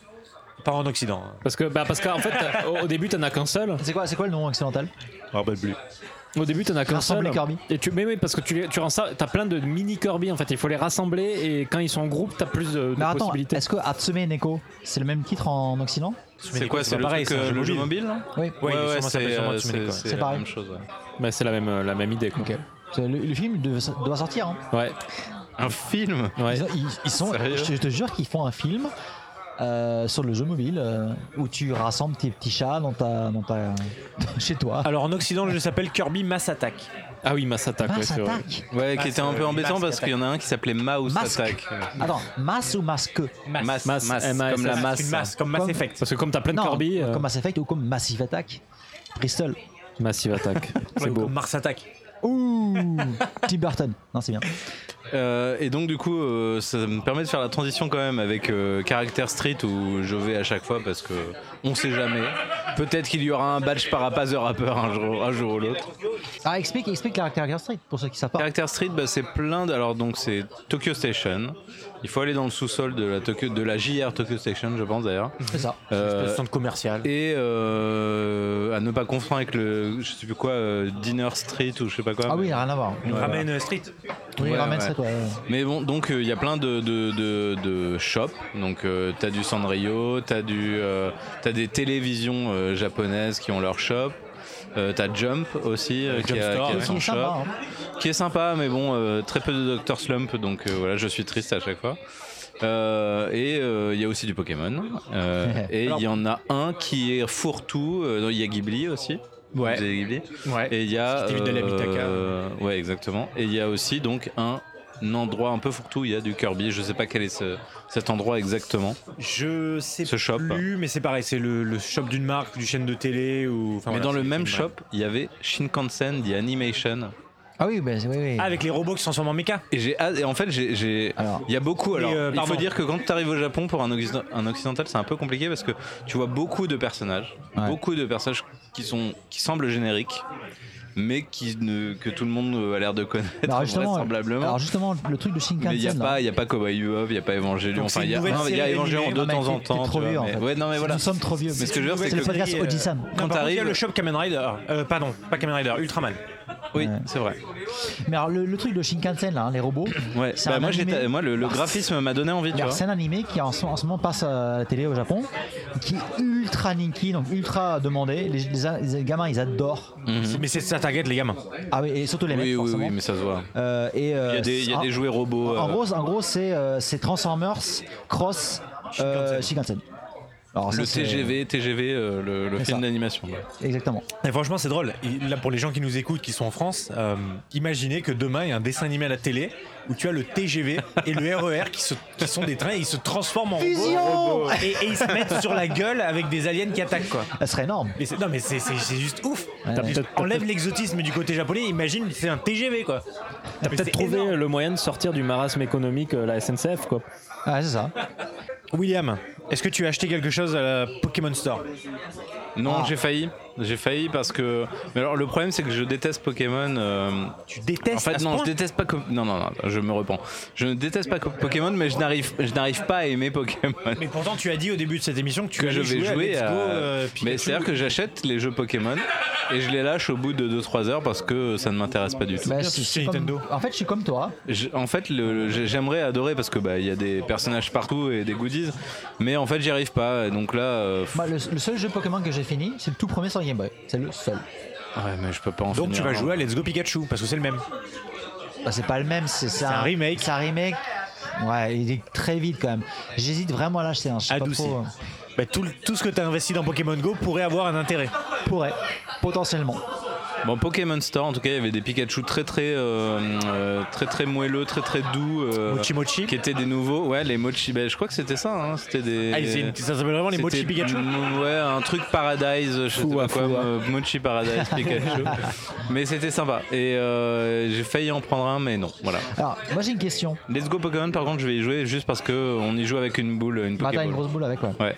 pas en Occident
Parce que, bah, parce qu'en fait, au, au début, t'en as qu'un seul.
C'est quoi, c'est quoi le nom occidental
Au début, t'en as qu'un
rassembles
seul.
les Kirby.
Et tu, mais oui, parce que tu, les- tu rends ça, t'as plein de mini Kirby en fait. Il faut les rassembler et quand ils sont en groupe, t'as plus de, de
Mais attends,
possibilités.
est-ce que Atsume et Neko, c'est le même titre en Occident
Mais
C'est quoi
pas
C'est le
pareil,
truc,
c'est un
euh,
jeu
le jeu mobile
mobile.
là
Oui.
ouais,
Ouais, sûrement, ça s'appelle
c'est
sûrement
euh,
Atsumene,
c'est-
quoi.
c'est
C'est
la
pareil.
même chose. ouais.
Bah, c'est la même, euh, la même idée. Quoi.
Ok. C'est- Le, le film dev- doit sortir. hein.
Ouais.
Un film
ouais.
Ils, ont- ils- ils sont,
Sérieux
je, te- je te jure qu'ils font un film euh, sur le jeu mobile euh, où tu rassembles tes petits chats dans ta, dans ta chez toi.
Alors en Occident, le jeu s'appelle Kirby Mass Attack.
Ah oui, Mass Attack. ouais,
Mass
c'est vrai.
Attack.
Ouais, qui était un peu embêtant
Masque
parce qu'il y en a un qui s'appelait Mouse
Masque.
Attack.
Attends, masse ou masque
Mass,
Masse,
masse,
M.A.S.S..
comme la
Une
masse.
Une masse, comme Mass
Comme-
Effect.
Parce que comme t'as plein de
Non,
Kirby, euh,
comme Mass Effect ou comme Massive Attack. Bristol.
Massive Attack. c'est
Ou
beau.
Comme Mars Attack.
Ouh Tim Burton. Non, c'est bien.
Euh, et donc du coup, euh, ça me permet de faire la transition quand même avec euh, Character Street où je vais à chaque fois parce que on sait jamais. Peut-être qu'il y aura un badge Parapaz the Rapper un jour, un jour ou l'autre.
Ah, explique, explique la caractère Street pour ceux qui savent pas.
Character Street, bah, c'est plein de... Alors donc c'est Tokyo Station. Il faut aller dans le sous-sol de la Tokyo, de la JR Tokyo Station, je pense d'ailleurs.
C'est ça.
Euh,
Le centre commercial.
et euh, à ne pas confondre avec le, je sais plus quoi, euh, Dinner Street ou je sais pas quoi.
Ah oui,
mais-
rien à voir.
Nous
voilà.
ramène euh, Street.
Oui,
Ouais,
ramène
ouais.
ça, toi. ouais.
Mais bon, donc il y a plein de, de, de, de shops. Donc euh, t'as du Sanrio, t'as du, euh, t'as des télévisions euh, japonaises qui ont leur shop. Euh, t'as Jump aussi euh, qui,
Jump
a,
Store,
qui a
ouais.
son
Ils sont
shop,
sympas, hein.
qui est sympa, mais bon, euh, très peu de Dr Slump, donc euh, voilà, je suis triste à chaque fois. Euh, et euh, il y a aussi du Pokémon. Euh, et il y en a un qui est fourre-tout. euh, non, Il y a Ghibli aussi.
Ouais.
Vous avez Ghibli.
Ouais.
Et il y a.
Ce qui t'évite d'aller à Butaka.
euh, ouais, exactement. Et il y a aussi donc un endroit un peu fourre-tout. Il y a du Kirby. Je sais pas quel est ce- cet endroit exactement.
Ah Je sais
Ce shop.
plus, mais c'est pareil, c'est le, le shop d'une marque, d'une chaîne de télé ou. enfin,
Mais
voilà,
dans le
c'est-
même
c'est une
shop, il y avait Shinkansen, The Animation.
Ah oui, ben, oui, oui.
marque. Ah, avec les robots qui s'en sont en méca.
Et j'ai. hâte- et en fait, j'ai- j'ai.
Alors.
Il y a beaucoup. Alors,
Mais, euh,
il faut
pardon.
dire que quand tu arrives au Japon, pour un, occident- un occidental, c'est un peu compliqué parce que tu vois beaucoup de personnages,
Ouais.
beaucoup de personnages qui sont qui semblent génériques, mais qui ne que tout le monde a l'air de connaître
Bah,
Alors justement,
vraisemblablement.
alors justement, le truc de Shinkansen.
Mais il n'y a,
là.
pas- y a pas Cowboy Bebop, il n'y a pas Evangelion.
Donc
Enfin,
c'est
il y a,
une nouvelle
non, y a
série
Evangelion
animée.
de
Ah, mais
temps en
t'es- t'es
temps.
trop
tu vois,
vieux, en
mais-
fait.
Ouais, non, mais voilà.
Nous sommes trop vieux.
Mais ce que je veux dire, c'est
C'est le
que.
podcast
série, euh,
Ojisan.
Non,
Quand
par contre, Il y a
t'arrives-
le shop Kamen Rider. Euh, pardon, pas Kamen Rider, Ultraman.
Oui, c'est vrai.
Mais alors, le, le truc de Shinkansen, là, hein, les robots,
Ouais.
C'est
Bah,
un
moi,
animé.
j'étais- moi, le, le graphisme m'a donné envie, tu
la
vois.
scène animée qui en ce, en ce moment passe à la télé au Japon, qui est ultra ninky, donc ultra demandée. Les, les- les gamins, ils adorent.
Mhm.
C'est- Mais c'est ça target, les gamins.
Ah oui, et surtout les
Oui,
mecs,
oui,
forcément.
oui, mais ça se voit.
Euh, et,
Il y a des, il y a des jouets robots.
En
euh,
gros, en gros c'est euh, c'est Transformers Cross euh, Shinkansen. Alors,
Le
ça, c'est-
TGV, TGV, euh, le, le
C'est
film
ça.
d'animation.
Exactement.
Et franchement, c'est drôle. Et Là, pour les gens qui nous écoutent, qui sont en France, euh, imaginez que demain, il y a un dessin animé à la télé où tu as le TGV et le RER qui, se- qui sont des trains et ils se transforment en robots. Et, et ils se mettent sur la gueule avec des aliens qui attaquent, quoi.
Elle serait énorme.
Mais c'est- non, mais c'est c'est- c'est juste ouf.
T'as
Ouais.
peut-être
Enlève l'exotisme du côté japonais, imagine, c'est un TGV, quoi.
T'as
Mais
peut-être
c'est
trouvé
énorme.
le moyen de sortir du marasme économique euh, la SNCF quoi.
Ah, c'est ça.
William, est-ce que tu as acheté quelque chose à la Pokémon Store
Non,
Ah.
j'ai failli. J'ai failli parce que. Mais alors, le problème, c'est que je déteste Pokémon. euh,
Tu détestes
En
à
fait,
ce
non, je
point
déteste pas. Co- Non, non, non, je me repens. Je ne déteste pas Co- Pokémon, mais je n'arrive, je n'arrive pas à aimer Pokémon.
Mais pourtant, tu as dit au début de cette émission que tu
que
allais
je vais
à
jouer
Let's
à.
Go, euh,
mais
Pikachu.
c'est-à-dire que j'achète les jeux Pokémon et je les lâche au bout de 2-3 heures parce que ça ne m'intéresse pas du tout.
Bah,
bien,
je
c'est
suis
chez
comme-
Nintendo.
En fait, je suis comme toi.
Je- en fait, le- le- j'ai- j'aimerais adorer parce que bah il y a des personnages partout et des goodies, mais en fait j'y arrive pas. Et donc là, euh, pff,
Moi, le, le seul jeu Pokémon que j'ai fini, c'est le tout premier sur Game Boy. C'est le seul.
ouais, mais je peux pas en
Donc tu
finir,
vas
hein.
jouer à Let's Go Pikachu parce que c'est le même.
Bah, c'est pas le même, c'est c'est
un remake.
C'est un remake. Ouais, il est très vite quand même. J'hésite vraiment à l'acheter. Hein. Je sais pas
Adouci.
trop, euh,
Bah, tout, le- tout ce que tu as investi dans Pokémon Go pourrait avoir un intérêt.
pourrait, euh, potentiellement.
Bon Pokémon Store, en tout cas, il y avait des Pikachu très très euh, euh, très très moelleux, très très doux, euh,
Mochi Mochi.
qui étaient des nouveaux. Ouais, les mochi. ben, je crois que c'était ça. hein, c'était des.
Ah, c'est une- ça s'appelle vraiment les Mochi
C'était-
Pikachu
Mm, Ouais, un truc Paradise, je sais
hein,
Foua,
pas quoi,
foua.
euh, Mochi Paradise Pikachu. Mais c'était sympa. Et euh, j'ai failli en prendre un, mais non. Voilà.
Alors, moi j'ai une question.
Let's Go Pokémon, par contre, je vais y jouer juste parce que on y joue avec une boule, une
Bah, t'as
Pokéball.
une grosse boule avec, ouais.
Ouais.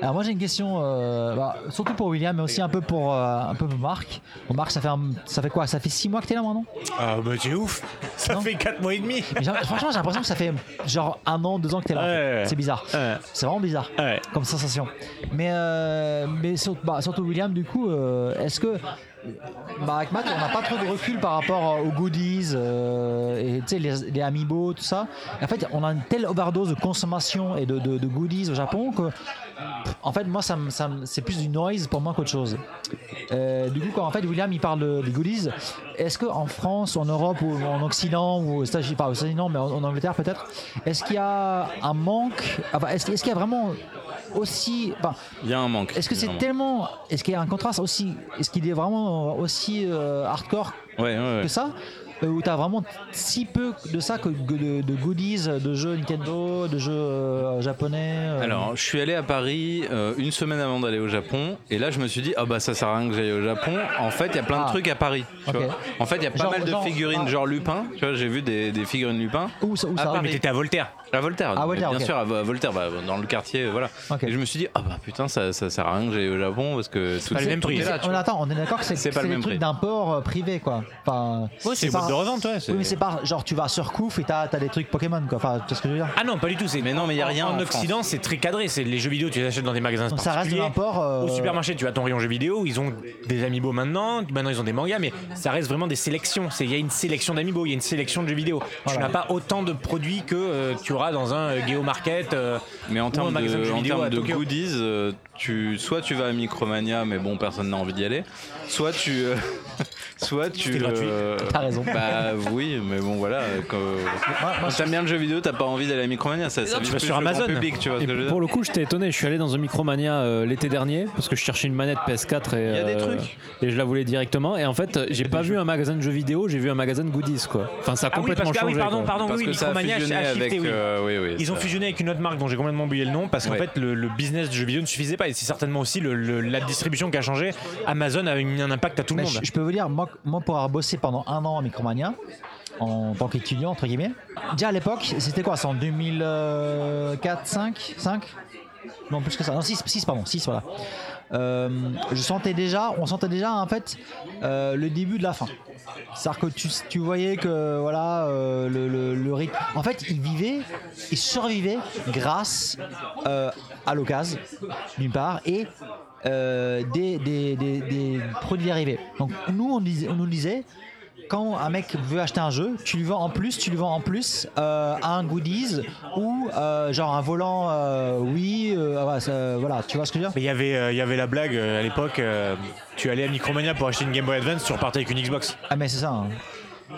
Alors, moi j'ai une question, euh, bah, surtout pour William, mais aussi un peu pour, euh, un peu pour Marc. Bon, Marc, ça fait, un- ça fait quoi Ça fait 6 mois que t'es là maintenant
Ah bah c'est ouf Ça
Non.
fait 4 mois et demi
Mais j'ai- Franchement, j'ai l'impression que ça fait genre un an, deux ans que t'es là. en fait.
Ouais, ouais, ouais.
C'est bizarre.
Ouais.
C'est vraiment bizarre
Ouais.
comme sensation. Mais, euh, mais sur- bah, surtout William, du coup, euh, est-ce que Bah, avec Matt, on n'a pas trop de recul par rapport aux goodies, euh, et, tu sais, les, les amiibo, tout ça. Et en fait, on a une telle overdose de consommation et de, de- de goodies au Japon que, pff, en fait, moi, ça, me- ça me- c'est plus du noise pour moi qu'autre chose. Euh, du coup, quand en fait William il parle de- des goodies, est-ce que en France, en Europe ou en Occident ou aux États-Unis, pas aux États-Unis non, mais en, en Angleterre peut-être, est-ce qu'il y a un manque Enfin, Est-ce est-ce qu'il y a vraiment aussi enfin,
Il y a un manque.
Est-ce que c'est
évidemment.
tellement Est-ce qu'il y a un contraste aussi Est-ce qu'il est vraiment aussi euh, hardcore
Ouais, ouais, ouais.
que ça euh, où t'as vraiment si peu de ça que que de, de goodies, de jeux Nintendo, de jeux euh, japonais. euh.
Alors, je suis allé à Paris euh, une semaine avant d'aller au Japon, et là je me suis dit, ah bah ça sert à rien que j'aille au Japon. En fait, il y a plein de
Ah.
trucs à Paris. tu
Ok.
vois. En fait, il y a pas
Genre-
mal de
genre-
figurines,
ah.
genre Lupin. Tu vois, j'ai vu des, des figurines Lupin.
où ça, où
à
ça
Paris.
Mais t'étais à Voltaire.
À Voltaire,
Ah,
mais
Voltaire,
bien
ok.
sûr, à, Vo- à Voltaire, bah, dans le quartier, euh, voilà.
Ok.
Et je me suis dit, ah bah putain, ça, ça sert à rien que j'aille au Japon parce que tout
pas le
tout
même prix.
est là, Ah, tu
on
vois.
attend, on est d'accord que c'est
C'est
que
pas le
des
même
trucs
prix.
d'import euh, privé quoi. Enfin,
c'est
pas-
boîte de revente, ouais.
Oui, mais c'est pas genre tu vas sur Couf et t'as t'as des trucs Pokémon quoi. Enfin, tu vois ce que je veux dire
Ah non, pas du tout. c'est-
Mais non, mais y a
en-
rien
En,
en
Occident, c'est très cadré. C'est les jeux vidéo, tu les achètes dans des magasins
Donc ça reste de
particuliers.
l'import. euh,
Au supermarché, tu as ton rayon jeux vidéo. Ils ont des amiibo maintenant. Maintenant, ils ont des mangas, mais ça reste vraiment des sélections. C'est- Il y a une sélection d'amiibo, il y a une sélection de jeux vidéo. Tu n'as pas autant de produits que euh, tu auras dans un euh, Geo Market. euh,
Mais
ou
en
un
termes
magasin de
de,
jeux
en
vidéo
termes
à
de
Tokyo.
goodies, euh, tu, soit tu vas à Micromania, mais bon, personne n'a envie d'y aller, soit tu. euh, soit tu.
C'était gratuit.
euh,
T'as raison.
Bah oui, mais bon, voilà. euh, Quand, quand t'aimes bien le jeu vidéo, t'as pas envie d'aller à Micromania, ça, ça
tu
vise
vas
plus
sur
le grand
Amazon.
public, tu vois ce
Et
que je veux dire.
pour le coup, j'étais étonné. Je suis allé dans un Micromania euh, l'été dernier parce que je cherchais une manette PS4 et,
Il y a des
euh,
trucs.
et je la voulais directement. Et en fait, j'ai pas vu un magasin de jeux vidéo, j'ai vu un magasin de goodies quoi. Enfin, ça a
Ah oui,
complètement
parce que- ah oui,
changé.
pardon,
quoi.
pardon.
Parce
oui,
que ça a
Micromania a
fusionné
shifté,
avec.
oui.
euh, oui, oui,
Ils ont
ça-
fusionné avec une autre marque dont j'ai complètement oublié le nom parce qu'en
Ouais.
fait le, le business du jeu vidéo ne suffisait pas et c'est certainement aussi le- le- la distribution qui a changé. Amazon a eu un impact à tout le
Mais
monde.
je, je peux vous dire, moi, moi, pour avoir bossé pendant un an à Micromania, en tant qu'étudiant, entre guillemets, déjà à l'époque, c'était quoi C'est en euh, 2004, 5 5 Non, plus que ça. Non, 6, 6 pardon, 6, voilà. Euh, je sentais déjà, on sentait déjà en fait euh, le début de la fin. C'est-à-dire que tu, tu voyais que voilà euh, le, le- le rythme. En fait, ils vivaient, ils survivaient grâce euh, à l'occasion, d'une part, et euh, des, des- des- des produits dérivés. Donc nous, on, dis- on nous disait, quand un mec veut acheter un jeu, tu lui vends en plus, tu lui vends en plus euh, un goodies ou euh, genre un volant, euh, oui, euh, ah ouais, ça- voilà, tu vois ce que je veux dire
Mais il y avait, euh, il y avait la blague euh, à l'époque. euh, tu allais à Micromania pour acheter une Game Boy Advance, tu repartais avec une Xbox.
Ah mais c'est ça, hein.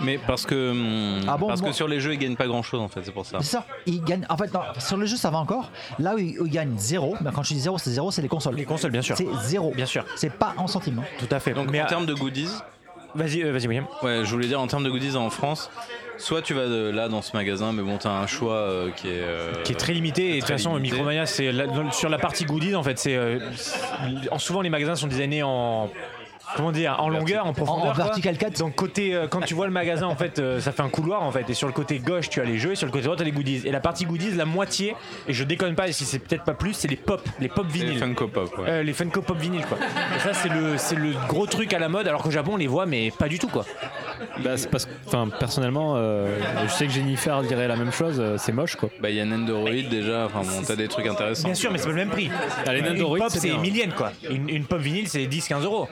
Mais parce que. hum,
Ah bon,
parce
moi-
que sur les jeux, ils gagnent pas grand chose en fait, c'est pour ça.
c'est ça. Il gagne. En fait, non, sur le jeu ça va encore. Là où il, où il gagne zéro, mais quand je dis zéro, c'est zéro, c'est les consoles.
Les consoles, bien sûr.
C'est zéro.
Bien sûr.
C'est pas en centime. hein.
Tout à fait.
Donc
mais
en
à-
termes de goodies,
vas-y, euh, vas-y William.
Ouais, je voulais dire en termes de goodies en France, soit tu vas de- là dans ce magasin, mais bon, t'as un choix euh, qui est euh,
qui est très limité. Et de toute
très
façon,
limité.
Micromania, c'est la- dans- sur la partie goodies, en fait, c'est euh, c'est- souvent les magasins sont designés en comment dire en longueur, en profondeur,
En- en
quoi.
vertical cut.
Donc côté euh, quand tu vois le magasin, en fait, euh, ça fait un couloir, en fait. Et sur le côté gauche, tu as les jeux, et sur le côté droit, tu as les goodies. Et la partie goodies, la moitié, et je déconne pas, et si c'est peut-être pas plus, c'est les pop, les pop
les
vinyles.
Funko Pop. ouais.
Euh, les Funko Pop vinyles quoi. Et ça c'est le c'est le gros truc à la mode alors qu'au Japon on les voit mais pas du tout quoi.
Bah, c'est parce que, enfin, personnellement, euh, je sais que Jennifer dirait la même chose. euh, c'est moche quoi.
Bah, il y a Nendoroid déjà, enfin bon, t'as des trucs intéressants.
Bien sûr mais c'est pas le même prix.
Ah, les
une
Nendoroids,
pop c'est
bien.
une millième quoi. Une, une pop vinyle c'est 10-15 euros.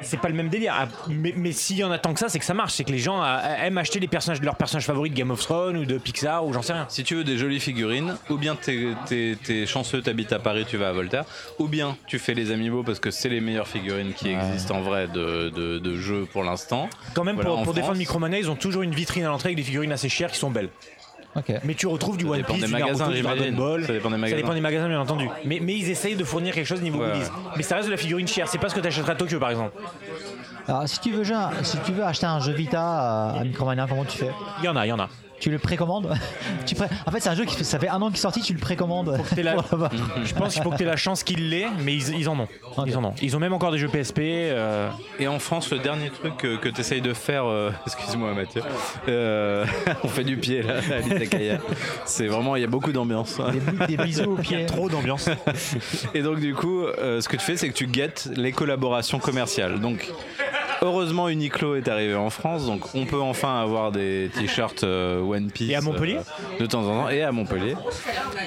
C'est pas le même délire. Ah, Mais, mais s'il y en a tant que ça, c'est que ça marche. C'est que les gens ah, ah, aiment acheter les personnages, leurs personnages favoris de Game of Thrones ou de Pixar ou j'en sais rien.
Si tu veux des jolies figurines, ou bien t'es t'es- t'es chanceux, t'habites à Paris, tu vas à Voltaire, ou bien tu fais les Amiibo parce que c'est les meilleures figurines qui existent en vrai de, de, de jeux pour l'instant.
Quand même,
Voilà,
pour,
en
pour défendre
France,
Micromania, ils ont toujours une vitrine à l'entrée avec des figurines assez chères qui sont belles.
Ok.
Mais tu retrouves du
Ça
One
dépend
Piece,
des
du
magasins,
Naruto, du Dragon
j'imagine.
Ball.
Ça dépend des magasins.
magasins, bien entendu. Mais, mais ils essayent de fournir quelque chose niveau
Ouais.
goodies. Mais ça reste de la figurine chère. C'est pas ce que t'achèteras à Tokyo, par exemple.
Alors, si tu veux, je- si tu veux acheter un jeu Vita euh, à, à Micromania, comment tu fais
Il y en a, il y en a.
Tu le précommandes tu pré- En fait, c'est un jeu qui fait, ça fait un an qu'il est sorti, tu le précommandes.
t'aies la-
pour l'avoir.
Je pense qu'il faut que t'aies la chance qu'ils l'aient, mais ils, ils en ont. Ils en ont. Ils ont même encore des jeux PSP. euh,
Et en France, le dernier truc que, tu essayes de faire, euh, excuse-moi Mathieu, euh, on fait du pied là, à l'Izakaya. C'est vraiment, il y a beaucoup d'ambiance.
des, bu- des bisous aux pieds.
Trop d'ambiance.
Et donc du coup, euh, ce que tu fais, c'est que tu guettes les collaborations commerciales. Donc heureusement, Uniqlo est arrivé en France, donc on peut enfin avoir des t-shirts euh, One Piece.
Et à Montpellier
euh, De temps en temps, et à Montpellier.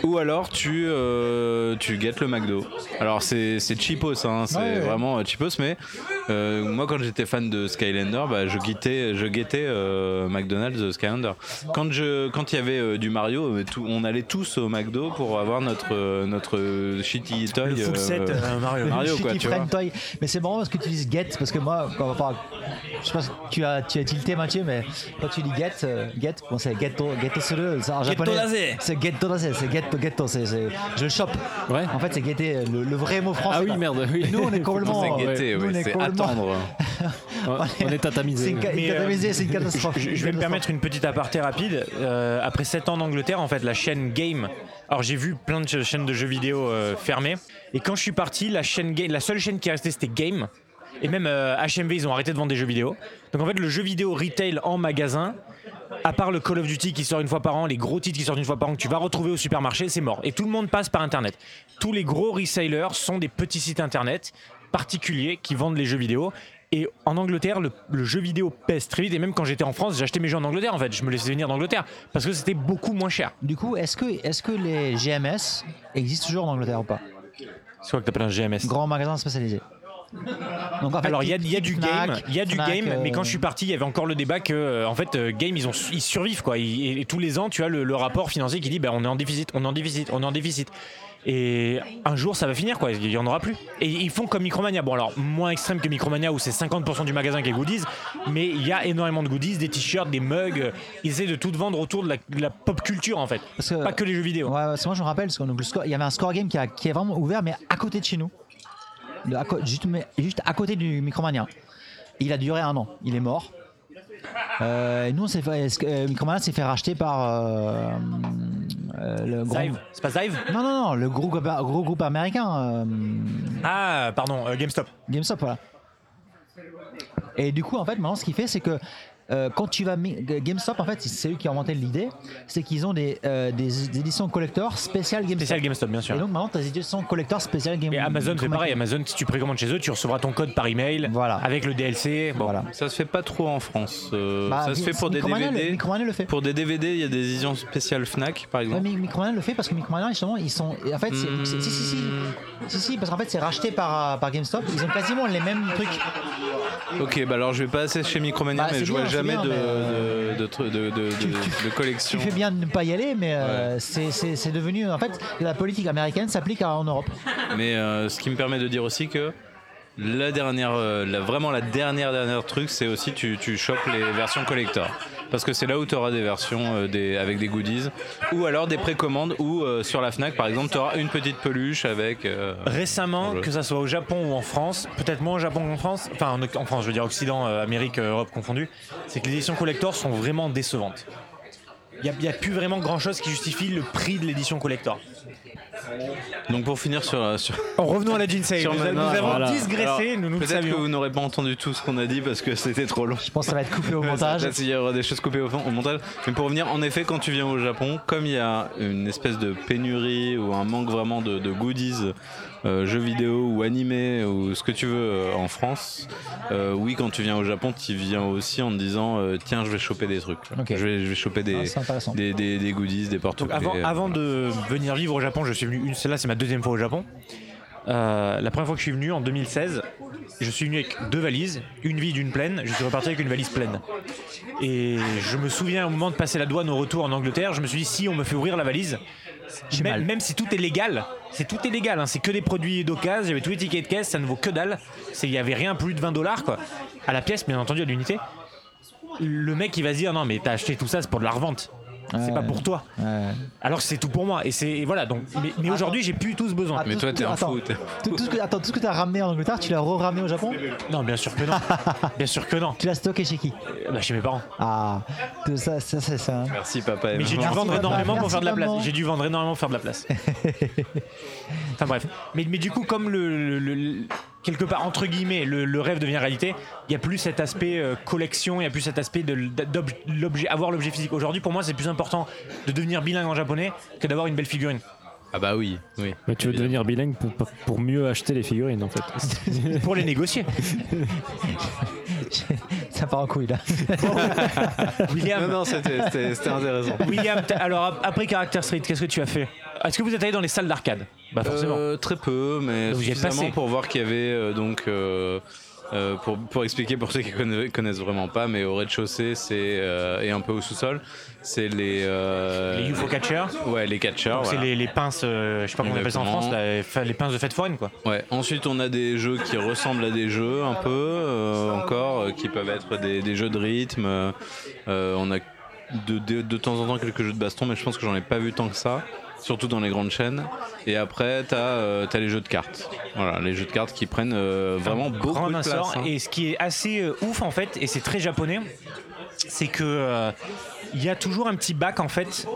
Ou alors tu, euh, tu guettes le McDo. Alors c'est, c'est cheapos, hein, c'est
Ouais, ouais.
vraiment euh, cheapos, mais Euh, moi, quand j'étais fan de Skylander, bah, je guettais, je guettais euh, McDonald's euh, Skylander. Quand je, quand il y avait euh, du Mario, euh, tout- on allait tous au McDo pour avoir notre euh, notre shitty toy.
Le full
euh,
set euh, Mario.
Mario, quoi,
Shitty
tu vois.
friend toy. Mais c'est marrant parce que tu dis get, parce que moi, quand, enfin, je sais pas si tu as, tu as tilté Mathieu, mais quand tu dis get, euh, get, bon, c'est ghetto, ghetto suru, c'est en japonais.
dasé.
C'est ghetto dasé, c'est ghetto, ghetto, c'est, c'est- je le chope.
Ouais.
En fait, c'est guetter, le, le vrai mot français.
Ah oui,
quoi.
merde, oui.
Nous, on est complètement.
C'est guetter,
nous,
ouais,
on est
c'est
complètement-
attendre.
On est tatamisé.
C'est une ca-
Mais,
une
euh,
catamisée, c'est une catastrophe.
Je, je vais me permettre une petite aparté rapide. Euh, après 7 ans d'Angleterre, en fait, la chaîne Game. Alors, j'ai vu plein de cha- chaînes de jeux vidéo euh, fermées. Et quand je suis parti, la, chaîne Ga- la seule chaîne qui est restée, c'était Game. Et même euh, HMV, ils ont arrêté de vendre des jeux vidéo. Donc, en fait, le jeu vidéo retail en magasin, à part le Call of Duty qui sort une fois par an, les gros titres qui sortent une fois par an que tu vas retrouver au supermarché, c'est mort. Et tout le monde passe par Internet. Tous les gros resellers sont des petits sites Internet particuliers qui vendent les jeux vidéo. Et en Angleterre, le, le jeu vidéo pèse très vite. Et même quand j'étais en France, j'achetais mes jeux en Angleterre. En fait, je me laissais venir d'Angleterre parce que c'était beaucoup moins cher.
Du coup, est-ce que, est-ce que les GMS existent toujours en Angleterre ou pas
C'est quoi que t'appelles un GMS
Grand magasin spécialisé. Donc, en fait,
Alors il y a, il y a du
Tic- Tic Fnac,
game, il y a du
Fnac,
game, mais
euh,
quand je suis parti, il y avait encore le débat que euh, en fait euh, game ils ont ils survivent quoi. Et, et tous les ans, tu as le, le rapport financier qui dit bah, on est en déficit, on est en déficit, on est en déficit. Et un jour ça va finir quoi, il y en aura plus. Et ils font comme Micromania. Bon alors moins extrême que Micromania où c'est 50% du magasin qui est goodies, mais il y a énormément de goodies, des t-shirts, des mugs, ils essaient de tout vendre autour de la, de la pop culture en fait,
Parce que-
pas que les jeux vidéo.
Ouais, ouais, parce que moi je me rappelle, parce que, donc, le score- il y avait un score game qui, a- qui est vraiment ouvert, mais à côté de chez nous. De- à co- juste, mais- juste à côté du Micromania. Il a duré un an, il est mort. Euh, et nous, on s'est fait, est-ce que, euh, Micromania s'est fait racheter par euh, euh, le gros.
Zive, c'est pas Zive
Non, non, non, le gros, groupe- gros groupe américain, euh,
Ah pardon, euh, GameStop.
GameStop, voilà. Et du coup, en fait, maintenant, ce qu'il fait, c'est que euh, quand tu vas. mi- GameStop, en fait, c'est eux qui ont inventé l'idée, c'est qu'ils ont des, euh, des éditions collector spéciales GameStop.
Spécial GameStop bien sûr.
Et donc maintenant, t'as des éditions collector spécial Game.
Et Amazon fait
Game-
pareil, Amazon si tu précommandes chez eux, tu recevras ton code par email
Voilà.
avec le DLC. Bon.
Voilà.
Ça se fait pas trop en France. euh,
Bah,
ça se fait pour des
Micromania,
DVD.
Le, Micromania le fait.
Pour des DVD, il y a des éditions spéciales Fnac, par
Ouais,
exemple.
mais Micromania le fait parce que Micromania justement ils sont et en fait c'est c'est- si, si, si,
Hmm.
si si parce qu'en fait c'est racheté par euh, par GameStop ils ont quasiment les mêmes trucs
Ok, bah alors je vais pas assez chez Micromania,
Bah,
mais
c'est
je
bien,
vois
c'est
jamais
bien,
de,
mais, euh,
de, de, tru- de- de- de- de collection.
tu fais bien de ne pas y aller mais euh, c'est- c'est c'est devenu en fait la politique américaine s'applique à- en Europe
Mais euh, ce qui me permet de dire aussi que la dernière, euh, la- vraiment la dernière dernière truc, c'est aussi tu, tu chopes les versions collector. Parce que c'est là où tu auras des versions euh, des, avec des goodies ou alors des précommandes ou euh, sur la Fnac par exemple tu auras une petite peluche avec euh,
Récemment,
Bonjour.
que ça soit au Japon ou en France, peut-être moins au Japon qu'en France, enfin en, en France, je veux dire Occident, euh, Amérique, euh, Europe confondue, c'est que les éditions collector sont vraiment décevantes. Il n'y a, plus vraiment grand-chose qui justifie le prix de l'édition collector.
Donc pour finir sur, euh, sur,
En revenant à la Jinsei,
sur
nous, a-
Manon,
nous avons
hein, voilà.
digressé,
Alors,
nous nous le
Peut-être que
savions.
vous n'aurez pas entendu tout ce qu'on a dit parce que c'était trop long.
je pense que ça va être coupé au montage
Peut-être qu'il y aura des choses coupées au, fond- au montage. Mais pour revenir, en effet, quand tu viens au Japon, comme il y a une espèce de pénurie ou un manque vraiment de, de goodies, euh, jeux vidéo ou animés ou ce que tu veux euh, en France, euh, oui, quand tu viens au Japon, tu viens aussi en te disant euh, tiens, je vais choper des trucs.
Ok.
Je, vais, je vais choper
Ah,
des,
c'est intéressant
des, des- des goodies, des porte
Donc avant, avant de venir vivre au Japon, je suis venu une, celle-là c'est ma deuxième fois au Japon. Euh, la première fois que je suis venu en 2016, je suis venu avec deux valises, une vide, une pleine. Je suis reparti avec une valise pleine. Et je me souviens au moment de passer la douane au retour en Angleterre, je me suis dit si on me fait ouvrir la valise, même, même si tout est légal, c'est tout est légal, hein, c'est que des produits d'occasion, j'avais tous les tickets de caisse, ça ne vaut que dalle. C'est- Il n'y avait rien plus de 20 dollars quoi, à la pièce, bien entendu à l'unité. Le mec il va se dire non mais t'as acheté tout ça c'est pour de la revente, c'est
Ouais.
pas pour toi.
Ouais.
Alors que c'est tout pour moi et c'est et voilà donc mais, mais aujourd'hui j'ai plus tout ce besoin.
Ah,
Mais
tout
toi,
ce-
t'es un
attends,
fou, t'es un
tout, tout ce que, attends, tout ce que t'as ramené en Angleterre, tu l'as re-ramené au Japon
Non bien sûr que non. bien sûr que non.
Tu l'as stocké chez qui
Euh, Bah, chez mes parents.
Ah, tout ça, ça, ça, ça. hein.
Merci papa. et
Mais j'ai dû
maman.
vendre
papa,
énormément pour
merci,
faire de la place.
maman.
J'ai dû vendre énormément pour faire de la place. enfin bref. Mais, mais du coup comme le, le- le- quelque part entre guillemets le, le rêve devient réalité, il y a plus cet aspect euh, collection, il y a plus cet aspect de, d'ob- l'objet avoir l'objet physique. Aujourd'hui pour moi c'est plus important de devenir bilingue en japonais que d'avoir une belle figurine.
Ah bah oui, oui.
Mais tu veux devenir bilingue pour, pour mieux acheter les figurines en fait.
Pour les négocier.
Ça part en couille là.
William.
Non, non, c'était c'était- c'était intéressant.
William, t'as- alors ap- après Character Street, qu'est-ce que tu as fait Est-ce que vous êtes allé dans les salles d'arcade Bah forcément.
Euh, très peu, mais
Donc, vous y êtes
suffisamment
passé.
pour voir qu'il y avait euh, donc euh, euh, pour, pour expliquer pour ceux qui conna- connaissent vraiment pas, mais au rez-de-chaussée c'est euh, et un peu au sous-sol, c'est les, euh,
les UFO catchers.
ouais les catchers.
Donc
voilà.
c'est les, les pinces, euh, je sais pas comment on appelle ça en
Exactement.
France, là, fa- les pinces de fête foraine quoi.
Ouais. Ensuite, on a des jeux qui ressemblent à des jeux un peu euh, encore, euh, qui peuvent être des, des jeux de rythme. euh, euh, on a de, de- de temps en temps quelques jeux de baston, mais je pense que j'en ai pas vu tant que ça. Surtout dans les grandes chaînes. Et après, t'as euh, t'as les jeux de cartes. Voilà, les jeux de cartes qui prennent euh, vraiment beaucoup
Grand
de place.
Insort.
hein.
Et ce qui est assez euh, ouf en fait, et c'est très japonais, c'est que euh, il y a toujours un petit bac en fait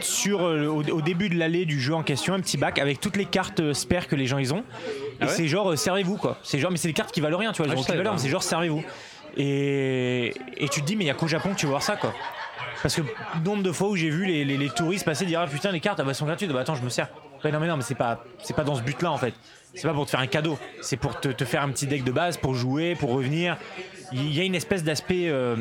sur euh, au, au début de l'allée du jeu en question, un petit bac avec toutes les cartes euh, spare que les gens ils ont. Et
Ah ouais
c'est genre euh, servez-vous quoi. C'est genre mais c'est des cartes qui valent rien, tu vois,
Ah,
elles ont
je
aucune
savais
valeur,
pas.
mais c'est genre servez-vous. Et, et tu te dis mais il y a qu'au Japon que tu vas voir ça quoi. Parce que nombre de fois où j'ai vu les, les- les touristes passer dire ah putain les cartes ah, bah, elles sont gratuites, Ah, bah attends je me sers. Ouais, non mais non mais c'est pas c'est pas dans ce but là en fait. C'est pas pour te faire un cadeau, c'est pour te, te faire un petit deck de base, pour jouer, pour revenir. Il y a une espèce d'aspect euh,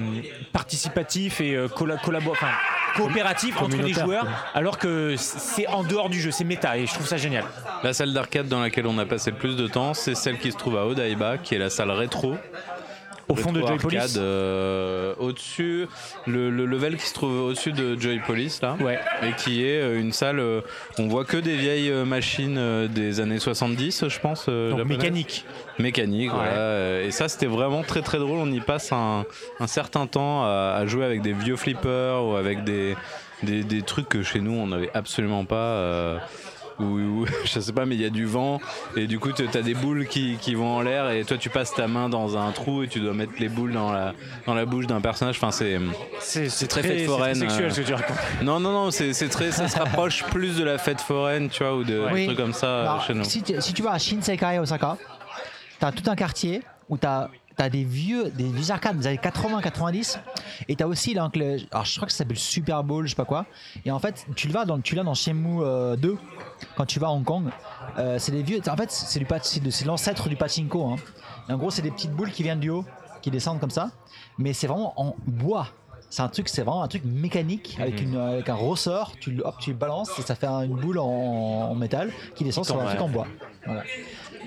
participatif et euh, colla- collabo- enfin, coopératif entre les
communautaire,
joueurs,
quoi.
alors que c'est en dehors du jeu, c'est méta et je trouve ça génial.
La salle d'arcade dans laquelle on a passé le plus de temps, c'est celle qui se trouve à Odaiba, qui est la salle rétro.
Au fond de
Rétro
Joy
arcade,
Police.
euh, au-dessus, le, le level qui se trouve au-dessus de Joy Police, là.
Ouais.
Et qui est euh, une salle, euh, on voit que des vieilles euh, machines euh, des années 70, je pense. euh,
Donc
japonaises.
mécanique.
Mécanique, voilà.
Ouais.
euh, Et ça, c'était vraiment très très drôle. On y passe un, un certain temps à, à jouer avec des vieux flippers ou avec des, des, des trucs que chez nous, on n'avait absolument pas. euh, ou- ou- je sais pas, mais il y a du vent et du coup, tu as des boules qui, qui vont en l'air et toi, tu passes ta main dans un trou et tu dois mettre les boules dans la, dans la bouche d'un personnage. Enfin, c'est.
C'est c'est
très fête
c'est
foraine,
sexuel
euh.
ce que tu racontes.
Non, non, non, c'est c'est très. Ça se rapproche plus de la fête foraine, tu vois, ou de
Oui. Bah,
des trucs comme ça euh,
Alors,
chez nous.
si, tu, si tu vas à Shinsekai à Osaka, t'as tout un quartier où t'as as des vieux, des vieux arcades des années 80-90 et t'as aussi là, le, alors je crois que ça s'appelle Super Bowl, je sais pas quoi. Et en fait, tu le vas dans, tu l'as dans Shenmue euh, 2 quand tu vas à Hong Kong. Euh, c'est des vieux, en fait, c'est du pat- c'est de- c'est l'ancêtre du pachinko. hein. Et en gros, c'est des petites boules qui viennent du haut, qui descendent comme ça, mais c'est vraiment en bois. C'est un truc, c'est vraiment un truc mécanique avec, une, avec un ressort. Tu le- hop, tu le balances et ça fait un- une boule en, en métal qui descend sur un truc en bois. Voilà.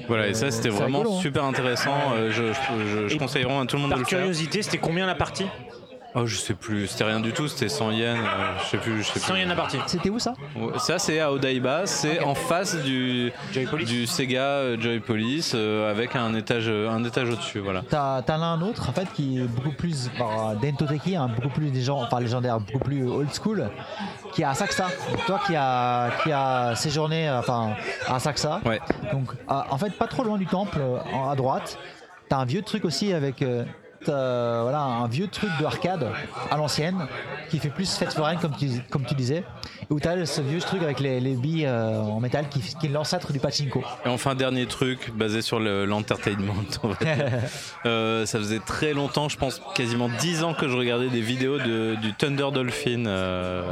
Voilà,
Euh,
et ça, c'était
c'est
vraiment
rigolo, hein.
super intéressant. Euh, je je, je- je
Et
conseille vraiment à tout le monde de
Par
le faire.
curiosité, c'était combien la partie
Oh, je sais plus, c'était rien du tout, c'était 100 yens. euh, je sais plus, je sais plus.
100 yens la partie.
C'était où ça
Ouais, Ça, c'est à Odaiba, c'est en face du,
Joy Police.
du Sega euh, Joy Police euh, avec un étage, euh, un étage au-dessus. Voilà.
T'as t'as l'un autre en fait qui est beaucoup plus bah, Dentoteki, hein, beaucoup plus des gens, enfin légendaire, beaucoup plus old school, qui est à Saxa. Toi qui a qui a séjourné euh, enfin à Saxa.
Ouais.
Donc à- en fait pas trop loin du temple euh, en- à droite. T'as un vieux truc aussi avec euh, t'as, voilà un vieux truc de arcade à l'ancienne qui fait plus fête foraine comme tu comme tu disais. Et où t'as ce vieux truc avec les, les billes euh, en métal qui, qui est l'ancêtre du pachinko.
Et enfin, dernier truc basé sur le- l'entertainment, on va dire. Euh, ça faisait très longtemps, je pense quasiment 10 ans que je regardais des vidéos de, du Thunder Dolphin. euh,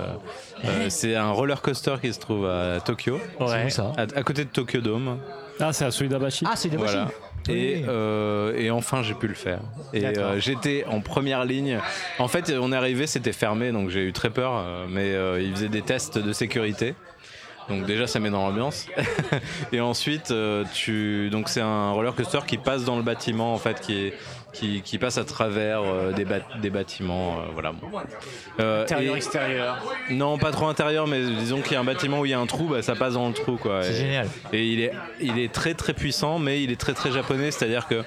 euh, c'est un roller coaster qui se trouve à Tokyo,
C'est où ça
à, à côté de Tokyo Dome.
Ah, c'est à Suidabashi.
Ah c'est des
Voilà.
machines.
Et,
Oui.
euh, et enfin, j'ai pu le faire. Et euh, j'étais en première ligne. En fait, on est arrivé, c'était fermé, donc j'ai eu très peur. euh, Mais euh, ils faisaient des tests de sécurité. Donc déjà, ça met dans l'ambiance. et ensuite, euh, tu donc c'est un roller coaster qui passe dans le bâtiment, en fait, qui est- qui, qui passe à travers euh, des, bat- des bâtiments. euh, voilà. bon. Euh,
Intérieur,
et-
extérieur.
non, pas trop intérieur, mais disons qu'il y a un bâtiment où il y a un trou, bah, ça passe dans le trou. quoi.
C'est
Et-
génial.
et il est, il est très très puissant, mais il est très très japonais, c'est-à-dire que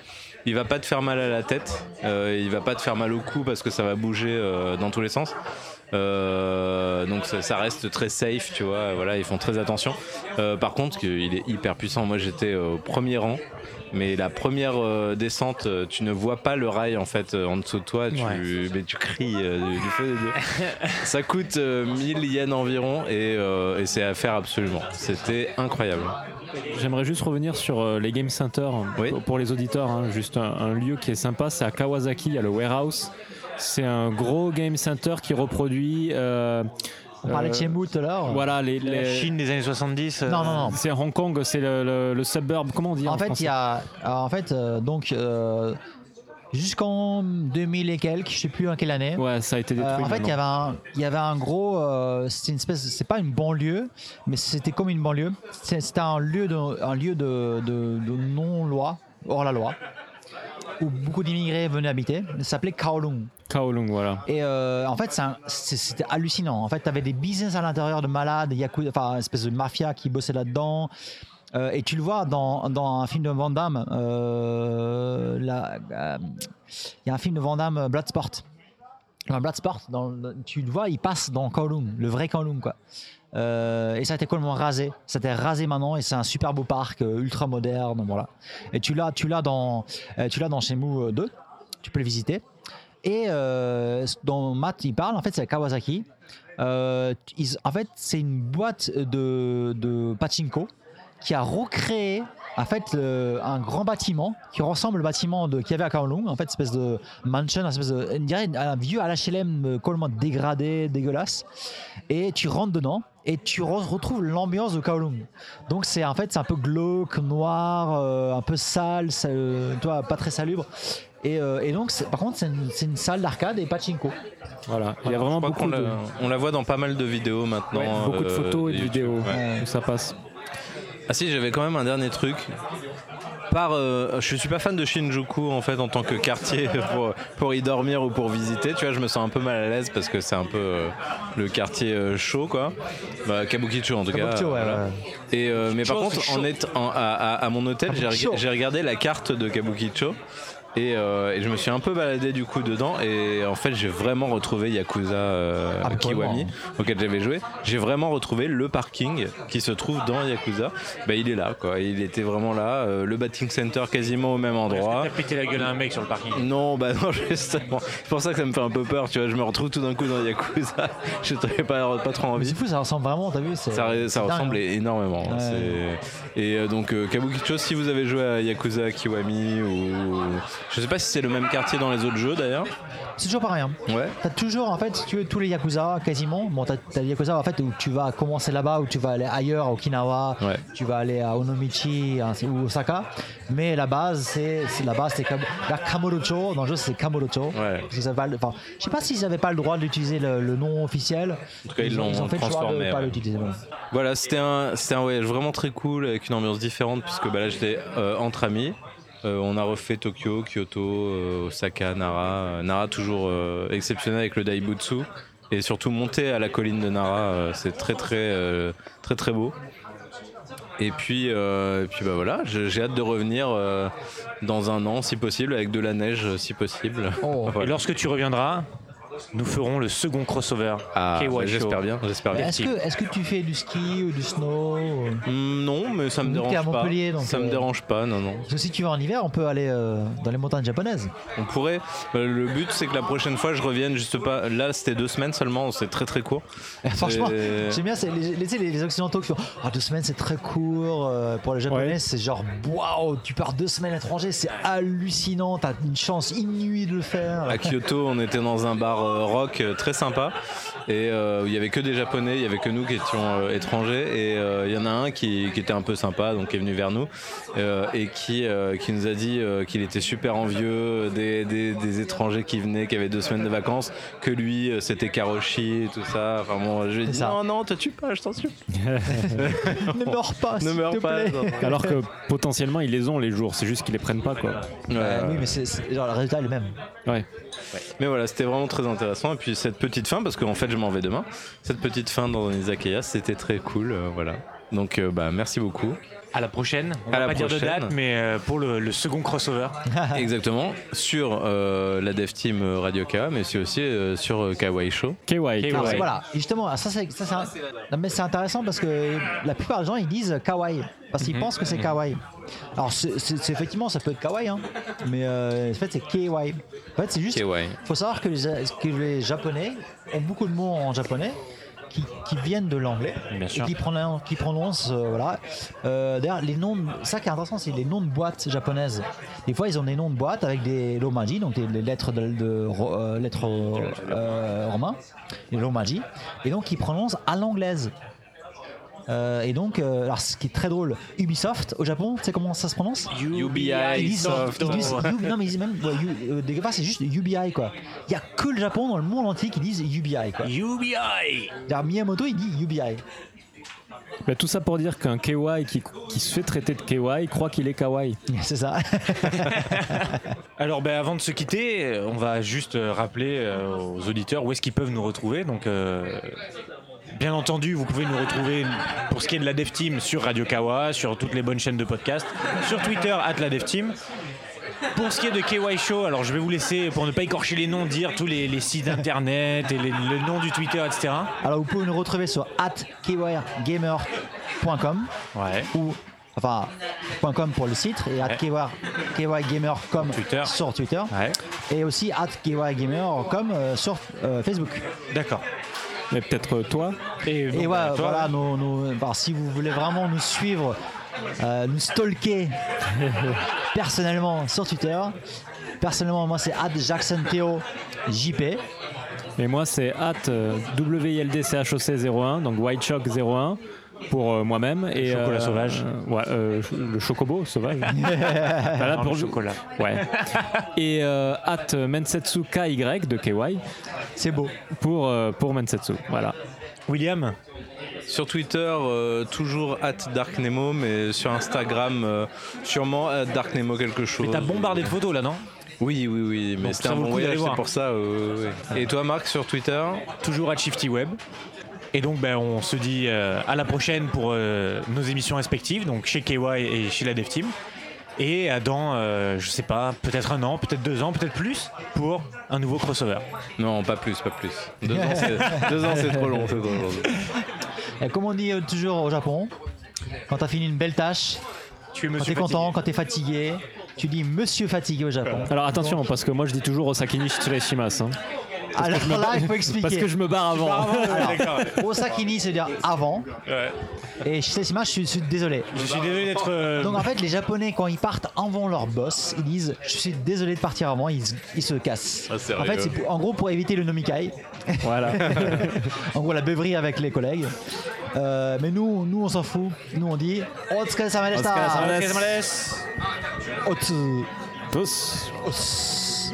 il va pas te faire mal à la tête, euh, il va pas te faire mal au cou parce que ça va bouger euh, dans tous les sens. Euh, donc ça, ça reste très safe, tu vois. Voilà, ils font très attention. Euh, par contre, que- il est hyper puissant. Moi, j'étais au premier rang, mais la première euh, descente, euh, tu ne vois pas le rail en fait euh, en dessous de toi. Tu,
Ouais.
mais tu cries euh, du, du feu des dieux. ça coûte euh, 1000 yens environ et, euh, et c'est à faire absolument. C'était incroyable.
J'aimerais juste revenir sur euh, les Game Center
Oui.
pour les auditeurs. hein, juste un, un lieu qui est sympa, c'est à Kawasaki, il y a le warehouse. C'est un gros Game Center qui reproduit. euh,
On parlait de
euh,
Shenmue tout à l'heure.
Voilà, les.
La
les-
Chine des années 70. euh,
Non, non, non.
C'est Hong Kong, c'est le, le- le suburb. Comment on dit
En fait, il y a. En fait, euh, donc. euh, Jusqu'en 2000 et quelques, je sais plus en quelle année.
Ouais, ça a été
euh,
détruit.
en fait, il y
maintenant.
avait un, il y avait un gros, euh, c'était une espèce, c'est pas une banlieue, mais c'était comme une banlieue. C'est- C'était un lieu de, un lieu de, de- de non loi, hors la loi. où beaucoup d'immigrés venaient habiter. Ça s'appelait Kowloon.
Kowloon, voilà.
Et euh, en fait, c'est un- c'est- c'était hallucinant. En fait, tu avais des business à l'intérieur de malades, yakuza, enfin, espèce de mafia qui bossait là-dedans. Euh, et tu le vois dans, dans un film de Van Damme, euh, la- euh, il y a un film de Van Damme, euh, Bloodsport. Dans Bloodsport, dans le- tu le vois, il passe dans Kowloon, le vrai Kowloon, quoi. Euh, et ça a été complètement rasé. Ça a été rasé maintenant et c'est un super beau parc, euh, ultra moderne, voilà. Et tu l'as, tu l'as dans, euh, tu l'as dans Shenmue 2. Tu peux le visiter. Et euh, ce dont Matt il parle, en fait, c'est Kawasaki. Euh, ils- en fait, c'est une boîte de, de pachinko qui a recréé en fait le- un grand bâtiment qui ressemble au bâtiment de qu'il y avait à Kowloon, en fait, espèce de mansion, espèce de, on dirait un vieux à l'HLM euh, complètement dégradé, dégueulasse. Et tu rentres dedans et tu re- retrouves l'ambiance de Kowloon. Donc c'est en fait c'est un peu glauque, noir, euh, un peu sale, ça- euh, tu vois, pas très salubre. Et, euh, et donc, c'est- par contre, c'est une, c'est une salle d'arcade et pachinko.
voilà. Il y a vraiment
Je crois qu'on
beaucoup de,
la- on la voit dans pas mal de vidéos maintenant.
Ouais, beaucoup de
euh,
photos et de
YouTube.
vidéos
Ouais.
où ça passe.
Ah si, j'avais quand même un dernier truc. Par, euh, je suis pas fan de Shinjuku en fait en tant que quartier pour, pour y dormir ou pour visiter. Tu vois, je me sens un peu mal à l'aise parce que c'est un peu euh, le quartier euh, chaud quoi. Bah, Kabukicho en tout
Kabukicho,
cas.
ouais,
voilà.
ouais.
Et euh, mais par
Chaud,
contre,
c'est
en
chaud.
étant en- à, à- à mon hôtel, j'ai
Kabukicho.
reg- j'ai regardé la carte de Kabukicho. Et, euh, et je me suis un peu baladé du coup dedans et en fait j'ai vraiment retrouvé Yakuza euh,
Ah, mais
Kiwami
complètement.
auquel j'avais joué, j'ai vraiment retrouvé le parking qui se trouve dans Yakuza. Bah, il est là, quoi. Il était vraiment là. euh, le batting center quasiment au même endroit.
T'as pété la gueule à un mec sur le parking.
Non, bah non, justement. C'est pour ça que ça me fait un peu peur, tu vois. Je me retrouve tout d'un coup dans Yakuza. Je n'avais pas, pas trop
Mais
envie.
c'est fou, ça ressemble vraiment, t'as vu c'est-
Ça, re-
c'est
ça
dingue,
ressemble
hein.
énormément. hein,
Ouais.
c'est- Et euh, donc, euh, Kabukicho, si vous avez joué à Yakuza Kiwami ou. Je sais pas si c'est le même quartier dans les autres jeux d'ailleurs.
C'est toujours pareil. Hein.
Ouais.
T'as toujours, en fait, si tu veux, tous les Yakuza, quasiment. Bon, t'as t'as les Yakuza, en fait, où tu vas commencer là-bas, où tu vas aller ailleurs, à Okinawa,
Ouais.
tu vas aller à Onomichi hein, c'est- ou Osaka. Mais la base, c'est c'est- la base, c'est Kam- la Kamurocho. Dans le jeu, c'est Kamurocho.
Ouais.
Parce que ça va- enfin, je sais pas s'ils n'avaient pas le droit d'utiliser le, le nom officiel. En
tout cas, ils l'ont
ils ont fait le choix
transformé,
de pas
ouais.
l'utiliser. voilà.
Voilà, c'était un, c'était un voyage vraiment très cool avec une ambiance différente puisque bah, là j'étais euh, entre amis. Euh, on a refait Tokyo, Kyoto, euh, Osaka, Nara. Euh, Nara toujours euh, exceptionnel avec le Daibutsu et surtout monter à la colline de Nara, euh, c'est très très euh, très très beau. Et puis, euh, et puis bah voilà, je- j'ai hâte de revenir euh, dans un an si possible avec de la neige euh, si possible.
Oh.
Et
Voilà.
lorsque tu reviendras, nous ferons le second crossover.
Ah,
KY
bah,
Show.
j'espère bien, j'espère
Mais
bien.
Est-ce que, est que tu fais du ski ou du snow ou-
Hum, non, mais ça me
Nous, t'es à
dérange pas.
Montpellier, donc,
Ça me
euh,
dérange pas, non non.
Parce que si tu vas en hiver, on peut aller euh, dans les montagnes japonaises.
On pourrait. euh, Le but, c'est que la prochaine fois, je revienne juste pas. Là, c'était deux semaines seulement. C'est très très court.
Franchement,
C'est-
j'aime bien c'est les, les- tu sais, les- les Occidentaux qui font Ah, deux semaines, c'est très court. euh, pour les Japonais,
Ouais.
c'est genre Waouh, tu pars deux semaines à l'étranger, c'est hallucinant. T'as une chance inouïe de le faire.
À Kyoto, on était dans un bar euh, rock euh, très sympa et euh, il y avait que des japonais, il y avait que nous qui étions euh, étrangers et euh, il y en a un qui, qui était un peu sympa donc qui est venu vers nous euh, et qui, euh, qui nous a dit euh, qu'il était super envieux des, des- des étrangers qui venaient, qui avaient deux semaines de vacances, que lui euh, c'était Karoshi et tout ça. Enfin bon, je lui ai
C'est
dit
ça.
non, non, te tue pas, je t'en supplie,
ne meurs pas,
ne
s'il
meurs
te
pas.
plaît.
non, non.
Alors que potentiellement ils les ont les jours, c'est juste qu'ils les prennent pas quoi.
Ouais,
Euh,
ouais.
oui, mais c'est c'est- genre le résultat est le même.
Ouais.
Mais voilà, c'était vraiment très intéressant. Et puis cette petite fin, parce qu'en fait je m'en vais demain, cette petite fin dans Izakaya, c'était très cool. euh, voilà. Donc euh, bah, merci beaucoup.
À la prochaine. On
À
va
la
pas dire de
prochaine.
date, mais euh, pour le, le second crossover.
Exactement. Sur euh, la dev team euh, Radio K, mais c'est aussi euh, sur euh, Kawaii Show.
KY.
KY.
Alors,
Ouais.
Voilà, Et justement, ça c'est ça, c'est un- non, mais c'est intéressant parce que la plupart des gens ils disent kawaii parce
Mhm.
qu'ils pensent que c'est kawaii. Alors c'est- c'est c'est- effectivement ça peut être kawaii, hein, mais euh, en fait c'est KY. En fait c'est juste.
KY.
Faut savoir que les, que les japonais ont beaucoup de mots en japonais. Qui, qui viennent de l'anglais
Bien
et
sûr.
qui prononcent, qui prononcent, euh, voilà. Euh, D'ailleurs, les noms, de- ça qui est intéressant, c'est les noms de boîtes japonaises. Des fois, ils ont des noms de boîtes avec des romaji, donc des, des lettres de, de ro- euh, lettres euh, romains, les romaji, et donc ils prononcent à l'anglaise. Euh, et donc, euh, alors, ce qui est très drôle, Ubisoft au Japon, tu sais comment ça se prononce ils disent, ils disent U- non mais ils- même ouais, U- euh, des fois c'est juste UBI quoi. Il y a que le Japon dans le monde entier qui disent UBI quoi.
UBI
D'ailleurs, Miyamoto il dit UBI.
Bah, tout ça pour dire qu'un KY qui, qui se fait traiter de KY croit qu'il est kawaii.
C'est ça.
Alors, ben, avant de se quitter, on va juste euh, rappeler euh, aux auditeurs où est-ce qu'ils peuvent nous retrouver. Donc, euh, bien entendu, vous pouvez nous retrouver pour ce qui est de la Dev Team sur Radio Kawa, sur toutes les bonnes chaînes de podcast, sur Twitter, at la Dev Team. Pour ce qui est de KY Show, alors je vais vous laisser, pour ne pas écorcher les noms, dire tous les, les sites internet et les- le nom du Twitter, etc.
Alors vous pouvez nous retrouver sur atkygamer.com
Ouais.
ou enfin .com pour le site et at kygamer.com
Twitter.
sur Twitter
Ouais.
et aussi at kygamer.com euh, sur euh, Facebook.
D'accord.
Mais peut-être euh, toi
Et, donc,
Et ouais,
bah, toi,
voilà, nos- nos- alors, si vous voulez vraiment nous suivre, euh, nous stalker personnellement sur Twitter, personnellement moi c'est at jacksonthéo JP.
Et moi, c'est at euh, WILDCHOC01, donc White Shock 01 pour euh, moi-même. Et,
Chocolat sauvage.
euh, ouais, euh, ch- le chocobo sauvage. Bah là,
Non,
pour
le
le-
chocolat.
Ouais. Et euh, at Mensetsu KY de KY
C'est beau.
pour, euh, pour Mensetsu. Voilà.
William
Sur Twitter, euh, toujours at darknemo, mais sur Instagram, euh, sûrement at darknemo quelque chose.
Mais t'as bombardé de photos là, non
Oui, oui, oui, mais
Donc,
c'était
ça
un
vaut le
bon
coup d'aller
voyage,
voir.
c'est pour ça. euh, ouais, ouais. Et toi, Marc, sur Twitter
toujours à Shifty Web. Et donc, ben, on se dit euh, à la prochaine pour euh, nos émissions respectives, donc chez KY et chez la Dev Team. Et à dans, euh, je sais pas, peut-être un an, peut-être deux ans, peut-être plus, pour un nouveau crossover.
Non, pas plus, pas plus. Deux ans, c'est- deux ans, c'est trop long, c'est trop long.
Et comme on dit euh, toujours au Japon, quand t'as fini une belle tâche,
Tu es
quand
monsieur
t'es content, quand t'es fatigué, tu dis Monsieur fatigué au Japon.
Alors attention, parce que moi, je dis toujours Osakini Shitsureshimas. hein.
Alors là, il faut expliquer.
Parce que je me barre avant.
D'accord.
Osakini, c'est dire avant. Et Shiseshima, je suis, je suis désolé.
Je suis désolé d'être. euh,
Donc en fait, les Japonais, quand ils partent avant leur boss, ils disent Je suis désolé de partir avant, ils, se- ils se cassent.
Ah, sérieux
en fait, c'est pour- en gros pour éviter le nomikai,
voilà.
en gros la beuverie avec les collègues. Euh, mais nous, nous on s'en fout. Nous on dit Otsukaresama
Otsukaresama
deshita.
desu.
Otsu-
Tous.